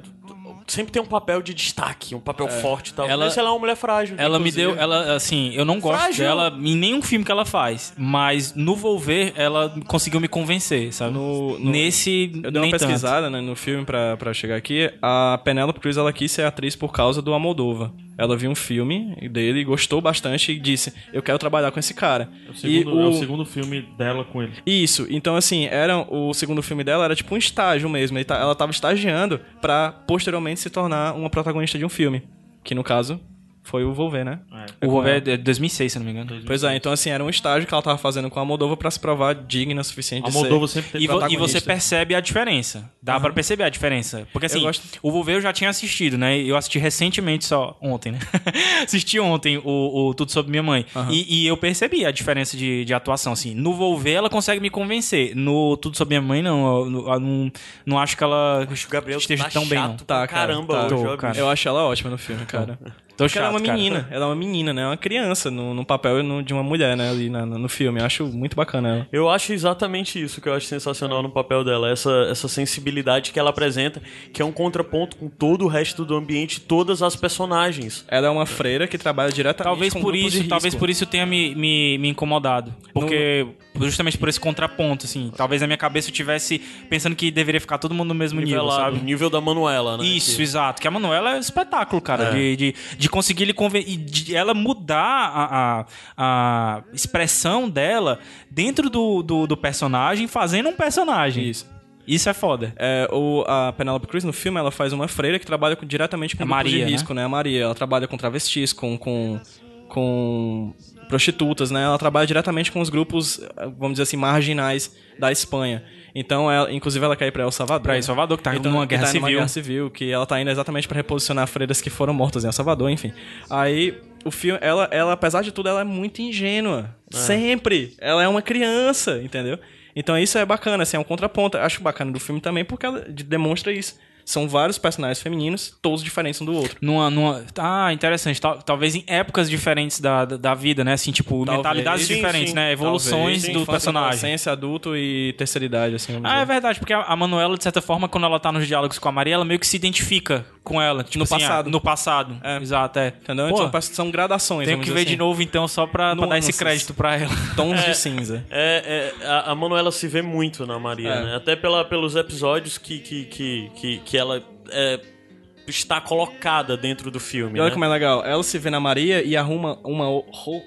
Speaker 2: Sempre tem um papel de destaque, um papel forte e tal.
Speaker 3: Ela-
Speaker 2: Ela, ela é uma mulher frágil.
Speaker 3: Ela me
Speaker 2: inclusive.
Speaker 3: deu, ela assim, eu não gosto
Speaker 2: Frágil.
Speaker 3: dela em nenhum filme que ela faz, mas no Volver ela conseguiu me convencer, sabe?
Speaker 4: No- no-
Speaker 3: Nesse
Speaker 4: Eu dei uma
Speaker 3: nem tanto.
Speaker 4: pesquisada né, no filme pra, pra chegar aqui. A Penélope Cruz, ela quis ser atriz por causa do Amodova. Ela viu um filme dele, gostou bastante e disse, eu quero trabalhar com esse cara.
Speaker 1: É o,
Speaker 4: E
Speaker 1: segundo, é o segundo filme dela com ele.
Speaker 4: Isso, então assim, era o segundo filme dela era tipo um estágio mesmo. Ele tá- Ela tava estagiando pra posteriormente se tornar uma protagonista de um filme. Que no caso foi o Volver, né?
Speaker 3: O Volver é de 2006, se eu não me engano.
Speaker 4: Pois é, então assim, era um estágio que ela tava fazendo com a Moldova pra se provar digna o suficiente
Speaker 1: A
Speaker 4: de ser-
Speaker 1: Moldova sempre
Speaker 3: E,
Speaker 1: teve
Speaker 3: vo- e
Speaker 4: protagonista.
Speaker 3: você percebe a diferença. Dá pra perceber a diferença. Porque assim,
Speaker 4: gosto-
Speaker 3: o Volver eu já tinha assistido, né? Eu assisti recentemente só, ontem, né? *laughs* assisti ontem o, o Tudo Sobre Minha Mãe. E, e eu percebi a diferença de, de atuação, assim. No Volver ela consegue me convencer. No Tudo Sobre Minha Mãe, não. Eu, eu não, não acho que ela
Speaker 2: Acho que o Gabriel
Speaker 3: esteja
Speaker 2: tá
Speaker 3: tão bem, não.
Speaker 2: chato pra
Speaker 4: Tá, cara,
Speaker 2: Caramba,
Speaker 4: tá.
Speaker 2: hoje,
Speaker 3: Tô,
Speaker 2: ó,
Speaker 3: cara.
Speaker 2: bicho.
Speaker 4: Eu acho ela ótima no filme, cara.
Speaker 3: Tô
Speaker 4: Porque ela é
Speaker 3: chato,
Speaker 4: uma
Speaker 3: cara.
Speaker 4: menina, ela é uma menina, né? É uma criança no, no papel no- de uma mulher, né? Ali na- no filme. Eu acho muito bacana ela.
Speaker 2: Eu acho exatamente isso que eu acho sensacional no papel dela, essa, essa sensibilidade que ela apresenta, que é um contraponto com todo o resto do ambiente, todas as personagens.
Speaker 4: Ela é uma freira que trabalha diretamente
Speaker 2: um
Speaker 3: Talvez
Speaker 4: com
Speaker 3: por
Speaker 4: grupos de
Speaker 3: isso,
Speaker 4: risco.
Speaker 3: talvez por isso tenha me, me, me incomodado. Porque justamente por esse contraponto, assim. Talvez na minha cabeça eu tivesse pensando que deveria ficar todo mundo no mesmo nível,
Speaker 2: Nivelado,
Speaker 3: sabe?
Speaker 2: nível da Manuela, né?
Speaker 3: Isso,
Speaker 2: Que-
Speaker 3: exato. Que a Manuela é um espetáculo, cara.
Speaker 2: É.
Speaker 3: De, de, de conseguir lhe conven... e de ela mudar a, a, a expressão dela dentro do, do, do personagem, fazendo um personagem.
Speaker 4: Isso.
Speaker 3: Isso é foda.
Speaker 4: É, o, a Penelope Cruz, no filme, ela faz uma freira que trabalha com- diretamente com
Speaker 3: A
Speaker 4: grupos
Speaker 3: Maria,
Speaker 4: de
Speaker 3: né?
Speaker 4: risco, né? A Maria. Ela trabalha com travestis, com, com, com prostitutas, né? Ela trabalha diretamente com os grupos, vamos dizer assim, marginais da Espanha. Então, ela, inclusive, ela cai pra El Salvador.
Speaker 3: Pra El Salvador, que tá numa
Speaker 4: que tá
Speaker 3: guerra
Speaker 4: numa
Speaker 3: civil.
Speaker 4: guerra civil, que ela tá indo exatamente pra reposicionar freiras que foram mortas em El Salvador, enfim. Aí, o filme, ela, ela, apesar de tudo, ela é muito ingênua. Sempre. Ela é uma criança, entendeu? Então isso é bacana, assim, é um contraponto. Acho bacana do filme também, porque ela de- demonstra isso. São vários personagens femininos, todos diferentes um do outro.
Speaker 3: Numa, numa... Ah, interessante. Tal- talvez em épocas diferentes da, da, da vida, né? Assim, tipo,
Speaker 4: Talvez.
Speaker 3: mentalidades
Speaker 4: Sim,
Speaker 3: diferentes,
Speaker 2: sim.
Speaker 3: né? Evoluções
Speaker 4: Talvez,
Speaker 3: do
Speaker 4: infância,
Speaker 3: personagem.
Speaker 4: Adolescência, adulto e terceira idade, assim. vamos
Speaker 3: Ah, é
Speaker 4: dizer.
Speaker 3: verdade, porque a- a Manuela, de certa forma, quando ela tá nos diálogos com a Maria, ela meio que se identifica com ela. Tipo
Speaker 4: No
Speaker 3: assim, ah,
Speaker 4: passado.
Speaker 3: no passado.
Speaker 4: É.
Speaker 3: Exato, é.
Speaker 4: Entendeu?
Speaker 3: Pô,
Speaker 4: então são- são gradações.
Speaker 3: tenho
Speaker 4: vamos
Speaker 3: que ver
Speaker 4: dizer
Speaker 3: de
Speaker 4: assim.
Speaker 3: novo, então, só pra, pra dar esse
Speaker 4: Nuances.
Speaker 3: crédito pra *laughs* ela.
Speaker 4: Tons de cinza.
Speaker 2: É, é, a, a Manuela se vê muito na Maria,
Speaker 4: É.
Speaker 2: né? Até pela, pelos episódios que, que, que, que, que ela é, está colocada dentro do filme.
Speaker 4: E olha
Speaker 2: né?
Speaker 4: como é legal. Ela se vê na Maria e arruma uma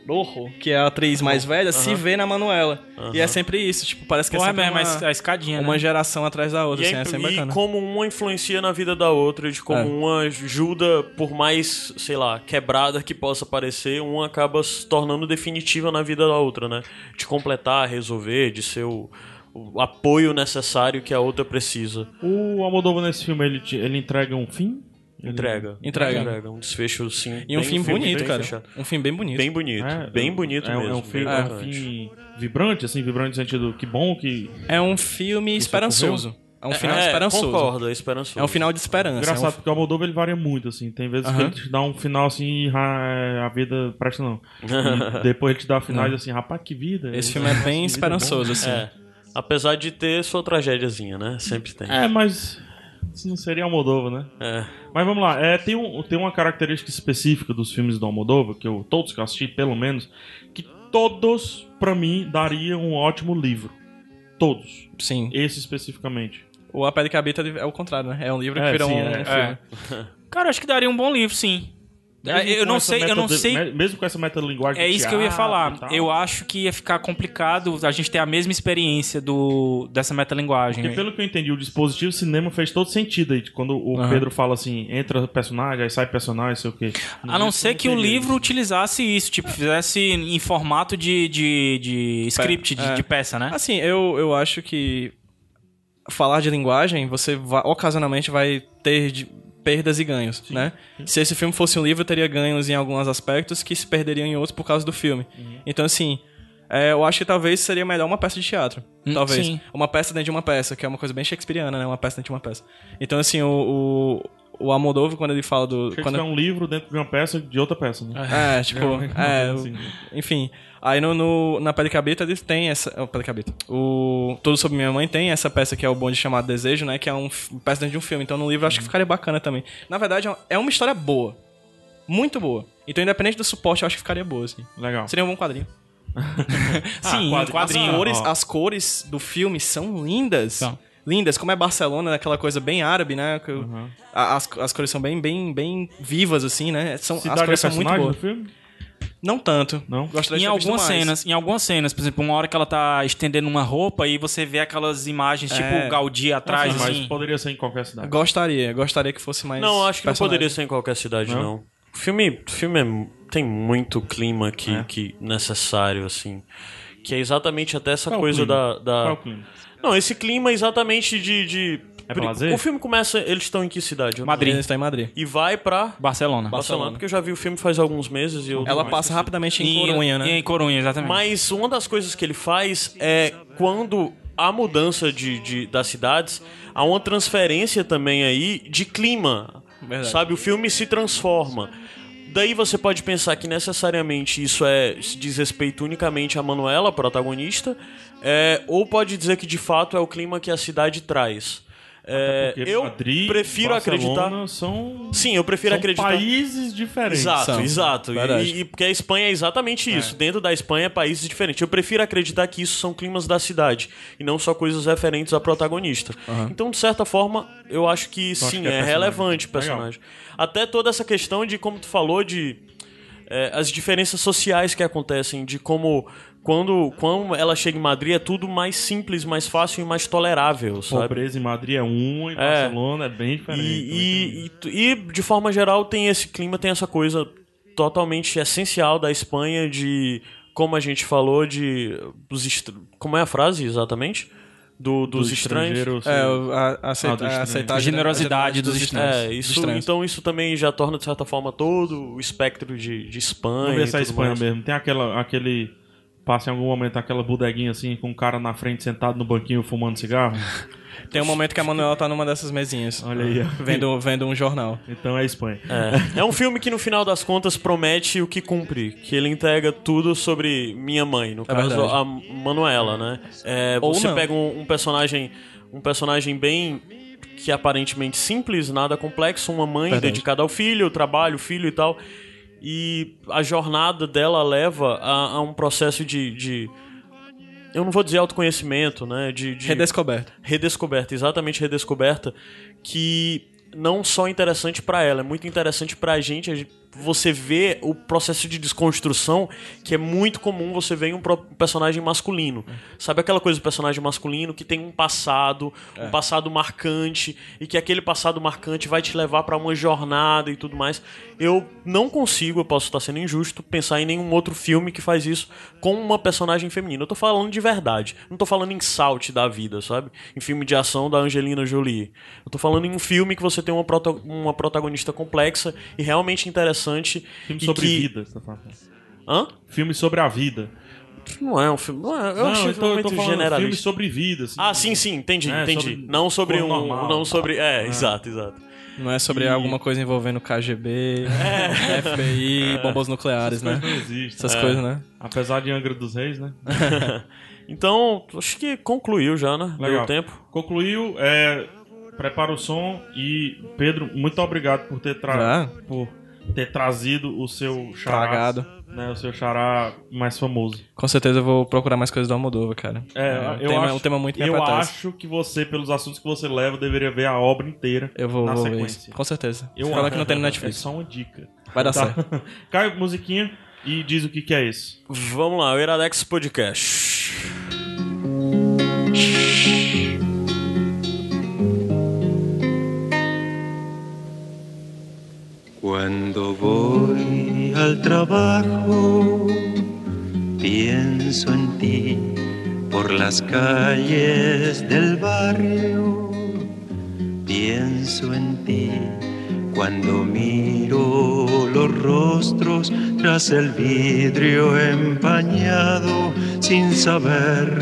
Speaker 4: Roro, que é a atriz mais velha, se vê na Manuela. E é sempre isso, tipo, parece que
Speaker 3: Porra,
Speaker 4: é sempre
Speaker 3: é
Speaker 4: uma,
Speaker 3: mas a escadinha,
Speaker 4: uma
Speaker 3: né?
Speaker 4: geração atrás da outra,
Speaker 2: E,
Speaker 4: assim,
Speaker 2: é
Speaker 4: é
Speaker 2: imp-
Speaker 4: sempre
Speaker 2: e
Speaker 4: bacana.
Speaker 2: como uma influencia na vida da outra, de como
Speaker 4: É.
Speaker 2: uma ajuda, por mais, sei lá, quebrada que possa parecer, uma acaba se tornando definitiva na vida da outra, né? De completar, resolver, de ser o, o apoio necessário que a outra precisa.
Speaker 1: O Almodóvar nesse filme, ele, te- ele entrega um fim? Ele-
Speaker 2: Entrega.
Speaker 4: Uhum. Entrega.
Speaker 2: Um desfecho, sim.
Speaker 4: E um
Speaker 2: bem-
Speaker 4: fim
Speaker 2: bem-
Speaker 4: bonito,
Speaker 2: bem
Speaker 4: cara.
Speaker 2: fechado.
Speaker 4: Um fim bem bonito.
Speaker 2: Bem bonito.
Speaker 1: É,
Speaker 2: bem bonito
Speaker 1: é, um-
Speaker 2: mesmo.
Speaker 1: É um fim,
Speaker 2: bem
Speaker 1: é um
Speaker 2: marcante.
Speaker 1: fim vibrante, assim, vibrante no sentido que bom que...
Speaker 4: É um filme esperançoso. É um final
Speaker 2: é,
Speaker 4: esperançoso.
Speaker 2: Concordo, é esperançoso.
Speaker 4: É um final de esperança.
Speaker 1: Engraçado,
Speaker 4: É um-
Speaker 1: porque o Almodóvar ele varia muito, assim. Tem vezes que
Speaker 4: Aham.
Speaker 1: ele te dá um final, assim, ra- a vida presta
Speaker 2: *laughs*
Speaker 1: não.
Speaker 4: *laughs*
Speaker 1: E depois ele te dá finais, assim, rapaz, que vida.
Speaker 4: Esse filme é
Speaker 1: Nossa, que
Speaker 4: bem
Speaker 1: vida
Speaker 4: esperançoso, assim.
Speaker 2: É. Apesar de ter sua tragédiazinha, né? Sempre tem.
Speaker 1: boa. É, mas isso não seria Almodóvar, né?
Speaker 2: É.
Speaker 1: Mas vamos lá, é, tem, um, tem uma característica específica dos filmes do Almodóvar, que eu, todos que eu assisti, pelo menos, que todos, pra mim, dariam um ótimo livro. Todos.
Speaker 4: Sim.
Speaker 1: Esse especificamente.
Speaker 4: O A Pele que Habita é o contrário, né? É um livro que
Speaker 1: É,
Speaker 4: virou
Speaker 1: sim,
Speaker 4: um
Speaker 1: é.
Speaker 4: filme.
Speaker 3: É. Cara, acho que daria um bom livro, sim.
Speaker 1: Mesmo
Speaker 3: É, eu
Speaker 1: com
Speaker 3: não
Speaker 1: essa
Speaker 3: sei, eu não
Speaker 1: meta-
Speaker 3: sei
Speaker 1: me- Mesmo com essa metalinguagem
Speaker 3: É isso que eu ia
Speaker 1: teatro e
Speaker 3: falar.
Speaker 1: tal.
Speaker 3: Eu acho que ia ficar complicado a gente ter a mesma experiência do, dessa metalinguagem.
Speaker 1: Porque pelo que eu entendi, o dispositivo cinema fez todo sentido aí. de Quando o
Speaker 4: Aham.
Speaker 1: Pedro fala assim, entra personagem, aí sai personagem, sei o quê.
Speaker 3: A não ser que o livro utilizasse isso, tipo, fizesse em formato de, de, de script, de,
Speaker 4: é.
Speaker 3: de peça, né?
Speaker 4: Assim, eu, eu acho que falar de linguagem, você va- ocasionalmente vai ter de- perdas e ganhos, né? Se esse filme fosse um livro, teria ganhos em alguns aspectos que se perderiam em outros por causa do filme. Então, assim, é, eu acho que talvez seria melhor uma peça de teatro.
Speaker 3: Hum,
Speaker 4: Talvez.
Speaker 3: sim.
Speaker 4: Uma peça dentro de uma peça, que é uma coisa bem shakespeariana, né? Uma peça dentro de uma peça. Então, assim, o, o, o Amodov, quando ele fala do...
Speaker 1: Quando...
Speaker 4: quando-
Speaker 1: é um livro dentro de uma peça de outra peça, né? *laughs*
Speaker 4: é, tipo, é,
Speaker 1: assim.
Speaker 4: enfim. Aí no, no- na Pele Cabita eles têm essa. Oh, Pele Cabrita. O Tudo Sobre Minha Mãe tem essa peça que é o bonde chamado Desejo, né? Que é um, f- uma peça dentro de um filme. Então no livro eu acho que ficaria bacana também. Na verdade, é um- é uma história boa. Muito boa. Então, independente do suporte, eu acho que ficaria boa, assim.
Speaker 1: Legal.
Speaker 4: Seria um bom quadrinho.
Speaker 3: Sim, um quadrinho.
Speaker 4: As cores,
Speaker 1: ó.
Speaker 4: as cores do filme são lindas.
Speaker 3: São.
Speaker 4: Lindas, como é Barcelona, aquela coisa bem árabe, né? que eu- a- as, as cores são bem, bem, bem vivas, assim, né? São, as
Speaker 1: Cidade é
Speaker 4: cores são muito
Speaker 1: personagem do
Speaker 4: boas.
Speaker 1: filme?
Speaker 4: Não tanto.
Speaker 1: Não?
Speaker 4: Gostaria de
Speaker 3: Em
Speaker 4: ter visto
Speaker 3: algumas
Speaker 4: mais.
Speaker 3: cenas, em algumas cenas, por exemplo, uma hora que ela tá estendendo uma roupa e você vê aquelas imagens, tipo o Gaudí atrás,
Speaker 1: Assim,
Speaker 3: assim.
Speaker 1: Mas poderia ser em qualquer cidade.
Speaker 4: Gostaria, gostaria que fosse mais.
Speaker 2: Não, acho que não
Speaker 4: personagem.
Speaker 2: poderia ser em qualquer cidade,
Speaker 1: Não?
Speaker 2: não. O filme, o filme é- tem muito clima que,
Speaker 1: É.
Speaker 2: que necessário, assim. Que é exatamente até essa
Speaker 1: Qual o
Speaker 2: coisa
Speaker 1: clima?
Speaker 2: da. da-
Speaker 1: Qual é o clima?
Speaker 2: Não, esse clima é exatamente de. de...
Speaker 1: É pra lazer?
Speaker 2: O filme começa. Eles estão em que cidade? Eu não
Speaker 4: Ele
Speaker 3: Madrid.
Speaker 4: está em Madrid.
Speaker 2: lembro. E vai pra.
Speaker 3: Barcelona.
Speaker 2: Barcelona, porque eu já vi o filme faz alguns meses e eu.
Speaker 4: Ela passa rapidamente em
Speaker 3: E-
Speaker 4: Corunha,
Speaker 3: e
Speaker 4: né?
Speaker 3: em Corunha, exatamente.
Speaker 2: Mas uma das coisas que ele faz é quando há mudança de, de- das cidades, há uma transferência também aí de clima.
Speaker 4: Verdade.
Speaker 2: Sabe? O filme se transforma. Daí você pode pensar que necessariamente isso é se diz respeito unicamente à Manuela, protagonista, é, ou pode dizer que de fato é o clima que a cidade traz. É,
Speaker 1: Porque
Speaker 2: eu
Speaker 1: Madrid,
Speaker 2: prefiro
Speaker 1: Barcelona
Speaker 2: acreditar.
Speaker 1: São,
Speaker 2: Sim, eu prefiro
Speaker 1: são
Speaker 2: acreditar.
Speaker 1: países diferentes.
Speaker 2: Exato,
Speaker 4: São,
Speaker 2: exato.
Speaker 4: verdade.
Speaker 2: E, e porque a Espanha é exatamente isso. Dentro da Espanha, países diferentes. Eu prefiro acreditar que isso são climas da cidade e não só coisas referentes à protagonista. Então, de certa forma, eu acho que sim,
Speaker 1: que é
Speaker 2: é,
Speaker 1: personagem.
Speaker 2: relevante o personagem. Até toda essa questão de, como tu falou, de é, as diferenças sociais que acontecem, de como. Quando, quando ela chega em Madrid é tudo mais simples, mais fácil e mais tolerável, sabe?
Speaker 1: Pobreza em Madrid é uma, em Barcelona é bem diferente.
Speaker 2: E, e- e- e, de forma geral tem esse clima, tem essa coisa totalmente essencial da Espanha de como a gente falou de os estra- como é a frase exatamente do, dos, estranheiros.
Speaker 4: É, o- a,
Speaker 1: Ah, dos
Speaker 4: a aceita- a
Speaker 1: estranhos.
Speaker 4: aceitar a
Speaker 3: Generosidade dos estranhos.
Speaker 2: É, isso,
Speaker 4: estranhos.
Speaker 2: então isso também já torna de certa forma todo o espectro de, de Espanha.
Speaker 1: Vamos ver se
Speaker 2: e
Speaker 1: é
Speaker 2: tudo
Speaker 1: Espanha
Speaker 2: mais.
Speaker 1: mesmo. Tem aquela, aquele. Passa em algum momento aquela bodeguinha assim, com um cara na frente sentado no banquinho fumando
Speaker 2: *laughs*
Speaker 1: cigarro.
Speaker 4: Tem um momento que a Manuela tá numa dessas mesinhas.
Speaker 1: Olha aí, ó.
Speaker 4: Vendo, vendo um jornal.
Speaker 1: Então é Espanha.
Speaker 2: É. É um filme que no final das contas promete o que cumpre, que ele entrega tudo sobre minha mãe, no caso
Speaker 4: É verdade.
Speaker 2: a Manuela, né? É,
Speaker 4: Ou
Speaker 2: você
Speaker 4: não.
Speaker 2: pega um, um personagem, um personagem bem que é aparentemente simples, nada complexo, uma mãe
Speaker 4: Verdade.
Speaker 2: dedicada ao filho, trabalho, filho e tal, e a jornada dela leva a, a um processo de, de- eu não vou dizer autoconhecimento, né? De, de
Speaker 4: Redescoberto.
Speaker 2: redescoberta, exatamente redescoberta, que não só é interessante pra ela, é muito interessante pra gente. A gente- Você vê o processo de desconstrução que é muito comum você ver em um pro- personagem masculino. Sabe aquela coisa do personagem masculino que tem um passado, um passado marcante, e que aquele passado marcante vai te levar pra uma jornada e tudo mais. Eu não consigo, eu posso estar sendo injusto, pensar em nenhum outro filme que faz isso com uma personagem feminina. Eu tô falando de verdade. Não tô falando em Salt da vida, sabe? Em filme de ação da Angelina Jolie. Eu tô falando em um filme que você tem uma, prota- uma protagonista complexa e realmente interessante.
Speaker 1: Filme
Speaker 2: e
Speaker 1: sobre
Speaker 2: que...
Speaker 1: vida, você tá falando.
Speaker 2: Hã?
Speaker 1: Filme sobre a vida.
Speaker 2: Não é um filme. Não é... Eu
Speaker 1: Não,
Speaker 2: achei
Speaker 1: então eu tô
Speaker 2: muito
Speaker 1: falando filme
Speaker 2: generalista.
Speaker 1: sobre vida. assim.
Speaker 2: Ah, sim, sim, entendi,
Speaker 1: É,
Speaker 2: entendi.
Speaker 1: sobre
Speaker 2: Não sobre um.
Speaker 1: corpo normal.
Speaker 2: Não sobre. É, exato, exato.
Speaker 4: Não é sobre alguma coisa envolvendo KGB, FBI, bombas nucleares,
Speaker 1: Mas
Speaker 4: né?
Speaker 1: não existe. É.
Speaker 4: Essas coisas, né?
Speaker 1: Apesar de Angra dos Reis, né?
Speaker 2: Então, acho que concluiu já, né?
Speaker 1: Legal.
Speaker 2: Deu tempo.
Speaker 1: Concluiu, é, prepara o som e Pedro, muito obrigado por ter, tra
Speaker 4: Já?
Speaker 1: por ter trazido o seu xará,
Speaker 4: Ah. Tragado.
Speaker 1: né, o seu xará mais famoso.
Speaker 4: Com certeza eu vou procurar mais coisas do Almodóvar, cara. um
Speaker 1: É, eu
Speaker 4: tema,
Speaker 1: acho,
Speaker 4: um tema muito me
Speaker 1: Eu
Speaker 4: apetece.
Speaker 1: acho que você, pelos assuntos que você leva, deveria ver a obra inteira
Speaker 4: Eu vou,
Speaker 1: na
Speaker 4: vou ver isso.
Speaker 1: sequência.
Speaker 4: Com certeza.
Speaker 1: Eu
Speaker 4: Fala
Speaker 1: acho.
Speaker 4: que não tem no
Speaker 1: É
Speaker 4: Netflix.
Speaker 1: só uma dica.
Speaker 4: Vai dar
Speaker 1: Tá.
Speaker 4: certo.
Speaker 1: *laughs* Caio, musiquinha e diz o que que é isso.
Speaker 2: Vamos lá, o Iradex Podcast.
Speaker 6: Cuando voy al trabajo, pienso en ti por las calles del barrio, pienso en ti cuando miro los rostros tras el vidrio empañado sin saber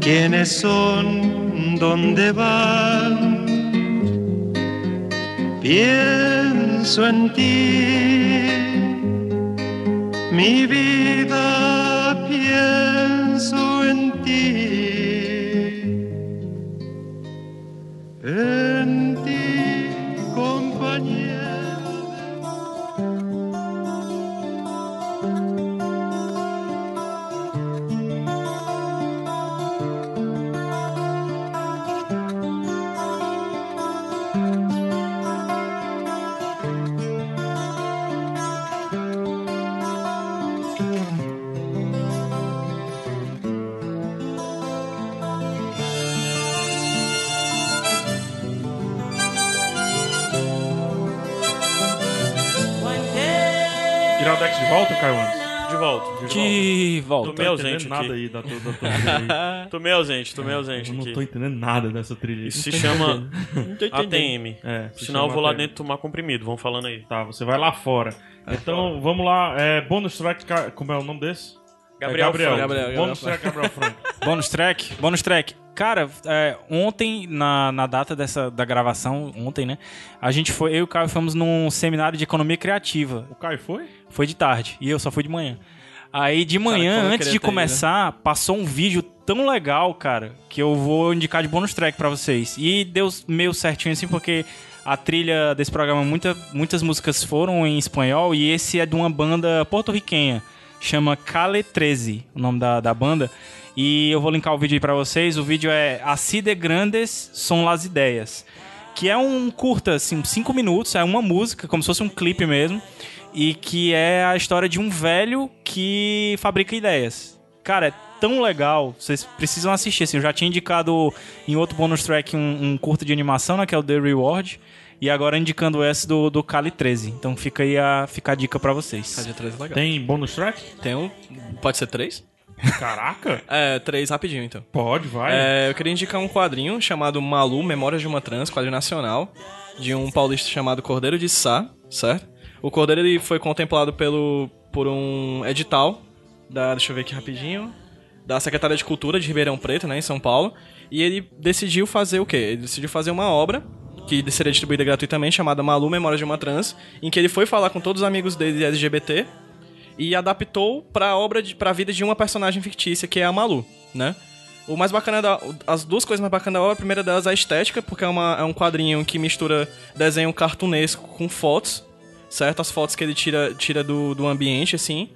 Speaker 6: quiénes son, dónde van. Pienso en ti, mi vida pienso en ti, en ti, compañero.
Speaker 1: Iradex de volta, Caio Anderson?
Speaker 2: De volta, de
Speaker 3: De volta.
Speaker 2: Tô meio ausente
Speaker 1: entendendo nada
Speaker 2: aqui.
Speaker 1: aí da tua, da tua trilha
Speaker 2: volta. Tô meio ausente, tô meio ausente
Speaker 1: aí. Eu não
Speaker 2: aqui.
Speaker 1: tô entendendo nada dessa trilha. aí.
Speaker 2: Isso
Speaker 1: *laughs*
Speaker 2: se chama ATM.
Speaker 1: É, se
Speaker 2: Sinal,
Speaker 1: chama
Speaker 2: eu vou lá
Speaker 1: ATM.
Speaker 2: dentro tomar comprimido, vamos falando aí.
Speaker 1: Tá, você vai lá fora. então, vamos lá. É, bonus track, Ca- como é o nome desse?
Speaker 2: Gabriel
Speaker 1: é Gabriel.
Speaker 2: Franco.
Speaker 4: Gabriel,
Speaker 1: Bonus
Speaker 4: Gabriel
Speaker 1: track, Gabriel Franco.
Speaker 3: Bônus track, bônus track. Cara, é, ontem, na, na data dessa, da gravação, ontem, né? A gente foi, eu e o Caio fomos num seminário de economia criativa.
Speaker 4: *laughs*
Speaker 1: O Caio foi?
Speaker 3: Foi de tarde e eu só fui de manhã. Aí de manhã,
Speaker 4: como eu
Speaker 3: antes de
Speaker 4: queria ter ido, né?
Speaker 3: começar, passou um vídeo tão legal, cara, que eu vou indicar de bônus track pra vocês. E deu meio certinho assim, porque a trilha desse programa, muita, muitas músicas foram em espanhol e esse é de uma banda porto-riquenha, chama Cale 13, o nome da, da banda. E eu vou linkar o vídeo aí pra vocês. O vídeo é Así de Grandes Son Las Ideias que é um curta, assim, cinco minutos, é uma música, como se fosse um clipe mesmo, e que é a história de um velho que fabrica ideias. Cara, é tão legal, vocês precisam assistir, assim, eu já tinha indicado em outro bonus track um, um curta de animação, né, que é o The Reward, e agora indicando esse do, do Kali 13, então fica aí a, fica a dica pra vocês.
Speaker 4: de três é legal.
Speaker 1: Tem bônus track?
Speaker 4: Tem um. Pode ser três?
Speaker 1: Caraca!
Speaker 4: É, três rapidinho então.
Speaker 1: Pode, vai.
Speaker 4: É, eu queria indicar um quadrinho chamado Malu, Memórias de uma Trans, quadrinho nacional, de um paulista chamado Cordeiro de Sá, certo? O Cordeiro ele foi contemplado pelo por um edital da, deixa eu ver aqui rapidinho, da Secretaria de Cultura de Ribeirão Preto, né, em São Paulo, e ele decidiu fazer o quê? Ele decidiu fazer uma obra que seria distribuída gratuitamente chamada Malu, Memórias de uma Trans, em que ele foi falar com todos os amigos dele LGBT e adaptou pra obra de, pra vida de uma personagem fictícia que é a Malu, né? O mais bacana da o- as duas coisas mais bacanas da obra, a primeira delas é a estética, porque é, uma, é um quadrinho que mistura desenho cartunesco com fotos, certo? As fotos que ele tira tira do, do ambiente assim.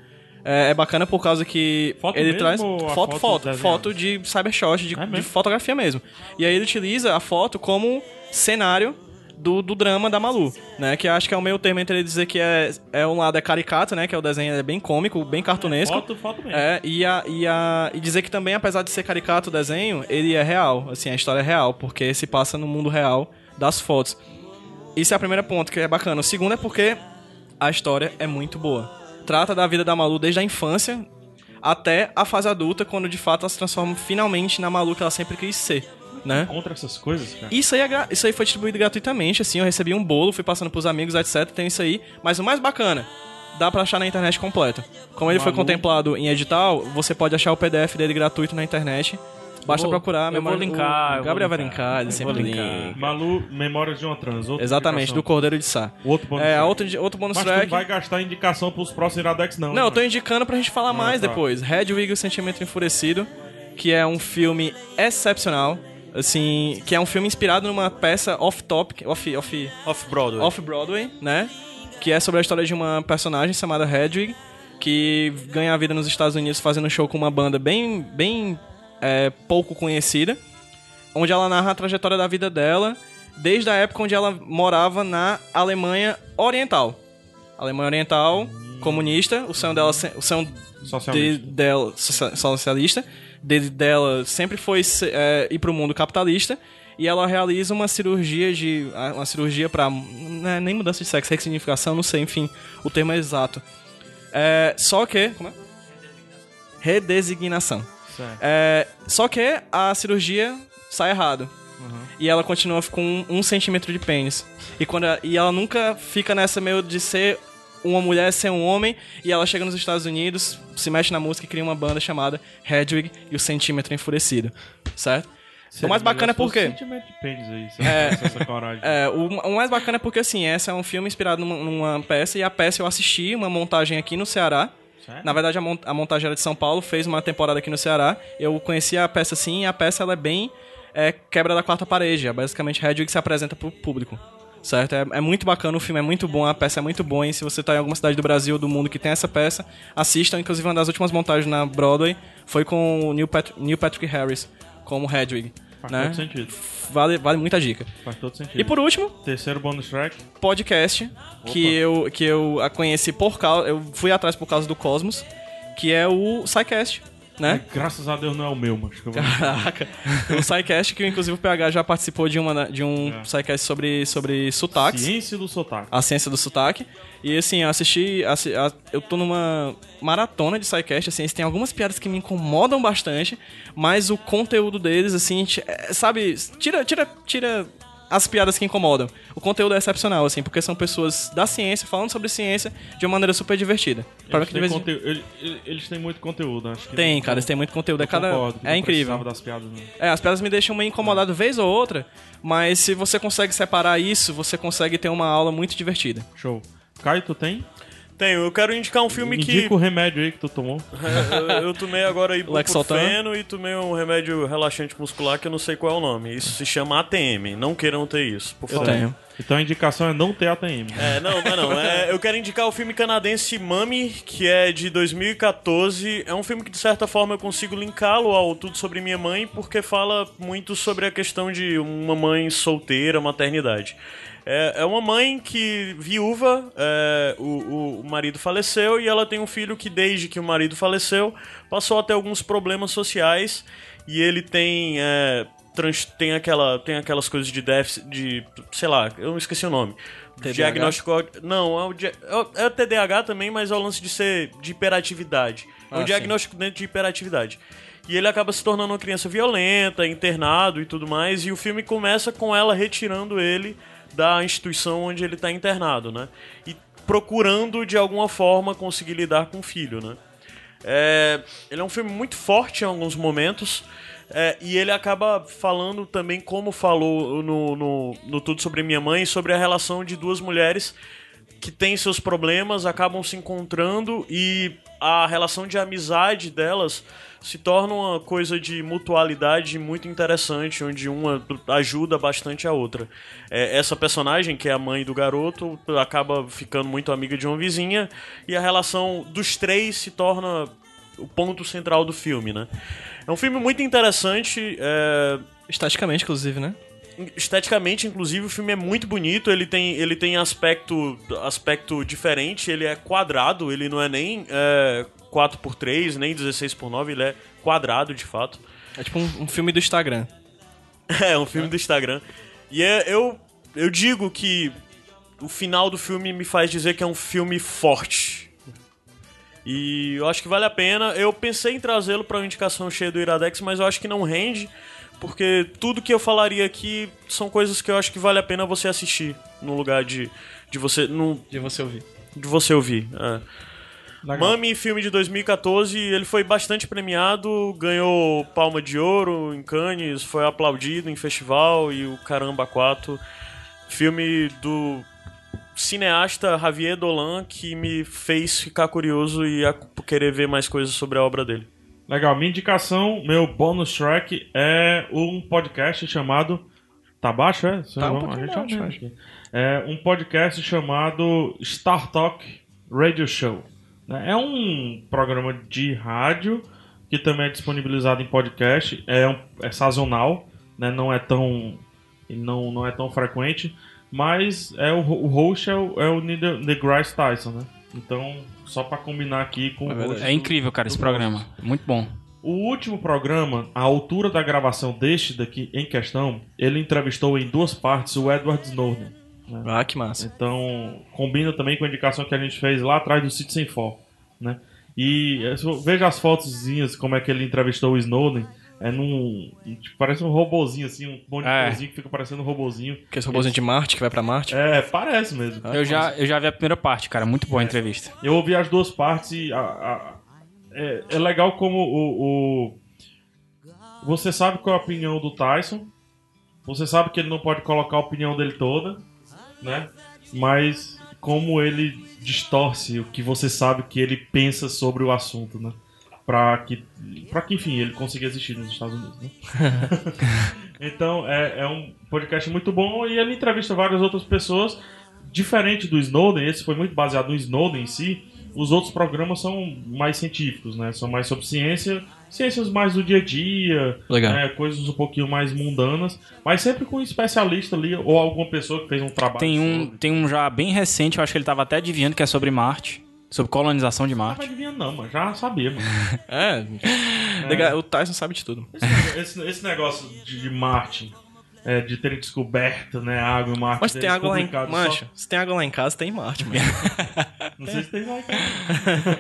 Speaker 4: É, é bacana por causa que
Speaker 1: Foto
Speaker 4: ele
Speaker 1: mesmo
Speaker 4: traz
Speaker 1: ou a
Speaker 4: foto
Speaker 1: foto
Speaker 4: foto,
Speaker 1: desenhada?
Speaker 4: foto de cybershot, de,
Speaker 1: É mesmo?
Speaker 4: de fotografia mesmo. E aí ele utiliza a foto como cenário do, do drama da Malu, né? Que acho que é o meio termo entre ele dizer que é, é um lado é caricato, né? Que é o desenho é bem cômico, bem cartunesco.
Speaker 1: Foto, foto mesmo.
Speaker 4: É, e, a, e, a, e dizer que também, apesar de ser caricato o desenho, ele é real, assim, a história é real, porque se passa no mundo real das fotos. Isso é o primeiro ponto, que é bacana. O segundo é porque a história é muito boa. Trata da vida da Malu desde a infância até a fase adulta, quando de fato ela se transforma finalmente na Malu que ela sempre quis ser, né?
Speaker 1: Contra essas coisas, cara.
Speaker 4: Isso aí, é gra- isso aí foi distribuído gratuitamente, assim, eu recebi um bolo, fui passando pros amigos, etc, tem isso aí. Mas o mais bacana, dá pra achar na internet completo. Como ele foi
Speaker 1: Maluco.
Speaker 4: contemplado em edital, você pode achar o PDF dele gratuito na internet. Basta
Speaker 3: Eu vou-
Speaker 4: procurar.
Speaker 3: eu
Speaker 4: memória-
Speaker 3: vou linkar,
Speaker 4: o
Speaker 3: eu vou
Speaker 4: Gabriel vai
Speaker 3: linkar.
Speaker 4: linkar, ele
Speaker 3: Eu
Speaker 4: sempre
Speaker 3: vou linkar.
Speaker 4: linka.
Speaker 1: Malu, memórias de uma trans. outra
Speaker 4: Exatamente, do
Speaker 1: indicação.
Speaker 4: Cordeiro de Sá.
Speaker 1: O outro bônus
Speaker 4: é,
Speaker 1: track.
Speaker 4: outro, outro bônus
Speaker 1: Mas tu
Speaker 4: track.
Speaker 1: não vai gastar indicação pros próximos Iradex, não.
Speaker 4: Não, eu
Speaker 1: né,
Speaker 4: tô indicando pra gente falar mais
Speaker 1: tá.
Speaker 4: depois. Hedwig e o Sentimento Enfurecido, que é um filme excepcional. Assim, que é um filme inspirado numa peça off-topic, off, off,
Speaker 2: Off-Broadway.
Speaker 4: Off-Broadway, né? Que é sobre a história de uma personagem chamada Hedwig, que ganha a vida nos Estados Unidos fazendo um show com uma banda bem, bem é, pouco conhecida, onde ela narra a trajetória da vida dela desde a época onde ela morava na Alemanha Oriental. Alemanha Oriental, comunista, o sonho dela, se- o sonho de,
Speaker 1: Socialista.
Speaker 4: dela, socia- socialista, de, dela sempre foi se- é, ir pro mundo capitalista e ela realiza uma cirurgia de a- uma cirurgia para nem mudança de sexo, ressignificação, não sei, enfim, o termo é exato. É, só que, como é? Redesignação.
Speaker 1: Certo.
Speaker 4: É, só que a cirurgia sai errado. E ela continua com um, um centímetro de pênis. E, quando ela, e ela nunca fica nessa meio de ser uma mulher, ser um homem. E ela chega nos Estados Unidos, se mexe na música e cria uma banda chamada Hedwig e o Centímetro Enfurecido. Certo?
Speaker 1: Seria
Speaker 4: o mais
Speaker 1: melhor
Speaker 4: bacana é
Speaker 1: se fosse
Speaker 4: por quê?
Speaker 1: Sentimento de pênis aí, se é. essa coragem.
Speaker 4: É, o, o mais bacana é porque, assim, essa é um filme inspirado numa, numa peça, e a peça eu assisti, uma montagem aqui no Ceará.
Speaker 1: Sério?
Speaker 4: Na verdade, a, mon- a montagem era de São Paulo, fez uma temporada aqui no Ceará. Eu conheci a peça, sim, e a peça ela é bem é, quebra da quarta parede. É basicamente Hedwig se apresenta pro público. Certo? É, é muito bacana, o filme é muito bom, a peça é muito boa, e se você tá em alguma cidade do Brasil ou do mundo que tem essa peça, assistam. Inclusive, uma das últimas montagens na Broadway foi com o Neil, Pat- Neil Patrick Harris como Hedwig.
Speaker 1: Faz
Speaker 4: Né?
Speaker 1: todo sentido.
Speaker 4: Vale, vale muita dica.
Speaker 1: Faz todo sentido.
Speaker 4: E por último,
Speaker 1: Terceiro bônus track.
Speaker 4: podcast que eu, que eu a conheci por causa. Eu fui atrás por causa do Cosmos, que é o SciCast,
Speaker 1: *laughs*
Speaker 4: né?
Speaker 1: Graças a Deus não é o meu, mas que eu vou...
Speaker 4: Caraca. o SciCast, que inclusive o PH já participou de, uma, de um
Speaker 1: É.
Speaker 4: SciCast sobre, sobre sotaques.
Speaker 1: Ciência do sotaque.
Speaker 4: A ciência do sotaque. E assim, eu assisti. assi- a- eu tô numa maratona de sidecast, assim, tem algumas piadas que me incomodam bastante, mas o conteúdo deles, assim, ti- é, sabe, tira, tira, tira as piadas que incomodam. O conteúdo é excepcional, assim, porque são pessoas da ciência falando sobre ciência de uma maneira super divertida. Pra mim
Speaker 1: Eles
Speaker 4: que de
Speaker 1: têm,
Speaker 4: vez em-
Speaker 1: conte... ele- ele- eles têm muito conteúdo, acho que...
Speaker 4: Tem,
Speaker 1: não-
Speaker 4: cara, eles têm muito conteúdo. É,
Speaker 1: Eu
Speaker 4: cada...
Speaker 1: concordo que
Speaker 4: é
Speaker 1: não
Speaker 4: incrível.
Speaker 1: precisava das piadas, né? não.
Speaker 4: É, as pedras me deixam meio incomodado vez ou outra, mas se você consegue separar isso, você consegue ter uma aula muito divertida.
Speaker 1: Show. Caio, tu tem?
Speaker 2: Tenho, eu quero indicar um
Speaker 4: é
Speaker 2: filme
Speaker 1: Me
Speaker 2: que
Speaker 1: indica o remédio aí que tu tomou.
Speaker 2: *laughs* eu, eu tomei agora
Speaker 1: *laughs*
Speaker 2: ibuprofeno
Speaker 4: Lexotan.
Speaker 2: e tomei um remédio relaxante muscular que eu não sei qual é o nome. Isso se chama ATM. Não queiram ter isso, por favor.
Speaker 4: tenho.
Speaker 1: Então a indicação é não ter ATM.
Speaker 2: É, não, mas não. É, eu quero indicar o filme canadense Mami, que é de 2014. É um filme que, de certa forma, eu consigo linká-lo ao Tudo Sobre Minha Mãe, porque fala muito sobre a questão de uma mãe solteira, maternidade. É, é uma mãe que, viúva, é, o, o- o marido faleceu e ela tem um filho que, desde que o marido faleceu, passou a ter alguns problemas sociais e ele tem. é, trans- tem, aquela, tem aquelas coisas de déficit, de. sei lá, eu esqueci o nome. Diagnóstico. aut- Não, é o, dia- é o- é o TDAH também, mas é o lance de ser de hiperatividade. É um
Speaker 4: Ah, sim.
Speaker 2: diagnóstico dentro de hiperatividade. E ele acaba se tornando uma criança violenta, internado e tudo mais, e o filme começa com ela retirando ele da instituição onde ele tá internado, né? E procurando de alguma forma conseguir lidar com o filho, né? É, ele é um filme muito forte em alguns momentos. é, e ele acaba falando também, como falou no, no, no Tudo Sobre Minha Mãe, sobre a relação de duas mulheres que têm seus problemas, acabam se encontrando e a relação de amizade delas se torna uma coisa de mutualidade muito interessante, onde uma ajuda bastante a outra. É, essa personagem, que é a mãe do garoto, acaba ficando muito amiga de uma vizinha e a relação dos três se torna o ponto central do filme, né? É um filme muito interessante, é,
Speaker 4: Estaticamente, inclusive, né?
Speaker 2: esteticamente inclusive o filme é muito bonito ele tem, ele tem aspecto aspecto diferente ele é quadrado ele não é nem é, 4x3 nem 16x9 ele é quadrado de fato
Speaker 4: É tipo um, um filme do Instagram.
Speaker 2: *laughs* é um filme do Instagram e é, eu eu digo que o final do filme me faz dizer que é um filme forte e eu acho que vale a pena. Eu pensei em trazê-lo para uma indicação cheia do Iradex, mas eu acho que não rende, porque tudo que eu falaria aqui são coisas que eu acho que vale a pena você assistir no lugar de, de você num-
Speaker 4: De você ouvir.
Speaker 2: de você ouvir. É. Mami, filme de 2014, ele foi bastante premiado, ganhou Palma de Ouro em Cannes, foi aplaudido em festival e o Caramba 4. Filme do cineasta Javier Dolan que me fez ficar curioso e a- querer ver mais coisas sobre a obra dele.
Speaker 1: Legal, minha indicação, meu bônus track é um podcast chamado. Tá baixo, é? Tá
Speaker 4: um pouquinho baixo,
Speaker 1: aqui. É um podcast chamado Star Talk Radio Show. né? É um programa de rádio que também é disponibilizado em podcast. É, um- é sazonal, né? não é tão. ele Não, não é tão frequente, mas é o, o host é o, é o Neil deGrasse Tyson, né? Então, só pra combinar aqui com o host
Speaker 3: É incrível, cara, esse programa. Muito bom.
Speaker 1: o último programa, a altura da gravação deste daqui em questão, ele entrevistou em duas partes o Edward Snowden.
Speaker 4: Ah, que massa.
Speaker 1: Então, combina também com a indicação que a gente fez lá atrás do Sítio Sem For, né? E é, só- veja as fotozinhas, como é que ele entrevistou o Snowden. É num. tipo, parece um robozinho, assim, um monitorzinho que fica parecendo um robozinho.
Speaker 4: Que é esse robôzinho de Marte que vai pra Marte.
Speaker 1: É, parece mesmo.
Speaker 3: Eu já, eu já vi a primeira parte, cara. Muito boa a entrevista.
Speaker 1: Eu ouvi as duas partes e a- a- é, é legal como o, o- Você sabe qual é a opinião do Tyson. Você sabe que ele não pode colocar a opinião dele toda, né? Mas como ele distorce o que você sabe que ele pensa sobre o assunto, né? Pra que, pra que enfim, ele consiga existir nos Estados Unidos, né? *laughs* então, é, é um podcast muito bom e ele entrevista várias outras pessoas. Diferente do Snowden, esse foi muito baseado no Snowden em si, os outros programas são mais científicos, né? São mais sobre ciência, ciências mais do dia a dia,
Speaker 4: Legal.
Speaker 1: né? coisas um pouquinho mais mundanas, mas sempre com um especialista ali ou alguma pessoa que fez um trabalho.
Speaker 3: Tem um,
Speaker 1: sobre.
Speaker 3: tem um já bem recente, eu acho que ele tava até adivinhando que é sobre Marte. Sobre colonização de
Speaker 1: Não tava
Speaker 3: Marte.
Speaker 1: adivinhando, não, mano. Já sabia, mano.
Speaker 4: É. *laughs* Legal, o Tyson sabe de tudo.
Speaker 1: Esse, esse- esse negócio de, de Marte, é, de terem descoberto, né, água em Marte.
Speaker 4: Mas se tem
Speaker 1: deles,
Speaker 4: água lá em
Speaker 1: publicado,
Speaker 4: Mancha, se tem água lá em casa, tem em Marte, mano.
Speaker 1: só- não sei se tem lá em casa.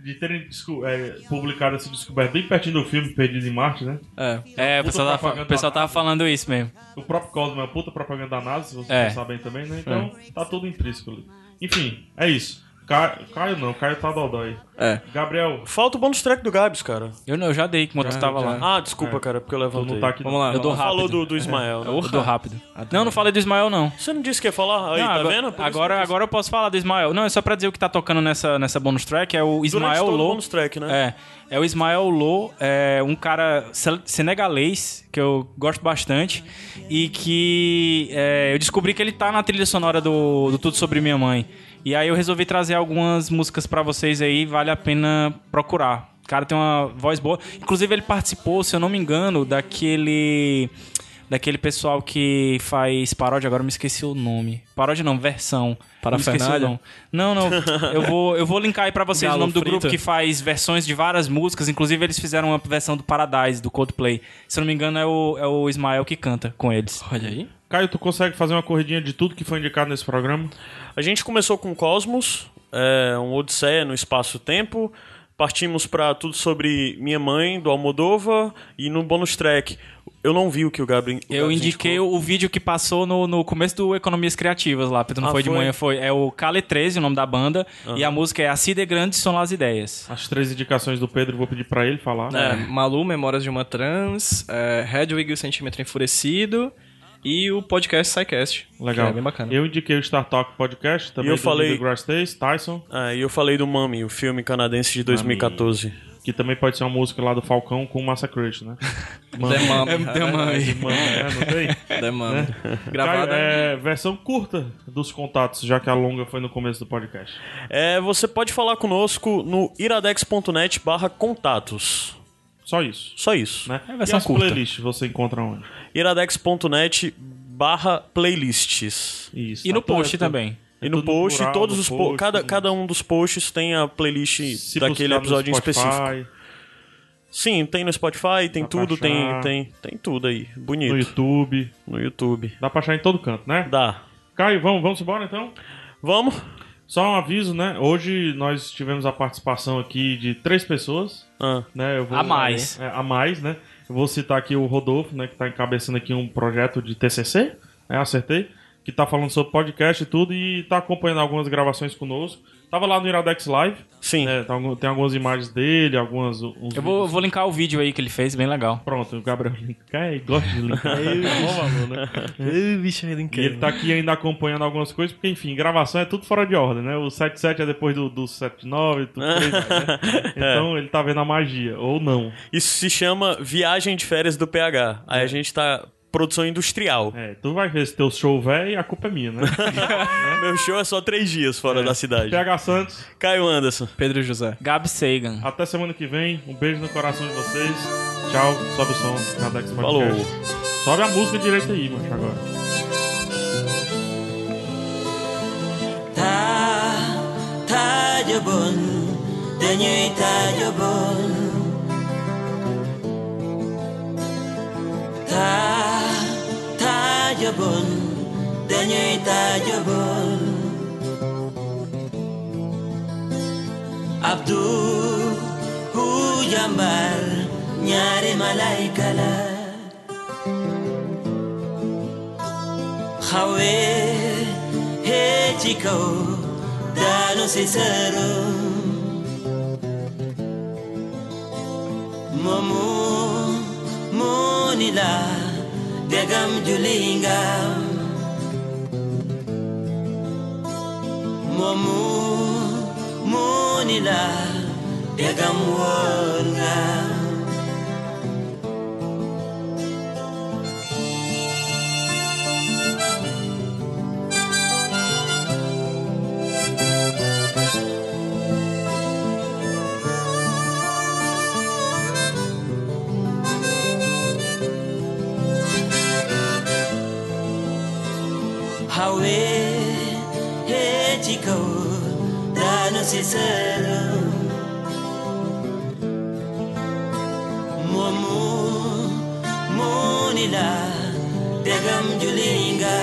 Speaker 1: *laughs* De terem desco- é, publicado essa descoberta bem pertinho do filme Perdido em Marte, né?
Speaker 4: *laughs* É.
Speaker 3: É, o
Speaker 1: Puta
Speaker 3: pessoal, tava,
Speaker 1: propaganda
Speaker 3: o pessoal tava
Speaker 1: nada.
Speaker 3: falando isso mesmo.
Speaker 1: O próprio Cosmo é uma puta propaganda da NASA, se vocês
Speaker 3: É.
Speaker 1: não sabem é também, né? Então tá tudo intrínseco ali. Enfim, é isso. Ca- Caio não, Caio tá dodói.
Speaker 4: É.
Speaker 1: Gabriel,
Speaker 2: Falta o bônus track do Gabs, cara.
Speaker 3: Eu, não, eu já dei quando você tava lá. É.
Speaker 2: Ah, desculpa, cara, porque eu
Speaker 1: tu
Speaker 2: levantei.
Speaker 1: não tá aqui.
Speaker 4: Vamos lá.
Speaker 3: Eu dou
Speaker 4: vamos lá.
Speaker 3: rápido. É
Speaker 2: Falou do, do Ismael. né?
Speaker 3: Eu dou rápido. Não, não falei do Ismael, não.
Speaker 2: Você não disse que ia falar? Aí,
Speaker 3: Não,
Speaker 2: tá
Speaker 3: agora,
Speaker 2: vendo? Por isso
Speaker 3: Agora,
Speaker 2: que-
Speaker 3: agora eu posso falar do Ismael. Não, é só pra dizer o que tá tocando nessa, nessa bonus track. É o
Speaker 2: Durante
Speaker 3: Ismael
Speaker 2: todo o
Speaker 3: Low.
Speaker 2: bônus track, né?
Speaker 3: É. É o Ismael Low, é um cara se- senegalês que eu gosto bastante e que é, eu descobri que ele tá na trilha sonora do, do Tudo Sobre Minha Mãe. E aí eu resolvi trazer algumas músicas pra vocês aí, vale a pena procurar. O cara tem uma voz boa. Inclusive ele participou, se eu não me engano, daquele daquele pessoal que faz paródia, agora eu me esqueci o nome. Paródia não, versão. Para
Speaker 4: Parafernália?
Speaker 3: Não, não. Eu vou, eu vou linkar aí pra vocês o
Speaker 4: Galo
Speaker 3: nome do
Speaker 4: frito.
Speaker 3: grupo que faz versões de várias músicas. Inclusive, eles fizeram uma versão do Paradise, do Coldplay. Se eu não me engano, é o, é o Ismael que canta com eles.
Speaker 4: Olha aí.
Speaker 1: Caio, tu consegue fazer uma corridinha de tudo que foi indicado nesse programa?
Speaker 2: A gente começou com Cosmos, é, um Odisseia no espaço-tempo. Partimos pra tudo sobre Minha Mãe, do Almodova. E no bônus track, eu não vi o que o Gabriel.
Speaker 3: Eu indiquei o vídeo que passou no, no começo do Economias Criativas lá, porque não
Speaker 2: Ah,
Speaker 3: foi, de
Speaker 2: foi?
Speaker 3: manhã, foi. É o Cali 13, o nome da banda,
Speaker 4: Ah.
Speaker 3: e a música é A Cida é Grande São Lá as Ideias.
Speaker 1: As três indicações do Pedro, vou pedir pra ele falar.
Speaker 4: É, Malu, Memórias de uma Trans, é, Hedwig e o Sentimento Enfurecido e o podcast SciCast.
Speaker 1: Legal.
Speaker 4: que É bem bacana.
Speaker 1: Eu indiquei o Star Talk Podcast, também
Speaker 2: E eu
Speaker 1: do
Speaker 2: falei-
Speaker 1: Neil deGrasse Tyson, Tyson,
Speaker 2: Ah, e eu falei do Mami, o filme canadense de 2014.
Speaker 1: que também pode ser uma música lá do Falcão com o Massacration,
Speaker 3: *laughs*
Speaker 1: né?
Speaker 4: The Mum.
Speaker 1: Mano,
Speaker 4: *laughs*
Speaker 1: é, não tem?
Speaker 4: The Mum.
Speaker 1: Caio,
Speaker 4: Gravada.
Speaker 3: né?
Speaker 1: é, versão curta dos contatos, já que a longa foi no começo do podcast.
Speaker 2: É, você pode falar conosco no iradex.net barra contatos.
Speaker 1: Só isso.
Speaker 2: Só isso.
Speaker 1: Né?
Speaker 3: É versão
Speaker 1: e as
Speaker 3: curta.
Speaker 1: playlists você encontra onde?
Speaker 2: iradex.net barra playlists.
Speaker 1: Isso,
Speaker 3: E
Speaker 1: tá
Speaker 3: no post
Speaker 1: tudo-
Speaker 3: também.
Speaker 1: É
Speaker 2: e no
Speaker 1: tudo
Speaker 2: post,
Speaker 1: plural,
Speaker 2: todos
Speaker 1: no
Speaker 2: os po-
Speaker 1: post,
Speaker 2: cada,
Speaker 1: tudo.
Speaker 2: cada um dos posts tem a playlist
Speaker 1: Se
Speaker 2: daquele
Speaker 1: buscar no
Speaker 2: episódio em
Speaker 1: Spotify,
Speaker 2: específico. Sim, tem no Spotify, tem
Speaker 1: Dá pra
Speaker 2: tudo, tem,
Speaker 1: achar.
Speaker 2: tem, tem tudo aí.
Speaker 1: No
Speaker 2: Bonito.
Speaker 1: YouTube.
Speaker 2: No YouTube.
Speaker 1: Dá pra achar em todo canto, né?
Speaker 2: Dá.
Speaker 1: Caio, vamos, vamos embora então?
Speaker 2: Vamos?
Speaker 1: Só um aviso, né? Hoje nós tivemos a participação aqui de três pessoas.
Speaker 2: Ah,
Speaker 1: né? Eu vou-
Speaker 3: A mais.
Speaker 1: É, a mais, né? Eu vou citar aqui o Rodolfo, né? Que tá encabeçando aqui um projeto de TCC, né? Acertei. Que tá falando sobre podcast e tudo e tá acompanhando algumas gravações conosco. Tava lá no Iradex Live,
Speaker 2: sim.
Speaker 1: né? tá algum- tem algumas imagens dele, algumas... uns
Speaker 3: Eu vou,
Speaker 1: vídeos.
Speaker 3: vou linkar o vídeo aí que ele fez, bem legal.
Speaker 1: Pronto, o Gabriel Lincai gosta de é linkar.
Speaker 4: bicho,
Speaker 1: né? e ele tá aqui ainda acompanhando algumas coisas, porque, enfim, gravação é tudo fora de ordem, né? O 77 é depois do, do 79 e tudo por aí vai, né? Então ele tá vendo a magia, ou não.
Speaker 2: Isso se chama Viagem de Férias do PH. Aí a gente tá. Produção industrial.
Speaker 1: É, tu vai ver se teu show véi, a culpa é minha, né?
Speaker 2: Meu show é só três dias fora da cidade.
Speaker 1: PH Santos,
Speaker 2: Caio Anderson.
Speaker 4: Pedro José.
Speaker 3: Gabi Sagan.
Speaker 1: até semana que vem. Um beijo no coração de vocês. Tchau, sobe o som. Radex Podcast.
Speaker 2: Falou.
Speaker 1: Sobe a música direito aí, macho, agora.
Speaker 7: Ta ta jabon te nyi ta jabon Ta ta jabon te nyi ta jabon Abdu hu jambar nyare malaikala Hawe he chico dano cesaro Momu munila degam julinga Momu munila degam wonga Hawe he chico dano cesaro Momu munila degam julinga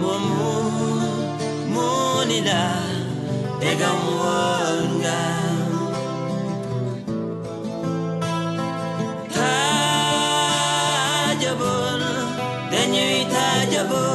Speaker 7: Momu munila degam wonga Tajabun, then you tajabun.